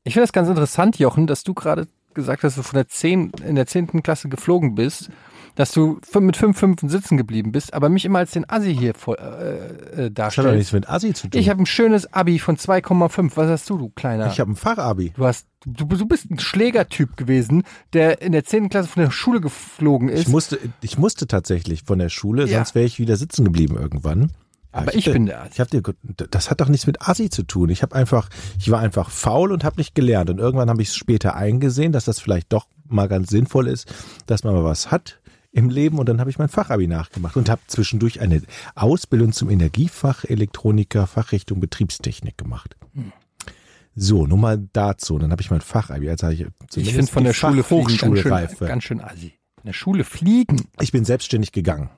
[SPEAKER 2] Ich finde das ganz interessant, Jochen, dass du gerade gesagt hast, du von der 10, in der 10. Klasse geflogen bist, dass du fün- mit 5 Fünfen sitzen geblieben bist, aber mich immer als den Assi hier voll, äh, äh,
[SPEAKER 5] Das hat doch
[SPEAKER 2] darstellst.
[SPEAKER 5] nichts mit Assi zu tun.
[SPEAKER 2] Ich habe ein schönes Abi von 2,5. Was hast du, du Kleiner?
[SPEAKER 5] Ich hab ein Fachabi.
[SPEAKER 2] du, hast, du, du bist ein Schlägertyp gewesen, der in der 10. Klasse von der Schule geflogen ist.
[SPEAKER 5] Ich musste, ich musste tatsächlich von der Schule,
[SPEAKER 2] Ja.
[SPEAKER 5] sonst wäre ich wieder sitzen geblieben irgendwann.
[SPEAKER 2] Aber ich bin der Assi.
[SPEAKER 5] Ich hab dir, das hat doch nichts mit Assi zu tun. Ich habe einfach, ich war einfach faul und habe nicht gelernt. Und irgendwann habe ich es später eingesehen, dass das vielleicht doch mal ganz sinnvoll ist, dass man mal was hat im Leben. Und dann habe ich mein Fachabi nachgemacht und habe zwischendurch eine Ausbildung zum Energiefach Elektroniker Fachrichtung Betriebstechnik gemacht. So, nur mal dazu. Und dann habe ich mein Fachabi. Also hab ich
[SPEAKER 2] ich
[SPEAKER 5] zumindest
[SPEAKER 2] finde von
[SPEAKER 5] die
[SPEAKER 2] der Schule fliegen ganz
[SPEAKER 5] Fachhochschulreife.
[SPEAKER 2] schön, ganz schön Assi. Von der Schule fliegen.
[SPEAKER 5] Ich bin selbstständig gegangen.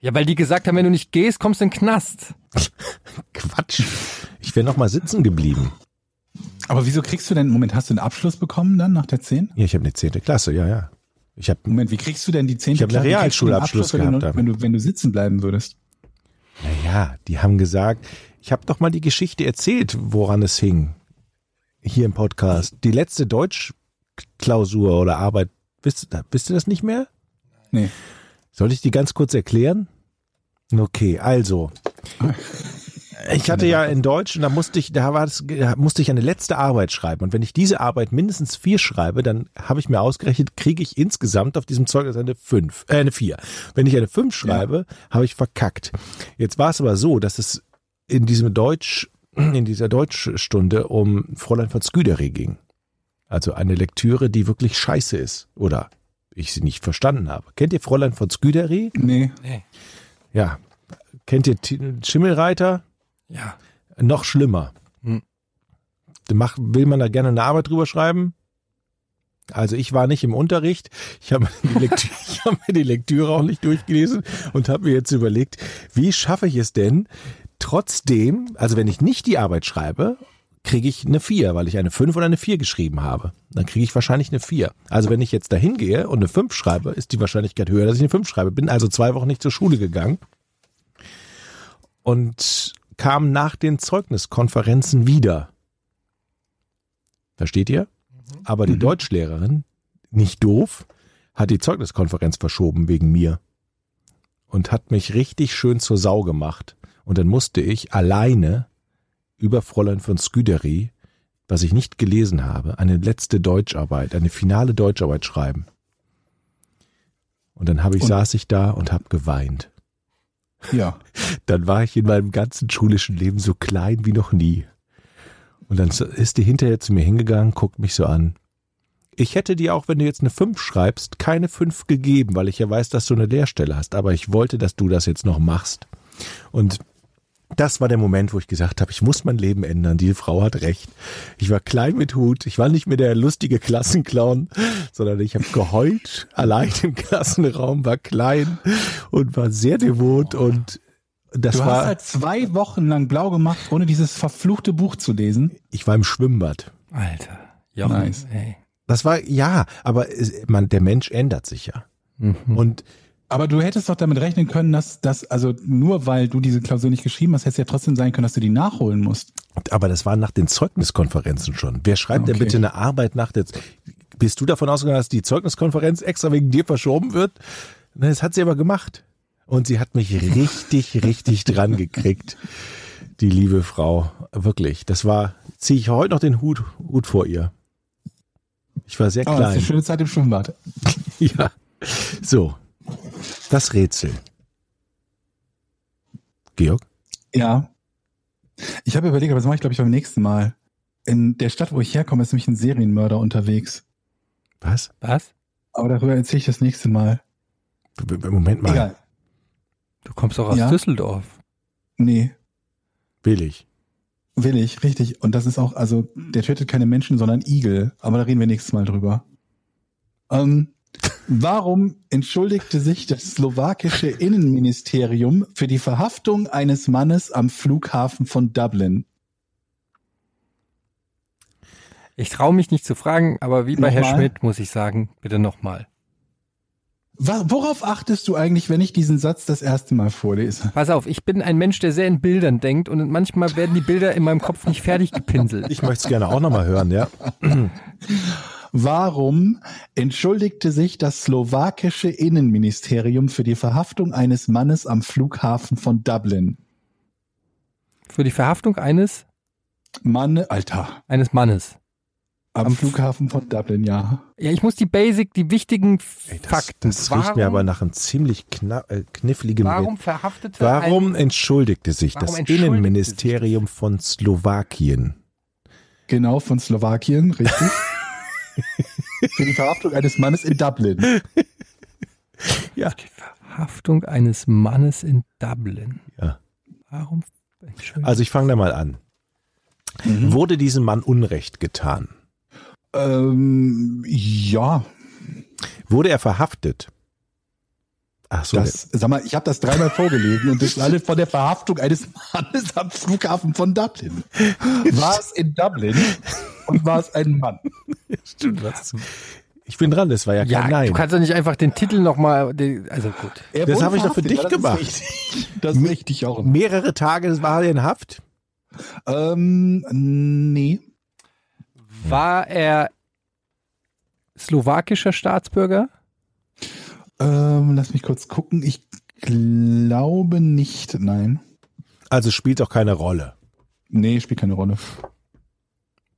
[SPEAKER 2] Ja, weil die gesagt haben, wenn du nicht gehst, kommst du in den Knast.
[SPEAKER 5] Quatsch. Ich wäre noch mal sitzen geblieben.
[SPEAKER 4] Aber wieso kriegst du denn, Moment, hast du einen Abschluss bekommen dann nach der 10?
[SPEAKER 5] Ja, ich habe eine zehnte Klasse, ja, ja. Ich habe,
[SPEAKER 4] Moment, wie kriegst du denn die 10.
[SPEAKER 5] Ich hab einen
[SPEAKER 4] Klasse- wie kriegst du den
[SPEAKER 5] Realschulabschluss
[SPEAKER 4] Abschluss, wenn du-
[SPEAKER 5] gehabt, aber-
[SPEAKER 4] wenn du, wenn du sitzen bleiben würdest?
[SPEAKER 5] naja, die haben gesagt, ich habe doch mal die Geschichte erzählt, woran es hing. Hier im Podcast. Die letzte Deutschklausur oder Arbeit. Wisst, wisst ihr das nicht mehr?
[SPEAKER 4] Nee.
[SPEAKER 5] Soll ich die ganz kurz erklären? Okay, also. Ich hatte ja in Deutsch und da musste ich, da war das, da musste ich eine letzte Arbeit schreiben. Und wenn ich diese Arbeit mindestens vier schreibe, dann habe ich mir ausgerechnet, kriege ich insgesamt auf diesem Zeugnis eine fünf, äh, eine vier. Wenn ich eine fünf schreibe, habe ich verkackt. Jetzt war es aber so, dass es in diesem Deutsch, in dieser Deutschstunde um Fräulein von Sküdery ging. Also eine Lektüre, die wirklich scheiße ist. Oder ich sie nicht verstanden habe. Kennt ihr Fräulein von Sküdery?
[SPEAKER 4] Nee.
[SPEAKER 5] Ja. Kennt ihr T- Schimmelreiter?
[SPEAKER 2] Ja.
[SPEAKER 5] Noch schlimmer.
[SPEAKER 2] Hm.
[SPEAKER 5] Da mach- Will man da gerne eine Arbeit drüber schreiben? Also ich war nicht im Unterricht. Ich habe die, Lektü ich habe mir die Lektüre auch nicht durchgelesen und habe mir jetzt überlegt, wie schaffe ich es denn, trotzdem, also wenn ich nicht die Arbeit schreibe, kriege ich eine 4, weil ich eine 5 oder eine 4 geschrieben habe. Dann kriege ich wahrscheinlich eine 4. Also wenn ich jetzt dahin gehe und eine 5 schreibe, ist die Wahrscheinlichkeit höher, dass ich eine 5 schreibe. Bin also zwei Wochen nicht zur Schule gegangen und kam nach den Zeugniskonferenzen wieder. Versteht ihr? Aber die Deutschlehrerin, nicht doof, hat die Zeugniskonferenz verschoben wegen mir und hat mich richtig schön zur Sau gemacht. Und dann musste ich alleine über Fräulein von Sküderi, was ich nicht gelesen habe, eine letzte Deutscharbeit, eine finale Deutscharbeit schreiben. Und dann habe ich
[SPEAKER 4] Und-
[SPEAKER 5] saß ich da und habe geweint.
[SPEAKER 4] Ja.
[SPEAKER 5] Dann war ich in meinem ganzen schulischen Leben so klein wie noch nie. Und dann ist die hinterher zu mir hingegangen, guckt mich so an. Ich hätte dir auch, wenn du jetzt eine 5 schreibst, keine 5 gegeben, weil ich ja weiß, dass du eine Lehrstelle hast. Aber ich wollte, dass du das jetzt noch machst. Und das war der Moment, wo ich gesagt habe, ich muss mein Leben ändern. Die Frau hat recht. Ich war klein mit Hut. Ich war nicht mehr der lustige Klassenclown, sondern ich habe geheult, allein im Klassenraum, war klein und war sehr devot. Und das
[SPEAKER 4] Du
[SPEAKER 5] war,
[SPEAKER 4] hast halt zwei Wochen lang blau gemacht, ohne dieses verfluchte Buch zu lesen.
[SPEAKER 5] ich war im Schwimmbad.
[SPEAKER 2] Alter. Jochen,
[SPEAKER 4] Nice.
[SPEAKER 2] ey.
[SPEAKER 5] Das war, ja, aber es- man, der Mensch ändert sich ja.
[SPEAKER 4] Mhm.
[SPEAKER 5] Und
[SPEAKER 4] Aber du hättest doch damit rechnen können, dass das, also nur weil du diese Klausur nicht geschrieben hast, hätte es ja trotzdem sein können, dass du die nachholen musst.
[SPEAKER 5] Aber das war nach den Zeugniskonferenzen schon. Wer schreibt denn
[SPEAKER 4] Okay.
[SPEAKER 5] bitte eine Arbeit nach der Z Bist du davon ausgegangen, dass die Zeugniskonferenz extra wegen dir verschoben wird? Na, Das hat sie aber gemacht. Und sie hat mich richtig, richtig dran gekriegt. Die liebe Frau. Wirklich. Das war, ziehe ich heute noch den Hut, Hut vor ihr. Ich war sehr
[SPEAKER 4] Oh, das ist eine
[SPEAKER 5] klein.
[SPEAKER 4] schöne Zeit im Schwimmbad.
[SPEAKER 5] ja. So. Das Rätsel. Georg?
[SPEAKER 4] Ja. Ich habe überlegt, aber das mache ich, glaube ich, beim nächsten Mal. In der Stadt, wo ich herkomme, ist nämlich ein Serienmörder unterwegs.
[SPEAKER 5] Was?
[SPEAKER 2] Was?
[SPEAKER 4] Aber darüber erzähle ich das nächste Mal.
[SPEAKER 5] B- b- Moment mal.
[SPEAKER 4] Egal.
[SPEAKER 2] Du kommst auch aus
[SPEAKER 4] Ja.
[SPEAKER 2] Düsseldorf.
[SPEAKER 4] Nee,
[SPEAKER 5] Billig.
[SPEAKER 4] will ich, richtig. Und das ist auch, also, der tötet keine Menschen, sondern Igel. Aber da reden wir nächstes Mal drüber. Ähm, warum entschuldigte sich das slowakische Innenministerium für die Verhaftung eines Mannes am Flughafen von Dublin?
[SPEAKER 2] Ich traue mich nicht zu fragen, aber wie bei Herr
[SPEAKER 4] Nochmal?
[SPEAKER 2] Schmidt muss ich sagen, bitte nochmal.
[SPEAKER 4] Wa- Worauf achtest du eigentlich, wenn ich diesen Satz das erste Mal vorlese?
[SPEAKER 2] Pass auf, ich bin ein Mensch, der sehr in Bildern denkt und manchmal werden die Bilder in meinem Kopf nicht fertig gepinselt.
[SPEAKER 5] Ich möchte es gerne auch nochmal hören, ja.
[SPEAKER 4] Warum entschuldigte sich das slowakische Innenministerium für die Verhaftung eines Mannes am Flughafen von Dublin?
[SPEAKER 2] Für die Verhaftung eines,
[SPEAKER 4] Mann, Alter,
[SPEAKER 2] eines Mannes.
[SPEAKER 4] am,
[SPEAKER 2] Am F-
[SPEAKER 4] Flughafen von Dublin, ja.
[SPEAKER 2] Ja, ich muss die Basic, die wichtigen Fakten.
[SPEAKER 5] Das riecht mir aber nach einem ziemlich kna äh, kniffligen
[SPEAKER 2] warum
[SPEAKER 5] Rätsel.
[SPEAKER 2] verhaftete
[SPEAKER 5] Warum entschuldigte sich
[SPEAKER 2] Warum
[SPEAKER 5] das
[SPEAKER 2] entschuldigte
[SPEAKER 5] Innenministerium von Slowakien?
[SPEAKER 4] Genau, von Slowakien, richtig. für die Verhaftung eines Mannes in Dublin.
[SPEAKER 2] die Verhaftung eines Mannes in Dublin?
[SPEAKER 5] Ja.
[SPEAKER 2] Warum? Entschuldigung.
[SPEAKER 5] Also ich fange da mal an.
[SPEAKER 2] Mhm.
[SPEAKER 5] Wurde diesem Mann Unrecht getan?
[SPEAKER 4] Ähm, ja,
[SPEAKER 5] Wurde er verhaftet? Ach so, der-
[SPEAKER 4] das, sag mal, ich habe das dreimal vorgelesen und das ist alles von der Verhaftung eines Mannes am Flughafen von Dublin. War es in Dublin und war es ein Mann?
[SPEAKER 5] stimmt. Was? Ich bin dran, das war ja kein
[SPEAKER 2] ja,
[SPEAKER 5] Nein.
[SPEAKER 2] du kannst doch nicht einfach den Titel nochmal, also gut.
[SPEAKER 4] Er
[SPEAKER 5] Das
[SPEAKER 4] wurde
[SPEAKER 5] habe ich doch für
[SPEAKER 4] verhaftet,
[SPEAKER 5] dich
[SPEAKER 4] ja,
[SPEAKER 5] gemacht.
[SPEAKER 4] Das ist richtig, das ist richtig auch.
[SPEAKER 5] Mehrere Tage war er in Haft?
[SPEAKER 4] Ähm, nee.
[SPEAKER 2] War er slowakischer Staatsbürger?
[SPEAKER 4] Ähm, lass mich kurz gucken. Ich glaube nicht. Nein.
[SPEAKER 5] Also spielt doch keine Rolle.
[SPEAKER 4] Nee, spielt keine Rolle.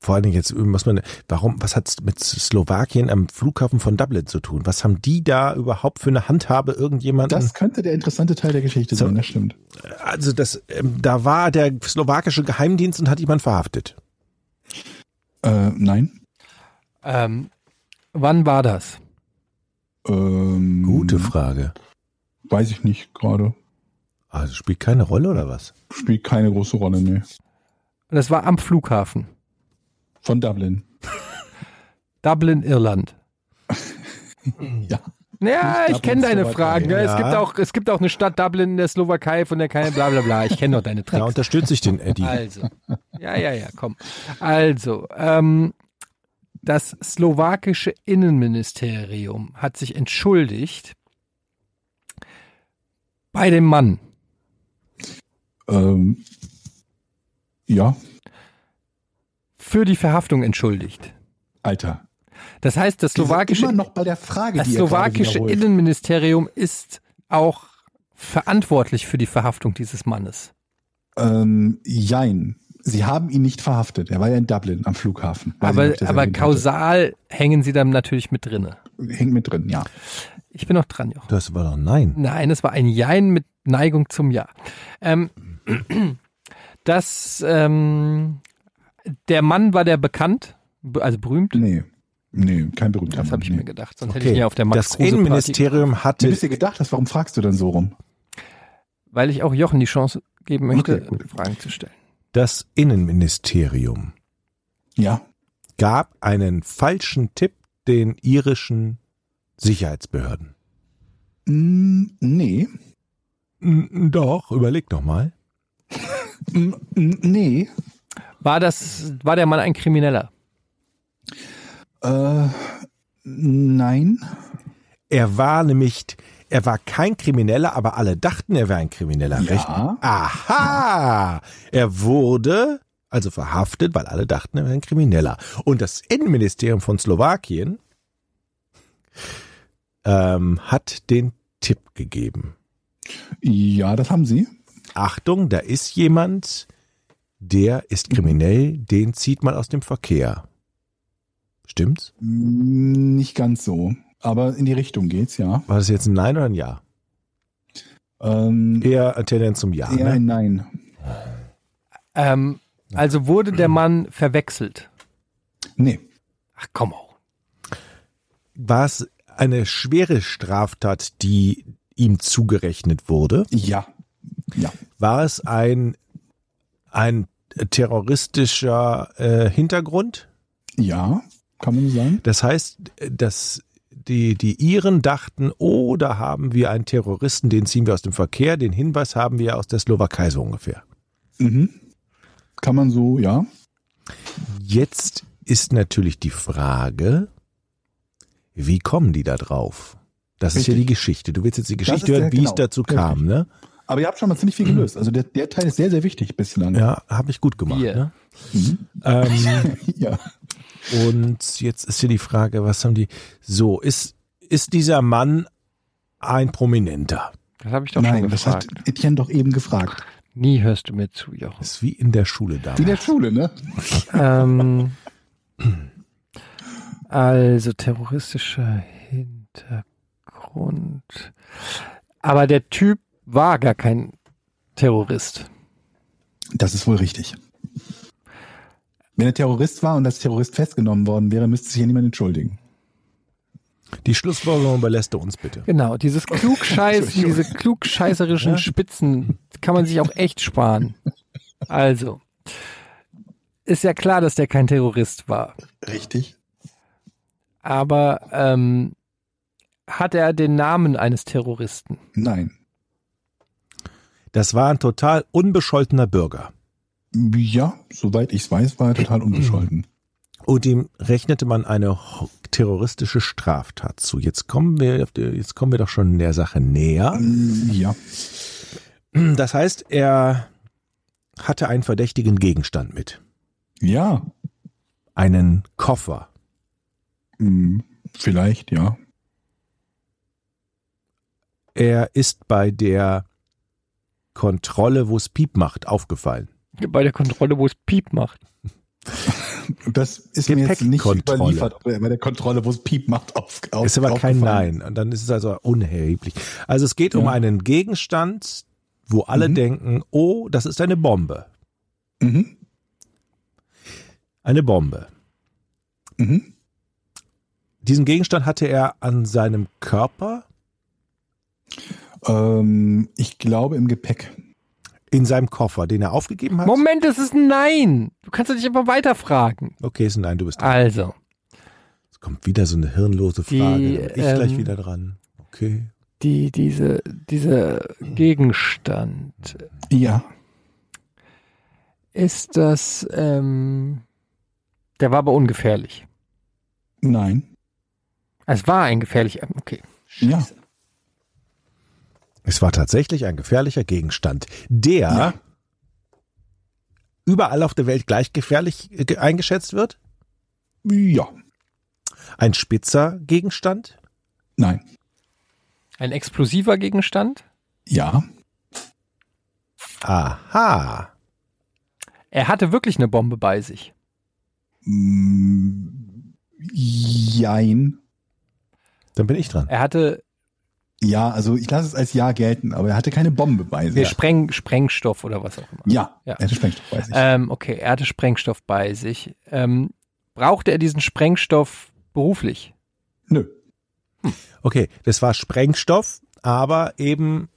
[SPEAKER 5] Vor allen Dingen jetzt muss man, warum, was hat's mit Slowakien am Flughafen von Dublin zu tun? Was haben die da überhaupt für eine Handhabe, irgendjemanden?
[SPEAKER 4] Das könnte der interessante Teil der Geschichte
[SPEAKER 5] So.
[SPEAKER 4] sein, das stimmt.
[SPEAKER 5] Also das, ähm, da war der slowakische Geheimdienst und hat jemand verhaftet.
[SPEAKER 4] Äh, nein.
[SPEAKER 2] Ähm, wann war das?
[SPEAKER 4] Ähm,
[SPEAKER 5] Mhm. Frage.
[SPEAKER 4] Weiß ich nicht gerade.
[SPEAKER 5] Also spielt keine Rolle oder was?
[SPEAKER 4] Spielt keine große Rolle, nee.
[SPEAKER 2] Das war am Flughafen.
[SPEAKER 4] Von Dublin.
[SPEAKER 2] Dublin, Irland.
[SPEAKER 4] Ja.
[SPEAKER 2] Ja,
[SPEAKER 4] Nicht
[SPEAKER 2] ich kenne
[SPEAKER 4] Dublin,
[SPEAKER 2] deine
[SPEAKER 4] Slowakei.
[SPEAKER 2] Fragen. ne? Es,
[SPEAKER 5] Ja.
[SPEAKER 2] gibt auch, es gibt auch eine Stadt Dublin in der Slowakei, von der keine bla bla bla. Ich kenne doch deine
[SPEAKER 5] Da
[SPEAKER 2] Tricks.
[SPEAKER 5] unterstütze ich den
[SPEAKER 4] Hm.
[SPEAKER 5] Eddie.
[SPEAKER 2] Also, ja, ja, ja, komm. Also, ähm, das slowakische Innenministerium hat sich entschuldigt bei dem Mann.
[SPEAKER 4] Ähm, ja.
[SPEAKER 2] Für die Verhaftung entschuldigt.
[SPEAKER 4] Alter.
[SPEAKER 2] Das heißt, das
[SPEAKER 4] Wir sind
[SPEAKER 2] slowakische,
[SPEAKER 4] immer noch bei der Frage,
[SPEAKER 2] das
[SPEAKER 4] die ihr gerade
[SPEAKER 2] slowakische
[SPEAKER 4] wiederholt.
[SPEAKER 2] Innenministerium ist auch verantwortlich für die Verhaftung dieses Mannes.
[SPEAKER 4] Ähm, jein. Sie haben ihn nicht verhaftet. Er war ja in Dublin am Flughafen. Weiß
[SPEAKER 2] aber
[SPEAKER 4] ich, ob ich das
[SPEAKER 2] aber
[SPEAKER 4] erwähnt hatte.
[SPEAKER 2] kausal hängen sie dann natürlich mit drinne.
[SPEAKER 4] Hängt mit drin, ja.
[SPEAKER 2] Ich bin noch dran, Jochen.
[SPEAKER 5] Das war doch nein.
[SPEAKER 2] Nein, es war ein Jein mit Neigung zum Ja. Ähm, das, ähm, der Mann war der bekannt, be- also berühmt.
[SPEAKER 4] Nee. Nee, kein berühmter
[SPEAKER 2] Das
[SPEAKER 4] Mann.
[SPEAKER 2] habe ich
[SPEAKER 4] nee.
[SPEAKER 2] mir gedacht. Sonst hätte ich
[SPEAKER 5] Okay.
[SPEAKER 2] ihn ja auf der Max
[SPEAKER 5] Das
[SPEAKER 2] Kruse
[SPEAKER 5] Innenministerium
[SPEAKER 4] Du
[SPEAKER 5] hatte
[SPEAKER 4] bist dir gedacht hast, warum fragst du dann so rum?
[SPEAKER 2] weil ich auch Jochen die Chance geben möchte,
[SPEAKER 4] Okay, gut.
[SPEAKER 2] Fragen zu stellen.
[SPEAKER 5] das Innenministerium
[SPEAKER 4] Ja.
[SPEAKER 5] gab einen falschen Tipp den irischen Sicherheitsbehörden.
[SPEAKER 4] Mm, nee.
[SPEAKER 5] Doch, überleg doch mal.
[SPEAKER 4] Mm, mm, nee.
[SPEAKER 2] War das, war der Mann ein Krimineller?
[SPEAKER 4] Äh, nein.
[SPEAKER 5] Er war nämlich, er war kein Krimineller, aber alle dachten, er wäre ein Krimineller.
[SPEAKER 4] Ja.
[SPEAKER 5] Richtig? Aha! Er wurde also verhaftet, weil alle dachten, er wäre ein Krimineller. Und das Innenministerium von Slowakien ähm, hat den Tipp gegeben.
[SPEAKER 4] Ja, das haben sie.
[SPEAKER 5] Achtung, da ist jemand, der ist kriminell, den zieht man aus dem Verkehr. Stimmt's?
[SPEAKER 4] Mm, Nicht ganz so. Aber in die Richtung geht's, ja.
[SPEAKER 5] War das jetzt ein Nein oder ein Ja?
[SPEAKER 4] Ähm,
[SPEAKER 5] Eher eine Tendenz zum Ja.
[SPEAKER 4] eher
[SPEAKER 5] Ne?
[SPEAKER 4] ein Nein.
[SPEAKER 2] Ähm, also wurde der Mann verwechselt.
[SPEAKER 4] Nee.
[SPEAKER 2] Ach komm auch.
[SPEAKER 5] War es eine schwere Straftat, die ihm zugerechnet wurde?
[SPEAKER 4] Ja. Ja.
[SPEAKER 5] War es ein, ein terroristischer äh, Hintergrund?
[SPEAKER 4] Ja. Kann man so sagen?
[SPEAKER 5] Das heißt, dass die, die Iren dachten, oh, da haben wir einen Terroristen, den ziehen wir aus dem Verkehr, den Hinweis haben wir aus der Slowakei so ungefähr.
[SPEAKER 4] Mhm. Kann man so, ja.
[SPEAKER 5] Jetzt ist natürlich die Frage, wie kommen die da drauf? Das ist ja
[SPEAKER 4] Richtig.
[SPEAKER 5] die Geschichte. Du willst jetzt die Geschichte
[SPEAKER 4] ist
[SPEAKER 5] hören,
[SPEAKER 4] ja
[SPEAKER 5] wie
[SPEAKER 4] genau.
[SPEAKER 5] es dazu kam, ne?
[SPEAKER 4] Aber ihr habt schon mal ziemlich viel gelöst. Also der, der Teil ist sehr, sehr wichtig bislang.
[SPEAKER 5] Ja, habe ich gut gemacht,
[SPEAKER 2] Wir.
[SPEAKER 5] ne? Ähm,
[SPEAKER 4] ja.
[SPEAKER 5] Und jetzt ist hier die Frage, was haben die? So, ist, ist dieser Mann ein Prominenter?
[SPEAKER 2] Das habe ich doch
[SPEAKER 4] Nein,
[SPEAKER 2] schon
[SPEAKER 4] das
[SPEAKER 2] gefragt.
[SPEAKER 4] hat Etienne doch eben gefragt.
[SPEAKER 2] Nie hörst du mir zu, Jochen.
[SPEAKER 5] Ist wie in der Schule
[SPEAKER 4] Wie in der
[SPEAKER 5] damals.
[SPEAKER 4] Schule, ne?
[SPEAKER 2] Ähm, also terroristischer Hintergrund. Aber der Typ war gar kein Terrorist.
[SPEAKER 4] Das ist wohl richtig. Wenn er Terrorist war und als Terrorist festgenommen worden wäre, müsste sich hier niemand entschuldigen.
[SPEAKER 5] Die Schlussfolgerung überlässt du uns bitte.
[SPEAKER 2] Genau, dieses Klugscheißen, diese klugscheißerischen Spitzen kann man sich auch echt sparen. Also, ist ja klar, dass der kein Terrorist war.
[SPEAKER 4] Richtig.
[SPEAKER 2] Aber ähm, hat er den Namen eines Terroristen?
[SPEAKER 4] Nein.
[SPEAKER 5] Das war ein total unbescholtener Bürger.
[SPEAKER 4] Ja, soweit ich es weiß, war er
[SPEAKER 5] Mhm.
[SPEAKER 4] total unbescholten.
[SPEAKER 5] Und ihm rechnete man eine ho- terroristische Straftat zu. Jetzt kommen wir, auf die- jetzt kommen wir doch schon der Sache näher.
[SPEAKER 4] Ähm, Ja.
[SPEAKER 5] Das heißt, er hatte einen verdächtigen Gegenstand mit.
[SPEAKER 4] Ja.
[SPEAKER 5] Einen Koffer.
[SPEAKER 4] Hm, Vielleicht, ja.
[SPEAKER 5] Er ist bei der Kontrolle, wo es Piep macht, aufgefallen.
[SPEAKER 2] Bei der Kontrolle, wo es Piep macht.
[SPEAKER 4] Das ist mir jetzt nicht
[SPEAKER 5] Gepäckkontrolle.
[SPEAKER 4] überliefert, ob er bei der Kontrolle, wo es Piep macht, auf, auf
[SPEAKER 5] ist aber kein
[SPEAKER 4] aufgefallen.
[SPEAKER 5] Nein. Und dann ist es also unerheblich. Also es geht um
[SPEAKER 4] Ja.
[SPEAKER 5] einen Gegenstand, wo alle
[SPEAKER 4] Mhm.
[SPEAKER 5] denken, oh, das ist eine Bombe.
[SPEAKER 4] Mhm.
[SPEAKER 5] Eine Bombe.
[SPEAKER 4] Mhm.
[SPEAKER 5] Diesen Gegenstand hatte er an seinem Körper,
[SPEAKER 4] Ähm, ich glaube im Gepäck.
[SPEAKER 5] in seinem Koffer, den er aufgegeben hat.
[SPEAKER 2] Moment, das ist ein Nein. Du kannst doch nicht einfach weiterfragen.
[SPEAKER 5] Okay, ist ein Nein, du bist dran.
[SPEAKER 2] Also,
[SPEAKER 5] Es kommt wieder so eine hirnlose
[SPEAKER 2] Die,
[SPEAKER 5] Frage. dann bin ich
[SPEAKER 2] ähm,
[SPEAKER 5] gleich wieder dran. Okay.
[SPEAKER 2] die, diese, dieser Gegenstand,
[SPEAKER 4] Ja.
[SPEAKER 2] ist das, ähm, der war aber ungefährlich.
[SPEAKER 4] Nein.
[SPEAKER 2] Es war ein gefährlicher, okay.
[SPEAKER 4] Ja.
[SPEAKER 5] Es war tatsächlich ein gefährlicher Gegenstand, der
[SPEAKER 4] Ja.
[SPEAKER 5] überall auf der Welt gleich gefährlich äh, ge- eingeschätzt wird.
[SPEAKER 4] Ja.
[SPEAKER 5] Ein spitzer Gegenstand?
[SPEAKER 4] Nein.
[SPEAKER 2] Ein explosiver Gegenstand?
[SPEAKER 4] Ja.
[SPEAKER 5] Aha.
[SPEAKER 2] Er hatte wirklich eine Bombe bei sich.
[SPEAKER 4] Mm, Jein.
[SPEAKER 5] Dann bin ich dran.
[SPEAKER 2] Er hatte
[SPEAKER 4] Ja, also ich lasse es als Ja gelten, aber er hatte keine Bombe bei sich.
[SPEAKER 2] Spreng Sprengstoff oder was auch immer.
[SPEAKER 4] Ja,
[SPEAKER 2] Ja.
[SPEAKER 4] er hatte Sprengstoff bei sich.
[SPEAKER 5] Äh.
[SPEAKER 2] Ähm, okay, er hatte Sprengstoff bei sich. Ähm, brauchte er diesen Sprengstoff beruflich?
[SPEAKER 4] Nö.
[SPEAKER 5] Okay, das war Sprengstoff, aber eben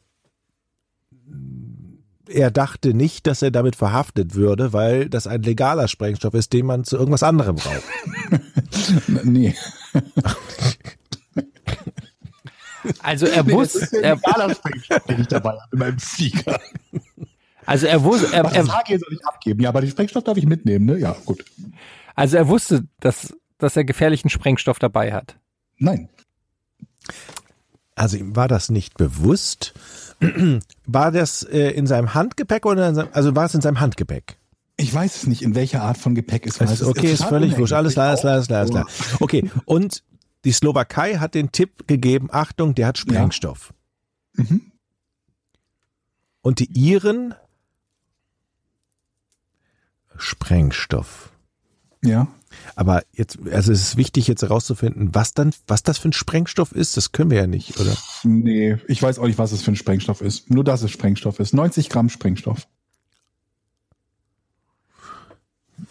[SPEAKER 5] mm, er dachte nicht, dass er damit verhaftet würde, weil das ein legaler Sprengstoff ist, den man zu irgendwas anderem braucht.
[SPEAKER 4] N- Nee.
[SPEAKER 2] Also er wusste, er,
[SPEAKER 4] Gala Sprengstoff, den ich dabei habe in meinem Flieger.
[SPEAKER 2] also er wusste, er,
[SPEAKER 4] Was er
[SPEAKER 2] er,
[SPEAKER 4] sagt, soll ich abgeben. Ja, aber den Sprengstoff darf ich mitnehmen, ne? Ja, gut.
[SPEAKER 2] also er wusste, dass, dass er gefährlichen Sprengstoff dabei hat.
[SPEAKER 4] Nein.
[SPEAKER 5] Also ihm war das nicht bewusst. War das äh, in seinem Handgepäck oder in seinem, also war es in seinem Handgepäck?
[SPEAKER 4] Ich weiß es nicht, in welcher Art von Gepäck es war. Es
[SPEAKER 5] Also, okay, ist Oh.
[SPEAKER 4] total
[SPEAKER 5] völlig wurscht. Alles
[SPEAKER 4] unendlich.
[SPEAKER 5] klar, alles klar, alles klar, alles klar. Okay, und die Slowakei hat den Tipp gegeben, Achtung, der hat Sprengstoff.
[SPEAKER 4] Mhm.
[SPEAKER 5] Und die Iren Sprengstoff.
[SPEAKER 4] Ja.
[SPEAKER 5] Aber jetzt, also es ist wichtig, jetzt herauszufinden, was dann, was das für ein Sprengstoff ist. Das können wir ja nicht, oder?
[SPEAKER 4] Nee, ich weiß auch nicht, was es für ein Sprengstoff ist. Nur, dass es Sprengstoff ist. 90 Gramm Sprengstoff.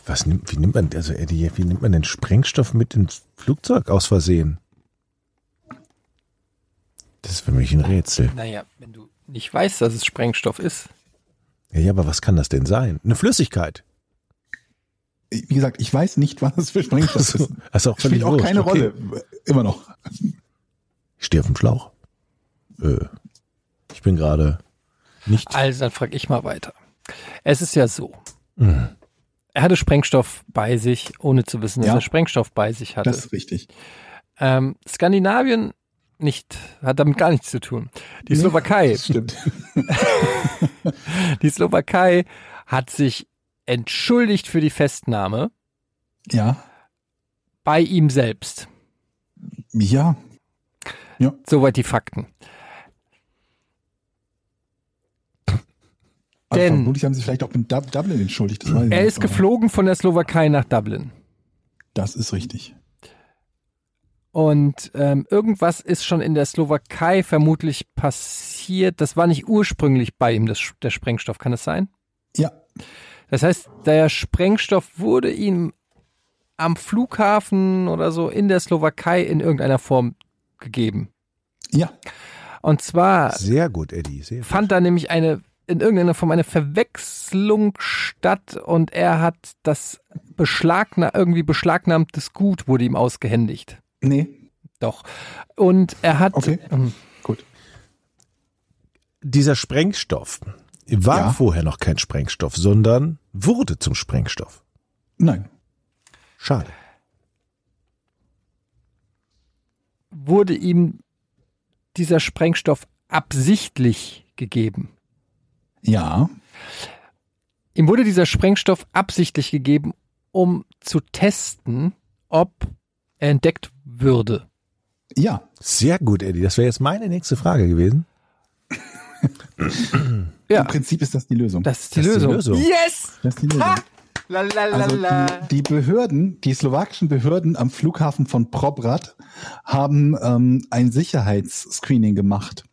[SPEAKER 5] Was nimmt, wie nimmt man, also Eddie, wie nimmt man den Sprengstoff mit ins Flugzeug aus Versehen? Das ist für mich ein Rätsel.
[SPEAKER 2] Naja, wenn du nicht weißt, dass es Sprengstoff ist.
[SPEAKER 5] Ja, ja, aber was kann das denn sein? Eine Flüssigkeit.
[SPEAKER 4] Wie gesagt, ich weiß nicht, was es für Sprengstoff ist.
[SPEAKER 5] Also auch
[SPEAKER 4] Spielt
[SPEAKER 5] völlig
[SPEAKER 4] auch
[SPEAKER 5] wurscht.
[SPEAKER 4] keine
[SPEAKER 5] okay.
[SPEAKER 4] Rolle. Immer noch.
[SPEAKER 5] Ich stehe auf dem Schlauch. Äh, ich bin gerade nicht.
[SPEAKER 4] Ah.
[SPEAKER 2] Also dann frage ich mal weiter. Es ist ja so.
[SPEAKER 5] Mhm.
[SPEAKER 2] Er hatte Sprengstoff bei sich, ohne zu wissen, dass
[SPEAKER 4] Ja.
[SPEAKER 2] er Sprengstoff bei sich hatte.
[SPEAKER 4] Das ist richtig.
[SPEAKER 2] Ähm, Skandinavien nicht, hat damit gar nichts zu tun. Die
[SPEAKER 4] Nee,
[SPEAKER 2] Slowakei,
[SPEAKER 4] Das stimmt.
[SPEAKER 2] die Slowakei hat sich entschuldigt für die Festnahme
[SPEAKER 4] Ja.
[SPEAKER 2] bei ihm selbst.
[SPEAKER 4] Ja.
[SPEAKER 2] Soweit die Fakten.
[SPEAKER 4] Aber
[SPEAKER 2] Denn-
[SPEAKER 4] vermutlich haben sie vielleicht auch mit Dub- Dublin entschuldigt. Das weiß ich
[SPEAKER 2] Er
[SPEAKER 4] nicht,
[SPEAKER 2] ist
[SPEAKER 4] aber
[SPEAKER 2] geflogen von der Slowakei nach Dublin.
[SPEAKER 4] Das ist richtig.
[SPEAKER 2] Und ähm, irgendwas ist schon in der Slowakei vermutlich passiert. Das war nicht ursprünglich bei ihm, das, der Sprengstoff, kann es sein?
[SPEAKER 4] Ja.
[SPEAKER 2] Das heißt, der Sprengstoff wurde ihm am Flughafen oder so in der Slowakei in irgendeiner Form gegeben.
[SPEAKER 4] Ja.
[SPEAKER 2] Und zwar
[SPEAKER 5] Sehr gut, Eddie. Sehr gut.
[SPEAKER 2] fand da nämlich eine in irgendeiner Form eine Verwechslung statt und er hat das beschlagna irgendwie beschlagnahmtes Gut wurde ihm ausgehändigt.
[SPEAKER 4] Nee.
[SPEAKER 2] Doch. Und er hat
[SPEAKER 4] Okay.
[SPEAKER 2] ähm,
[SPEAKER 4] Gut.
[SPEAKER 5] Dieser Sprengstoff war
[SPEAKER 4] Ja.
[SPEAKER 5] vorher noch kein Sprengstoff, sondern wurde zum Sprengstoff.
[SPEAKER 4] Nein.
[SPEAKER 5] Schade.
[SPEAKER 2] wurde ihm dieser Sprengstoff absichtlich gegeben.
[SPEAKER 4] Ja.
[SPEAKER 2] Ihm wurde dieser Sprengstoff absichtlich gegeben, um zu testen, ob er entdeckt würde.
[SPEAKER 4] Ja.
[SPEAKER 5] Sehr gut, Eddie. Das wäre jetzt meine nächste Frage gewesen.
[SPEAKER 2] Ja,
[SPEAKER 4] Im Prinzip ist das die Lösung.
[SPEAKER 2] das ist die,
[SPEAKER 5] das ist die
[SPEAKER 2] Lösung.
[SPEAKER 5] Lösung.
[SPEAKER 2] Yes!
[SPEAKER 4] Das ist die Lösung. Also die, die Behörden, die slowakischen Behörden am Flughafen von Probrad haben ähm, ein Sicherheitsscreening gemacht.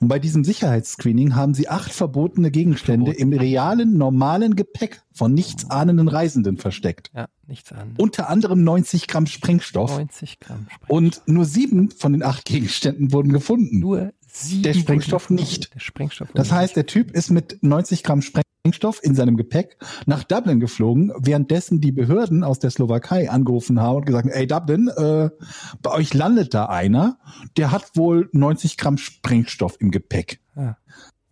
[SPEAKER 4] Und bei diesem Sicherheitsscreening haben sie acht verbotene Gegenstände im realen, normalen Gepäck von nichts ahnenden Reisenden versteckt.
[SPEAKER 2] Ja, nichts an.
[SPEAKER 4] Unter anderem 90 Gramm Sprengstoff.
[SPEAKER 2] 90 Gramm Sprengstoff.
[SPEAKER 4] Und nur sieben von den acht Gegenständen wurden gefunden.
[SPEAKER 2] Nur sieben.
[SPEAKER 4] Der Sprengstoff
[SPEAKER 2] Prozent.
[SPEAKER 4] nicht.
[SPEAKER 2] Der Sprengstoff.
[SPEAKER 4] Das heißt, der Typ ist mit 90 Gramm Sprengstoff in seinem Gepäck nach Dublin geflogen, währenddessen die Behörden aus der Slowakei angerufen haben und gesagt, haben, ey Dublin, äh, bei euch landet da einer, der hat wohl 90 Gramm Sprengstoff im Gepäck.
[SPEAKER 2] Ah.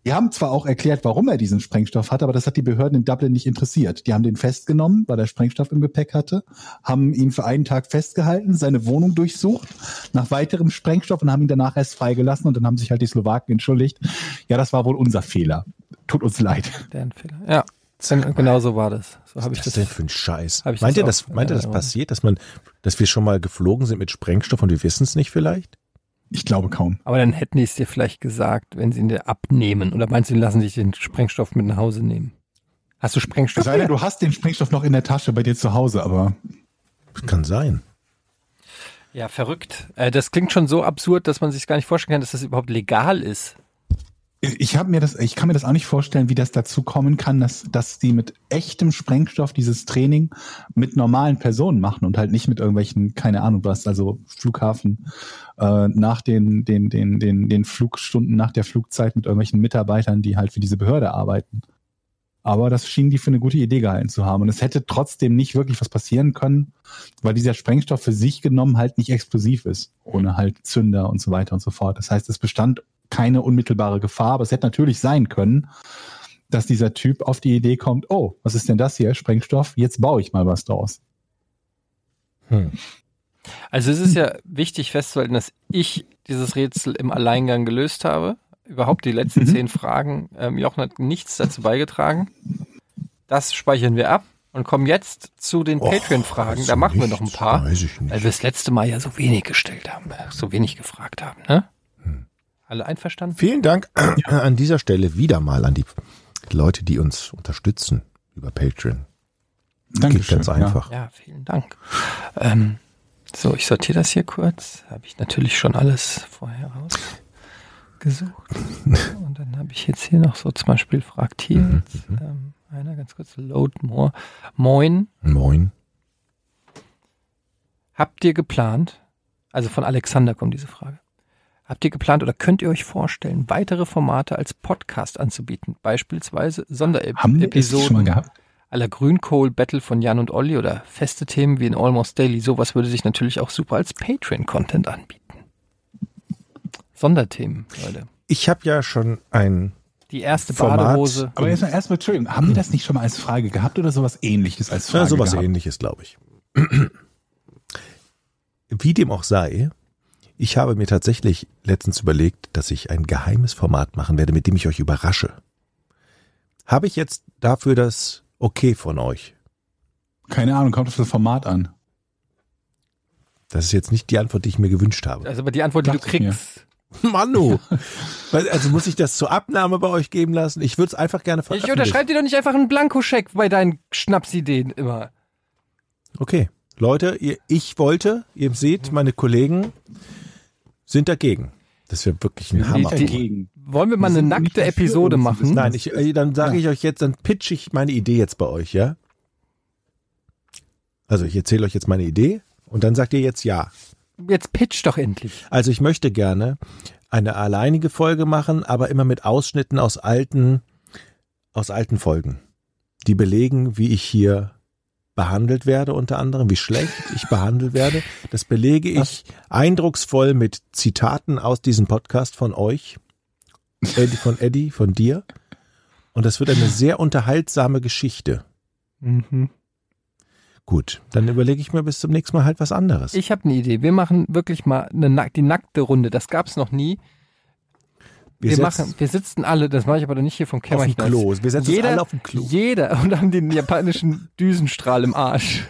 [SPEAKER 4] Die haben zwar auch erklärt, warum er diesen Sprengstoff hat, aber das hat die Behörden in Dublin nicht interessiert. Die haben den festgenommen, weil er Sprengstoff im Gepäck hatte, haben ihn für einen Tag festgehalten, seine Wohnung durchsucht, nach weiterem Sprengstoff und haben ihn danach erst freigelassen und dann haben sich halt die Slowaken entschuldigt. Ja, das war wohl unser Fehler. Tut uns leid.
[SPEAKER 2] Der Fehler. Ja. Gen- Genau so war das. So habe ich
[SPEAKER 5] Was
[SPEAKER 2] das.
[SPEAKER 5] ist das denn für ein Scheiß?
[SPEAKER 2] Hab ich
[SPEAKER 5] Meint
[SPEAKER 2] das
[SPEAKER 5] ihr, das,
[SPEAKER 2] auch?
[SPEAKER 5] meint ihr, das
[SPEAKER 2] Ja.
[SPEAKER 5] passiert, dass man, dass wir schon mal geflogen sind mit Sprengstoff und wir wissen es nicht vielleicht?
[SPEAKER 4] Ich glaube kaum.
[SPEAKER 2] Aber dann hätten die es dir vielleicht gesagt, wenn sie ihn dir abnehmen. Oder meinst du, die lassen sich den Sprengstoff mit nach Hause nehmen? Hast du
[SPEAKER 4] Es
[SPEAKER 2] Sprengstoff?
[SPEAKER 4] sei denn, du hast den Sprengstoff noch in der Tasche bei dir zu Hause, aber
[SPEAKER 5] Kann sein.
[SPEAKER 2] Ja, verrückt. Äh, das klingt schon so absurd, dass man sich gar nicht vorstellen kann, dass das überhaupt legal ist.
[SPEAKER 4] ich habe mir das, ich kann mir das auch nicht vorstellen, wie das dazu kommen kann, dass, dass die mit echtem Sprengstoff dieses Training mit normalen Personen machen und halt nicht mit irgendwelchen, keine Ahnung was, also Flughafen äh, nach den, den, den, den, den Flugstunden, nach der Flugzeit mit irgendwelchen Mitarbeitern, die halt für diese Behörde arbeiten. Aber das schienen die für eine gute Idee gehalten zu haben. Und es hätte trotzdem nicht wirklich was passieren können, weil dieser Sprengstoff für sich genommen halt nicht explosiv ist, ohne halt Zünder und so weiter und so fort. Das heißt, es bestand keine unmittelbare Gefahr, aber es hätte natürlich sein können, dass dieser Typ auf die Idee kommt, oh, was ist denn das hier, Sprengstoff, jetzt baue ich mal was draus.
[SPEAKER 2] Hm. Also es ist ja wichtig festzuhalten, dass ich dieses Rätsel im Alleingang gelöst habe. Überhaupt die letzten
[SPEAKER 4] Mhm.
[SPEAKER 2] zehn Fragen. Ähm, Jochen hat nichts dazu beigetragen. Das speichern wir ab und kommen jetzt zu den Patreon-Fragen. Da
[SPEAKER 5] also
[SPEAKER 2] machen wir
[SPEAKER 5] nichts,
[SPEAKER 2] noch ein paar. Also
[SPEAKER 5] Weiß ich
[SPEAKER 2] Weil
[SPEAKER 5] nicht.
[SPEAKER 2] wir das letzte Mal ja so wenig gestellt haben, äh, so wenig gefragt haben, ne? Alle einverstanden?
[SPEAKER 5] Vielen Dank an dieser Stelle wieder mal an die Leute, die uns unterstützen über Patreon. Geht ganz einfach.
[SPEAKER 2] Ja, vielen Dank. Ähm, so, ich sortiere das hier kurz. Habe ich natürlich schon alles vorher ausgesucht. Und dann habe ich jetzt hier noch so zum Beispiel fragt hier jetzt, ähm, einer ganz kurz, Load More. Moin,
[SPEAKER 5] Moin.
[SPEAKER 2] habt ihr geplant, also von Alexander kommt diese Frage. Habt ihr geplant oder könnt ihr euch vorstellen, weitere Formate als Podcast anzubieten? Beispielsweise
[SPEAKER 4] Ja. Haben wir das schon mal
[SPEAKER 2] Sonderepisoden
[SPEAKER 4] gehabt?
[SPEAKER 2] aller Grünkohl-Battle von Jan und Olli oder feste Themen wie in Almost Daily. Sowas würde sich natürlich auch super als Patreon-Content anbieten. Sonderthemen, Leute.
[SPEAKER 5] Ich habe ja schon ein
[SPEAKER 2] Die erste
[SPEAKER 5] Format.
[SPEAKER 2] Badehose.
[SPEAKER 4] Aber erstmal, erstmal, Entschuldigung, haben wir das nicht schon mal als Frage gehabt oder sowas ähnliches als Frage
[SPEAKER 5] ja, sowas
[SPEAKER 4] gehabt?
[SPEAKER 5] ähnliches, glaube ich. Wie dem auch sei, ich habe mir tatsächlich letztens überlegt, dass ich ein geheimes Format machen werde, mit dem ich euch überrasche. Habe ich jetzt dafür das Okay von euch?
[SPEAKER 4] Keine Ahnung, kommt auf das Format an.
[SPEAKER 5] Das ist jetzt nicht die Antwort, die ich mir gewünscht habe.
[SPEAKER 2] Also aber die Antwort, die du
[SPEAKER 4] Dachte ich mir.
[SPEAKER 2] kriegst.
[SPEAKER 5] Manu! Weil, Also muss ich das zur Abnahme bei euch geben lassen? Ich würde es einfach gerne
[SPEAKER 2] Ich
[SPEAKER 5] veröffentlichen.
[SPEAKER 2] unterschreibe dir doch nicht einfach einen Blankoscheck bei deinen Schnapsideen immer.
[SPEAKER 5] Okay. Leute, ihr, ich wollte, ihr seht,
[SPEAKER 2] Mhm.
[SPEAKER 5] meine Kollegen sind dagegen. Das wäre wirklich ein Hammer.
[SPEAKER 2] die- Wollen wir mal
[SPEAKER 4] Wir
[SPEAKER 2] eine
[SPEAKER 4] sind nicht
[SPEAKER 2] nackte
[SPEAKER 4] dafür,
[SPEAKER 2] Episode
[SPEAKER 4] uns zu
[SPEAKER 2] machen?
[SPEAKER 5] Nein, ich, äh, dann sage
[SPEAKER 4] Ja.
[SPEAKER 5] ich euch jetzt, dann pitch ich meine Idee jetzt bei euch, ja? Also ich erzähle euch jetzt meine Idee und dann sagt ihr jetzt ja.
[SPEAKER 2] Jetzt pitch doch endlich.
[SPEAKER 5] Also ich möchte gerne eine alleinige Folge machen, aber immer mit Ausschnitten aus alten, aus alten Folgen, die belegen, wie ich hier behandelt werde unter anderem, wie schlecht ich behandelt werde. Das belege ich eindrucksvoll mit Zitaten aus diesem Podcast von euch, Eddie, von Eddie, von dir. Und das wird eine sehr unterhaltsame Geschichte. Gut, dann überlege ich mir bis zum nächsten Mal halt was anderes.
[SPEAKER 2] Ich habe eine Idee. Wir machen wirklich mal eine, nack- die nackte Runde. Das gab es noch nie. Wir,
[SPEAKER 5] setzen-
[SPEAKER 2] machen, wir sitzen alle, das mache ich aber doch nicht hier vom
[SPEAKER 5] auf dem
[SPEAKER 2] Kämmerchen. aus.
[SPEAKER 5] Klo. Wir setzen uns
[SPEAKER 2] jeder,
[SPEAKER 5] alle auf dem Klo.
[SPEAKER 2] Jeder und haben den japanischen Düsenstrahl im Arsch.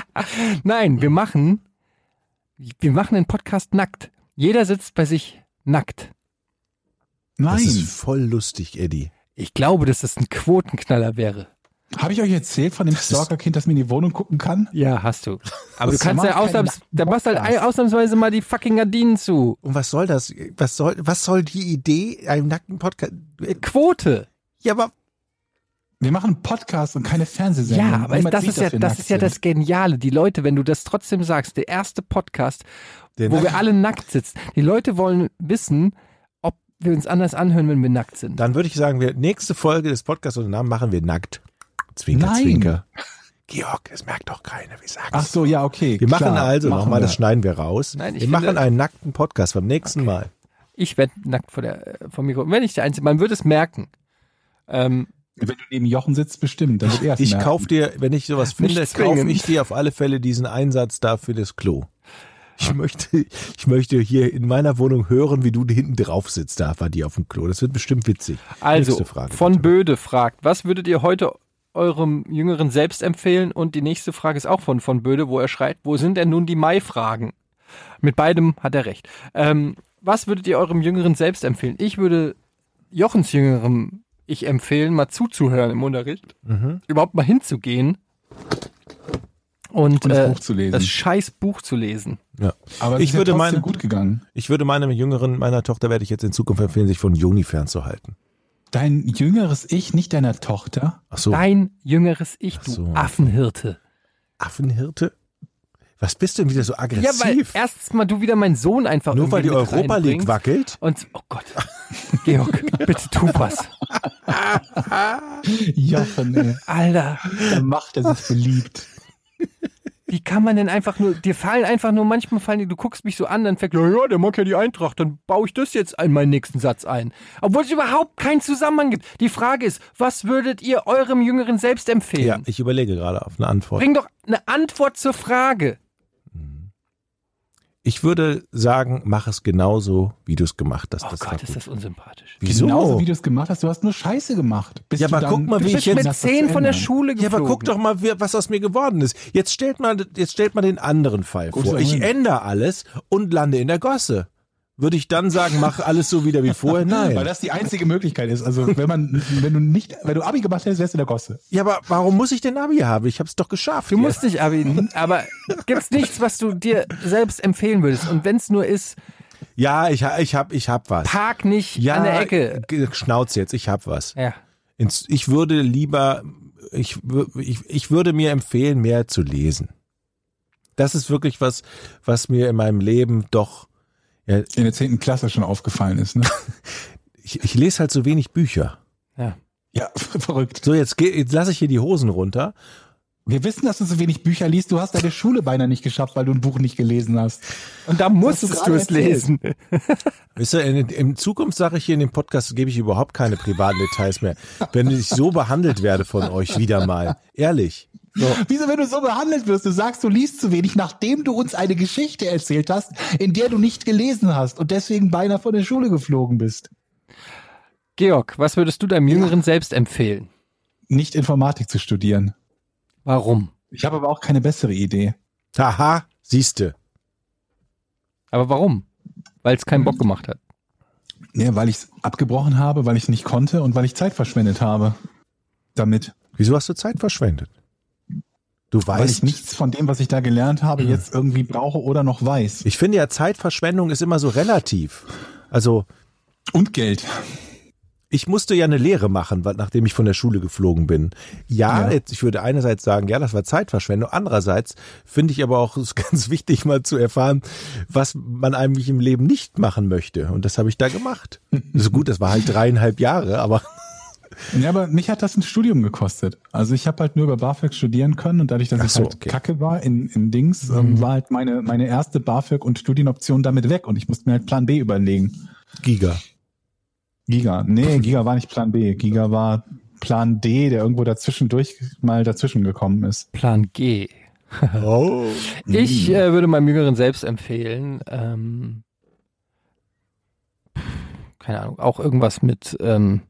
[SPEAKER 2] Nein, wir machen, wir machen den Podcast nackt. Jeder sitzt bei sich nackt.
[SPEAKER 5] Das ist
[SPEAKER 4] Nein.
[SPEAKER 5] voll lustig, Eddie.
[SPEAKER 2] Ich glaube, dass das ein Quotenknaller wäre.
[SPEAKER 4] Habe ich euch erzählt von dem Stalker-Kind, das mir in die Wohnung gucken kann?
[SPEAKER 2] Ja, hast du. Aber du
[SPEAKER 4] Das
[SPEAKER 2] kannst
[SPEAKER 4] macht
[SPEAKER 2] ja ausnahms,
[SPEAKER 4] keinen
[SPEAKER 2] da machst halt
[SPEAKER 4] Podcast.
[SPEAKER 2] ausnahmsweise mal die fucking Gardinen zu.
[SPEAKER 5] Und was soll das? Was soll, was soll die Idee einem nackten Podcast?
[SPEAKER 2] Quote.
[SPEAKER 5] Ja, aber
[SPEAKER 4] Wir machen einen Podcast und keine Fernsehsendung.
[SPEAKER 2] Ja, aber
[SPEAKER 4] Niemand
[SPEAKER 2] das
[SPEAKER 4] sieht,
[SPEAKER 2] ist ja,
[SPEAKER 4] dass wir
[SPEAKER 2] das
[SPEAKER 4] nackt
[SPEAKER 2] ist ja
[SPEAKER 4] sind.
[SPEAKER 2] das Geniale. Die Leute, wenn du das trotzdem sagst, der erste Podcast,
[SPEAKER 5] Der
[SPEAKER 2] wo
[SPEAKER 5] nackt-
[SPEAKER 2] wir alle nackt sitzen. Die Leute wollen wissen, ob wir uns anders anhören, wenn wir nackt sind.
[SPEAKER 5] dann würde ich sagen, wir nächste Folge des Podcasts und den Namen machen wir nackt. Zwinker,
[SPEAKER 4] Nein.
[SPEAKER 5] Zwinker. Georg, das merkt doch keiner. Wir sagen
[SPEAKER 4] Ach so, ja, okay.
[SPEAKER 5] Wir machen
[SPEAKER 4] klar,
[SPEAKER 5] also
[SPEAKER 4] machen
[SPEAKER 5] nochmal,
[SPEAKER 4] wir.
[SPEAKER 5] das schneiden wir raus.
[SPEAKER 2] Nein, ich
[SPEAKER 5] wir
[SPEAKER 2] finde-
[SPEAKER 5] machen einen nackten Podcast beim nächsten Mal.
[SPEAKER 2] Ich werde nackt vor der, äh, vom Mikro. Wenn ich der Einzige, man würde es merken. Ähm,
[SPEAKER 4] Wenn du neben Jochen sitzt, bestimmt, dann wird er es
[SPEAKER 5] Ich
[SPEAKER 4] merken.
[SPEAKER 5] kauf dir, wenn ich sowas
[SPEAKER 2] Nicht
[SPEAKER 5] finde,
[SPEAKER 2] zwingen.
[SPEAKER 5] kaufe ich dir auf alle Fälle diesen Einsatz da für das Klo. Ich möchte, ich möchte hier in meiner Wohnung hören, wie du hinten drauf sitzt, da bei dir auf dem Klo. Das wird bestimmt witzig.
[SPEAKER 2] also,
[SPEAKER 5] Nächste Frage,
[SPEAKER 2] von
[SPEAKER 5] bitte.
[SPEAKER 2] Böde fragt, was würdet ihr heute eurem jüngeren Selbst empfehlen. Und die nächste Frage ist auch von von Böde, wo er schreit, wo sind denn nun die Mai-Fragen? Mit beidem hat er recht. Ähm, was würdet ihr eurem jüngeren Selbst empfehlen? Ich würde Jochens jüngerem Ich empfehlen, mal zuzuhören im Unterricht,
[SPEAKER 5] Mhm.
[SPEAKER 2] überhaupt mal hinzugehen und,
[SPEAKER 4] Und das
[SPEAKER 2] äh,
[SPEAKER 4] Buch zu lesen.
[SPEAKER 2] das scheiß Buch zu lesen.
[SPEAKER 5] Ja.
[SPEAKER 4] Aber es
[SPEAKER 5] ich
[SPEAKER 4] ist
[SPEAKER 5] würde
[SPEAKER 4] ja trotzdem
[SPEAKER 5] meine,
[SPEAKER 4] gut gegangen.
[SPEAKER 5] ich würde meinem jüngeren, meiner Tochter werde ich jetzt in Zukunft empfehlen, sich von Juni fernzuhalten.
[SPEAKER 4] Dein jüngeres Ich, nicht deiner Tochter.
[SPEAKER 5] Ach so.
[SPEAKER 2] Dein jüngeres Ich, du
[SPEAKER 5] so.
[SPEAKER 2] Affenhirte.
[SPEAKER 5] Affenhirte? Was bist du denn wieder so
[SPEAKER 2] Ja, weil
[SPEAKER 5] aggressiv?
[SPEAKER 2] erstens mal du wieder mein Sohn einfach
[SPEAKER 5] Nur weil die
[SPEAKER 2] irgendwie mit
[SPEAKER 5] Europa League
[SPEAKER 2] reinbringst.
[SPEAKER 5] wackelt?
[SPEAKER 2] Und oh Gott, Georg, bitte tu was.
[SPEAKER 4] Jochen, ey,
[SPEAKER 2] Alter,
[SPEAKER 4] da macht er sich beliebt.
[SPEAKER 2] wie kann man denn einfach nur, dir fallen einfach nur, manchmal fallen die, du guckst mich so an, dann fängt, ja, ja, der mag ja die Eintracht, dann baue ich das jetzt in meinen nächsten Satz ein. Obwohl es überhaupt keinen Zusammenhang gibt. Die Frage ist, was würdet ihr eurem Jüngeren selbst empfehlen?
[SPEAKER 5] Ja, ich überlege gerade auf eine Antwort.
[SPEAKER 2] Bring doch eine Antwort zur Frage.
[SPEAKER 5] Ich würde sagen, mach es genauso, wie du es gemacht hast.
[SPEAKER 2] Oh
[SPEAKER 5] Das war
[SPEAKER 2] Gott, ist
[SPEAKER 5] gut.
[SPEAKER 2] das unsympathisch.
[SPEAKER 5] Wieso?
[SPEAKER 4] Genauso wie du es gemacht hast. Du hast nur Scheiße gemacht. Bis
[SPEAKER 5] Ja,
[SPEAKER 4] du
[SPEAKER 5] aber
[SPEAKER 4] dann
[SPEAKER 5] guck mal, wie ich
[SPEAKER 2] Du
[SPEAKER 4] geschickt
[SPEAKER 2] bist
[SPEAKER 5] jetzt-
[SPEAKER 4] hast,
[SPEAKER 2] mit
[SPEAKER 4] das zu
[SPEAKER 2] zehn von der
[SPEAKER 4] ändern.
[SPEAKER 2] Schule
[SPEAKER 5] ja,
[SPEAKER 2] geflogen.
[SPEAKER 5] aber guck doch mal, wie- was aus mir geworden ist. Jetzt stellt mal, jetzt stellt mal den anderen Fall
[SPEAKER 4] Gut,
[SPEAKER 5] vor.
[SPEAKER 4] so
[SPEAKER 5] Ich
[SPEAKER 4] hin.
[SPEAKER 5] ändere alles und lande in der Gosse. Würde ich dann sagen, mach alles so wieder wie vorher?
[SPEAKER 4] Weil
[SPEAKER 5] Nein.
[SPEAKER 4] das die einzige Möglichkeit ist. Also wenn man, wenn du nicht, wenn du Abi gemacht hättest, wärst du der Gosse.
[SPEAKER 5] Ja, aber warum muss ich denn Abi haben? Ich hab's doch geschafft.
[SPEAKER 2] Du musst nicht abbieten, aber gibt's nichts, was du dir selbst empfehlen würdest? Und wenn's nur ist,
[SPEAKER 5] ja, ich, ha- ich hab, ich hab was.
[SPEAKER 2] park nicht
[SPEAKER 5] ja,
[SPEAKER 2] an der Ecke.
[SPEAKER 5] g- Schnauz jetzt, ich hab was.
[SPEAKER 2] Ja.
[SPEAKER 5] Ins- Ich würde lieber, ich, wür- ich, ich würde mir empfehlen, mehr zu lesen. Das ist wirklich was, was mir in meinem Leben doch, ja,
[SPEAKER 4] In der zehnten Klasse schon aufgefallen ist. Ne?
[SPEAKER 5] ich, ich lese halt so wenig Bücher.
[SPEAKER 2] ja.
[SPEAKER 4] Ja, verrückt.
[SPEAKER 5] So, jetzt, geh- jetzt lasse ich hier die Hosen runter.
[SPEAKER 4] Wir wissen, dass du so wenig Bücher liest. Du hast deine Schule beinahe nicht geschafft, weil du ein Buch nicht gelesen hast.
[SPEAKER 2] Und da musstest du
[SPEAKER 4] gerade
[SPEAKER 2] es lesen.
[SPEAKER 5] Weißt du, in, in Zukunft sage ich hier in dem Podcast, gebe ich überhaupt keine privaten Details mehr. Wenn ich so behandelt werde von euch wieder mal. Ehrlich.
[SPEAKER 4] Wieso, wenn du so behandelt wirst, du sagst, du liest zu wenig, nachdem du uns eine Geschichte erzählt hast, in der du nicht gelesen hast und deswegen beinahe von der Schule geflogen bist?
[SPEAKER 2] Georg, was würdest du deinem Jüngeren selbst empfehlen?
[SPEAKER 4] Nicht Informatik zu studieren.
[SPEAKER 2] Warum?
[SPEAKER 4] Ich habe aber auch keine bessere Idee.
[SPEAKER 5] Haha, siehste.
[SPEAKER 2] Aber warum? Weil es keinen Bock gemacht hat.
[SPEAKER 4] Ja, weil ich es abgebrochen habe, weil ich es nicht konnte und weil ich Zeit verschwendet habe damit.
[SPEAKER 5] Wieso hast du Zeit verschwendet? Du
[SPEAKER 4] Weil ich Hm.
[SPEAKER 5] weißt nicht.
[SPEAKER 4] nichts von dem, was ich da gelernt habe, jetzt irgendwie brauche oder noch weiß.
[SPEAKER 5] Ich finde ja, Zeitverschwendung ist immer so relativ. Also,
[SPEAKER 4] Und Geld.
[SPEAKER 5] ich musste ja eine Lehre machen, weil- nachdem ich von der Schule geflogen bin. Ja,
[SPEAKER 4] Ja.
[SPEAKER 5] Jetzt, ich würde einerseits sagen, ja, das war Zeitverschwendung. Andererseits finde ich aber auch es ist ganz wichtig, mal zu erfahren, was man eigentlich im Leben nicht machen möchte. Und das habe ich da gemacht. Das ist gut, das war halt dreieinhalb Jahre, aber
[SPEAKER 4] Ja, aber mich hat das ein Studium gekostet. Also ich habe halt nur über BAföG studieren können und dadurch, dass
[SPEAKER 5] Ach
[SPEAKER 4] ich
[SPEAKER 5] so,
[SPEAKER 4] halt
[SPEAKER 5] okay. Mhm.
[SPEAKER 4] kacke war in, in Dings, ähm, war halt meine, meine erste BAföG- und Studienoption damit weg und ich musste mir halt Plan B überlegen.
[SPEAKER 5] Giga.
[SPEAKER 4] Giga. Nee, Giga war nicht Plan B. Giga war Plan D, der irgendwo dazwischendurch mal dazwischen gekommen ist.
[SPEAKER 2] Plan G.
[SPEAKER 5] Oh.
[SPEAKER 2] Ich äh, würde meinem Jüngeren selbst empfehlen, ähm, pff, keine Ahnung, auch irgendwas mit ähm,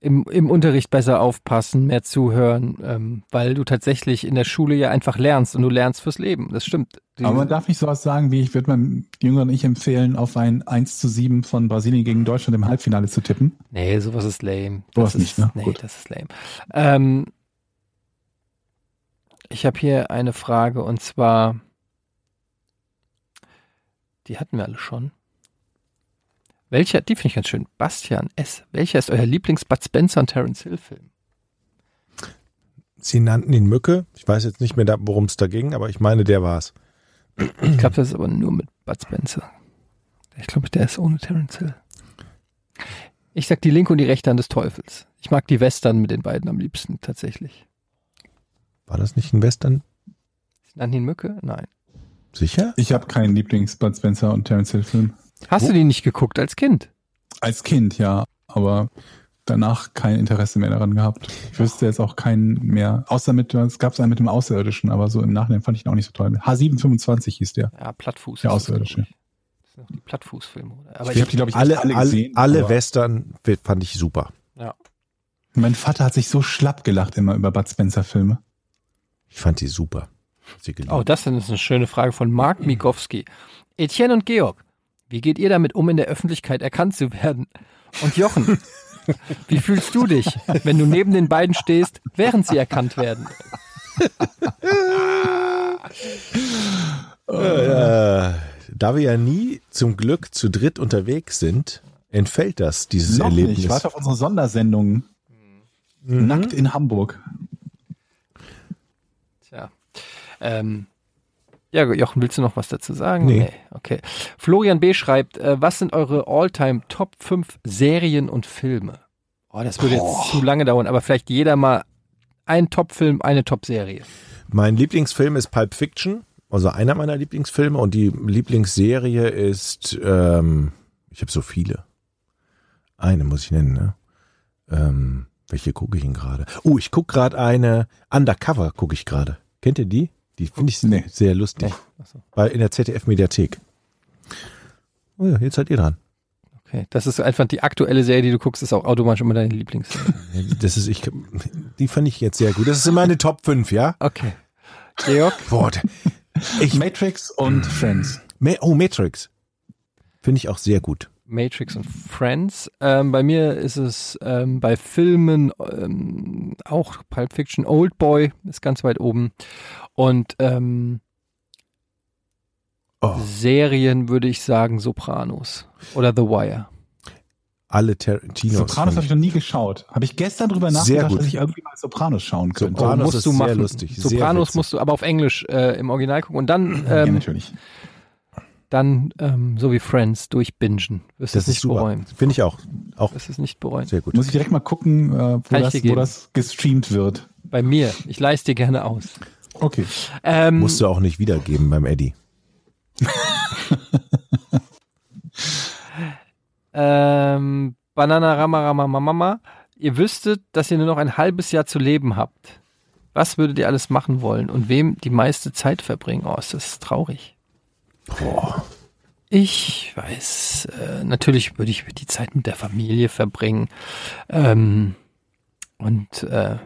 [SPEAKER 2] im, im Unterricht besser aufpassen, mehr zuhören, ähm, weil du tatsächlich in der Schule ja einfach lernst und du lernst fürs Leben. Das stimmt. Die-
[SPEAKER 4] Aber man darf nicht sowas sagen wie, ich würde meinem jüngeren Ich empfehlen, auf ein 1 zu 7 von Brasilien gegen Deutschland im Halbfinale zu tippen.
[SPEAKER 2] nee, sowas ist lame.
[SPEAKER 4] Sowas
[SPEAKER 2] das ist,
[SPEAKER 4] nicht, ne?
[SPEAKER 2] Nee,
[SPEAKER 4] Gut.
[SPEAKER 2] das ist lame. Ähm, ich habe hier eine Frage und zwar, die hatten wir alle schon. Welcher, die finde ich ganz schön, Bastian S., welcher ist euer Lieblings-Bud Spencer und Terence Hill-Film?
[SPEAKER 5] Sie nannten ihn Mücke. Ich weiß jetzt nicht mehr, da- worum es da ging, aber ich meine, der war's.
[SPEAKER 2] Ich glaube, das ist aber nur mit Bud Spencer. Ich glaube, der ist ohne Terence Hill. Ich sag die linke und die rechte Hand des Teufels. Ich mag die Western mit den beiden am liebsten, tatsächlich.
[SPEAKER 5] War das nicht ein Western?
[SPEAKER 2] Nannin Mücke? Nein.
[SPEAKER 5] Sicher?
[SPEAKER 4] Ich habe keinen Lieblings-Bud Spencer und Terence Hill-Film.
[SPEAKER 2] Hast du die nicht geguckt als Kind?
[SPEAKER 4] Als Kind, ja, aber danach kein Interesse mehr daran gehabt. Ich wüsste jetzt auch keinen mehr, außer mit, es gab einen mit dem Außerirdischen, aber so im Nachhinein fand ich ihn auch nicht so toll. H725 hieß der.
[SPEAKER 2] Ja, Plattfuß.
[SPEAKER 4] Der
[SPEAKER 2] ist das,
[SPEAKER 4] Außerirdische.
[SPEAKER 2] glaub ich. Das sind noch die Plattfußfilme, oder? Aber
[SPEAKER 4] Ich hab die, glaube ich, alle, alle gesehen.
[SPEAKER 5] alle
[SPEAKER 4] aber
[SPEAKER 5] Western fand ich super.
[SPEAKER 2] Ja.
[SPEAKER 4] Mein Vater hat sich so schlapp gelacht immer über Bud Spencer Filme.
[SPEAKER 5] Ich fand die super. Hat Sie geliebt.
[SPEAKER 2] Oh, das denn ist eine schöne Frage von Mark Migowski. Etienne und Georg, wie geht ihr damit um, in der Öffentlichkeit erkannt zu werden? Und Jochen, wie fühlst du dich, wenn du neben den beiden stehst, während sie erkannt werden?
[SPEAKER 5] Äh, da wir ja nie zum Glück zu dritt unterwegs sind, entfällt das, dieses
[SPEAKER 4] Noch
[SPEAKER 5] Erlebnis.
[SPEAKER 4] nicht. Warte auf unsere Sondersendung.
[SPEAKER 2] Mhm.
[SPEAKER 4] Nackt in Hamburg.
[SPEAKER 2] Tja. Ähm, ja, Jochen, willst du noch was dazu sagen?
[SPEAKER 5] Nee.
[SPEAKER 2] Okay. Florian B. schreibt, äh, was sind eure All-Time Top 5 Serien und Filme? Oh, das würde jetzt zu lange dauern, aber vielleicht jeder mal ein Top-Film, eine Top-Serie.
[SPEAKER 5] Mein Lieblingsfilm ist Pulp Fiction, also einer meiner Lieblingsfilme und die Lieblingsserie ist, ähm, ich habe so viele. Eine muss ich nennen, ne? Ähm, welche gucke ich denn gerade? Oh, ich gucke gerade eine Undercover, gucke ich gerade. Kennt ihr die? Die finde ich
[SPEAKER 4] Nee.
[SPEAKER 5] sehr lustig. Bei, in der ZDF-Mediathek. Oh ja, jetzt seid ihr dran.
[SPEAKER 2] Okay. Das ist einfach die aktuelle Serie, die du guckst, ist auch automatisch immer deine Lieblingsserie.
[SPEAKER 5] Das ist, ich, die fand ich jetzt sehr gut. Das ist immer eine Top 5, ja?
[SPEAKER 2] Okay. Georg?
[SPEAKER 5] Boah, ich,
[SPEAKER 4] Matrix und Friends.
[SPEAKER 5] Ma- oh, Matrix. Finde ich auch sehr gut.
[SPEAKER 2] Matrix und Friends. Ähm, bei mir ist es ähm, bei Filmen ähm, auch Pulp Fiction. Old Boy ist ganz weit oben. Und ähm,
[SPEAKER 5] Oh.
[SPEAKER 2] Serien würde ich sagen Sopranos oder The Wire.
[SPEAKER 5] alle Tarantinos.
[SPEAKER 4] Sopranos habe
[SPEAKER 5] fand
[SPEAKER 4] ich noch nie geschaut. Habe ich gestern drüber
[SPEAKER 5] Sehr
[SPEAKER 4] nachgedacht,
[SPEAKER 5] gut.
[SPEAKER 4] dass ich irgendwie mal Sopranos schauen könnte.
[SPEAKER 5] Sopranos
[SPEAKER 2] musst
[SPEAKER 5] ist
[SPEAKER 2] du
[SPEAKER 5] sehr
[SPEAKER 2] machen.
[SPEAKER 5] lustig, sehr
[SPEAKER 2] Sopranos
[SPEAKER 5] witzig.
[SPEAKER 2] musst du aber auf Englisch äh, im Original gucken und dann,
[SPEAKER 4] ja,
[SPEAKER 2] ähm,
[SPEAKER 4] natürlich.
[SPEAKER 2] dann ähm, so wie Friends durchbingen. Wirst es
[SPEAKER 5] das ist
[SPEAKER 2] nicht
[SPEAKER 5] super.
[SPEAKER 2] bereuen.
[SPEAKER 5] Finde ich auch. Auch
[SPEAKER 2] Wirst es nicht bereuen.
[SPEAKER 5] sehr gut.
[SPEAKER 4] Muss ich direkt mal gucken, äh, wo,
[SPEAKER 2] ich
[SPEAKER 4] das,
[SPEAKER 2] dir
[SPEAKER 4] wo
[SPEAKER 2] geben.
[SPEAKER 4] das gestreamt wird.
[SPEAKER 2] Bei mir. Ich leiste dir gerne aus.
[SPEAKER 4] Okay.
[SPEAKER 2] Ähm,
[SPEAKER 5] Musst du auch nicht wiedergeben beim Eddie.
[SPEAKER 2] Ähm, Banana Rama Rama Mama Mama. Ihr wüsstet, dass ihr nur noch ein halbes Jahr zu leben habt. Was würdet ihr alles machen wollen und wem die meiste Zeit verbringen? Oh, ist das traurig. Ich weiß, äh, natürlich würde ich die Zeit mit der Familie verbringen ähm, und äh,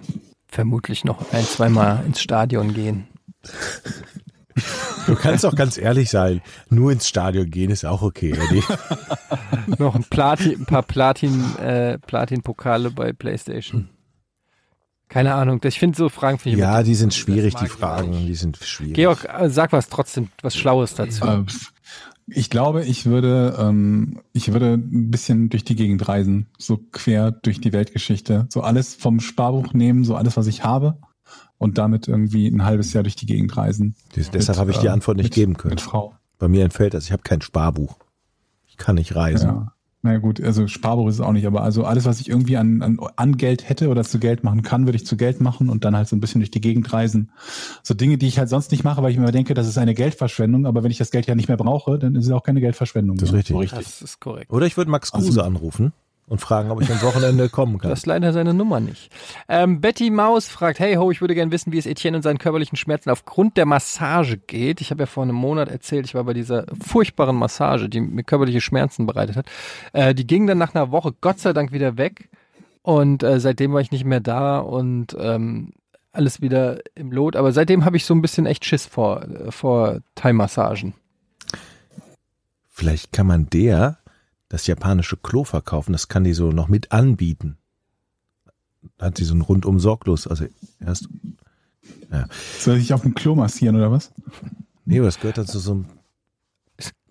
[SPEAKER 2] vermutlich noch ein, zweimal ins Stadion gehen.
[SPEAKER 5] Du kannst auch ganz ehrlich sein. Nur ins Stadion gehen ist auch okay, Eddie.
[SPEAKER 2] Noch ein, Platin, ein paar Platin, äh, Platin-Pokale bei PlayStation. Keine Ahnung. Das- Ich finde so Fragen finde ich immer
[SPEAKER 5] ja, die sind schwierig,
[SPEAKER 2] Das
[SPEAKER 5] die
[SPEAKER 2] mag ich
[SPEAKER 5] Fragen.
[SPEAKER 2] nicht.
[SPEAKER 5] Die sind schwierig.
[SPEAKER 2] Georg, äh, sag was trotzdem, was Schlaues dazu.
[SPEAKER 4] Äh, ich glaube, ich würde, ähm, ich würde ein bisschen durch die Gegend reisen, so quer durch die Weltgeschichte. So alles vom Sparbuch nehmen, so alles, was ich habe. Und damit irgendwie ein halbes Jahr durch die Gegend reisen.
[SPEAKER 5] Des- Deshalb habe ich die
[SPEAKER 4] ähm,
[SPEAKER 5] Antwort nicht
[SPEAKER 4] mit,
[SPEAKER 5] geben können.
[SPEAKER 4] Mit Frau.
[SPEAKER 5] Bei mir entfällt das. Ich habe kein Sparbuch. Ich kann nicht reisen.
[SPEAKER 4] Ja. Na gut, also Sparbuch ist es auch nicht, aber also alles, was ich irgendwie an, an, an Geld hätte oder zu Geld machen kann, würde ich zu Geld machen und dann halt so ein bisschen durch die Gegend reisen. So Dinge, die ich halt sonst nicht mache, weil ich mir immer denke, das ist eine Geldverschwendung, aber wenn ich das Geld ja nicht mehr brauche, dann ist es auch keine Geldverschwendung.
[SPEAKER 5] Das ist
[SPEAKER 4] mehr.
[SPEAKER 5] richtig.
[SPEAKER 4] So richtig.
[SPEAKER 2] das ist korrekt.
[SPEAKER 5] Oder ich würde Max Kruse anrufen und fragen, ob ich am Wochenende kommen kann.
[SPEAKER 2] Das ist leider seine Nummer nicht. Ähm, Betty Maus fragt, hey ho, ich würde gerne wissen, wie es Etienne und seinen körperlichen Schmerzen aufgrund der Massage geht. Ich habe ja vor einem Monat erzählt, ich war bei dieser furchtbaren Massage, die mir körperliche Schmerzen bereitet hat. Äh, die ging dann nach einer Woche Gott sei Dank wieder weg. Und äh, seitdem war ich nicht mehr da und ähm, alles wieder im Lot. Aber seitdem habe ich so ein bisschen echt Schiss vor, äh, vor Thai-Massagen.
[SPEAKER 5] Vielleicht kann man der das japanische Klo verkaufen. Das kann die so noch mit anbieten. Da Hat sie so ein rundum sorglos. Also erst
[SPEAKER 4] Soll ich auf dem Klo massieren oder was?
[SPEAKER 5] Nee, aber das gehört dann zu so einem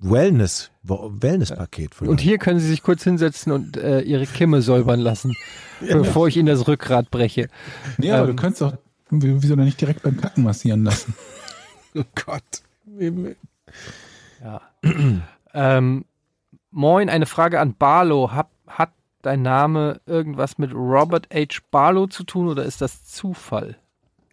[SPEAKER 5] Wellness, Wellness-Paket von
[SPEAKER 2] Und
[SPEAKER 5] mir.
[SPEAKER 2] hier können Sie sich kurz hinsetzen und äh, Ihre Kimme säubern lassen, bevor ich Ihnen das Rückgrat breche.
[SPEAKER 4] Nee, aber Äh, du könntest doch, wieso denn nicht direkt beim Kacken massieren lassen?
[SPEAKER 2] Ja. ähm, moin, eine Frage an Barlow. Hab, hat dein Name irgendwas mit Robert H. Barlow zu tun oder ist das Zufall?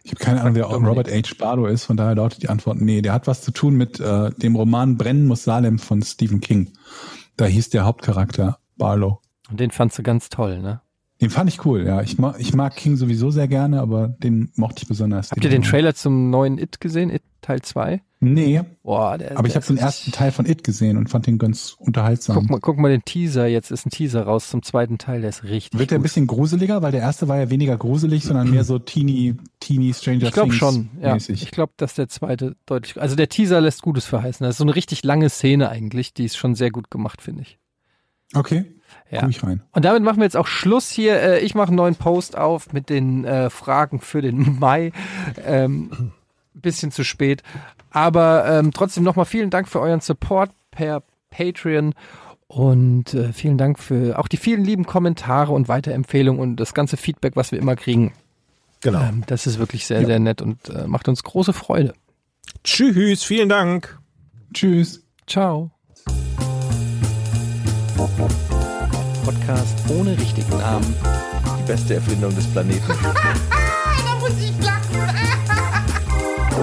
[SPEAKER 4] Ich habe keine Ahnung, wer
[SPEAKER 2] Sagt doch
[SPEAKER 4] Robert H. Bardo ist, von daher lautet die Antwort, nee, der hat was zu tun mit äh, dem Roman Brennen muss Salem von Stephen King. Da hieß der Hauptcharakter Barlow.
[SPEAKER 2] Und den fandst du ganz toll, ne?
[SPEAKER 4] Den fand ich cool, ja. Ich mag, ich mag King sowieso sehr gerne, aber den mochte ich besonders.
[SPEAKER 2] Habt ihr den Trailer zum neuen It gesehen, It Teil 2?
[SPEAKER 4] Nee,
[SPEAKER 2] Boah, der,
[SPEAKER 4] aber ich
[SPEAKER 2] der
[SPEAKER 4] habe den
[SPEAKER 2] ist-
[SPEAKER 4] ersten Teil von It gesehen und fand den ganz unterhaltsam.
[SPEAKER 2] Guck mal, guck mal den Teaser, jetzt ist ein Teaser raus zum zweiten Teil, der ist richtig
[SPEAKER 4] Wird der ein
[SPEAKER 2] gut.
[SPEAKER 4] bisschen gruseliger, weil der erste war ja weniger gruselig, sondern mehr so teeny, teeny Stranger
[SPEAKER 2] Ich glaube
[SPEAKER 4] Things
[SPEAKER 2] schon, ja.
[SPEAKER 4] mäßig.
[SPEAKER 2] Ich glaube, dass der zweite deutlich, also der Teaser lässt Gutes verheißen. Das ist so eine richtig lange Szene eigentlich, die ist schon sehr gut gemacht, finde ich.
[SPEAKER 4] Okay,
[SPEAKER 2] Ja.
[SPEAKER 4] guck ich rein.
[SPEAKER 2] Und damit machen wir jetzt auch Schluss hier. Äh, Ich mache einen neuen Post auf mit den äh, Fragen für den Mai. Ähm, bisschen zu spät. Aber ähm, trotzdem nochmal vielen Dank für euren Support per Patreon. Und äh, vielen Dank für auch die vielen lieben Kommentare und Weiterempfehlungen und das ganze Feedback, was wir immer kriegen.
[SPEAKER 5] Genau.
[SPEAKER 2] Ähm, das ist wirklich sehr, sehr nett und äh, macht uns große Freude.
[SPEAKER 5] Tschüss, vielen Dank.
[SPEAKER 4] Tschüss.
[SPEAKER 2] Ciao. Podcast ohne richtigen Namen.
[SPEAKER 6] Die beste Erfindung des Planeten.
[SPEAKER 3] da muss ich lachen.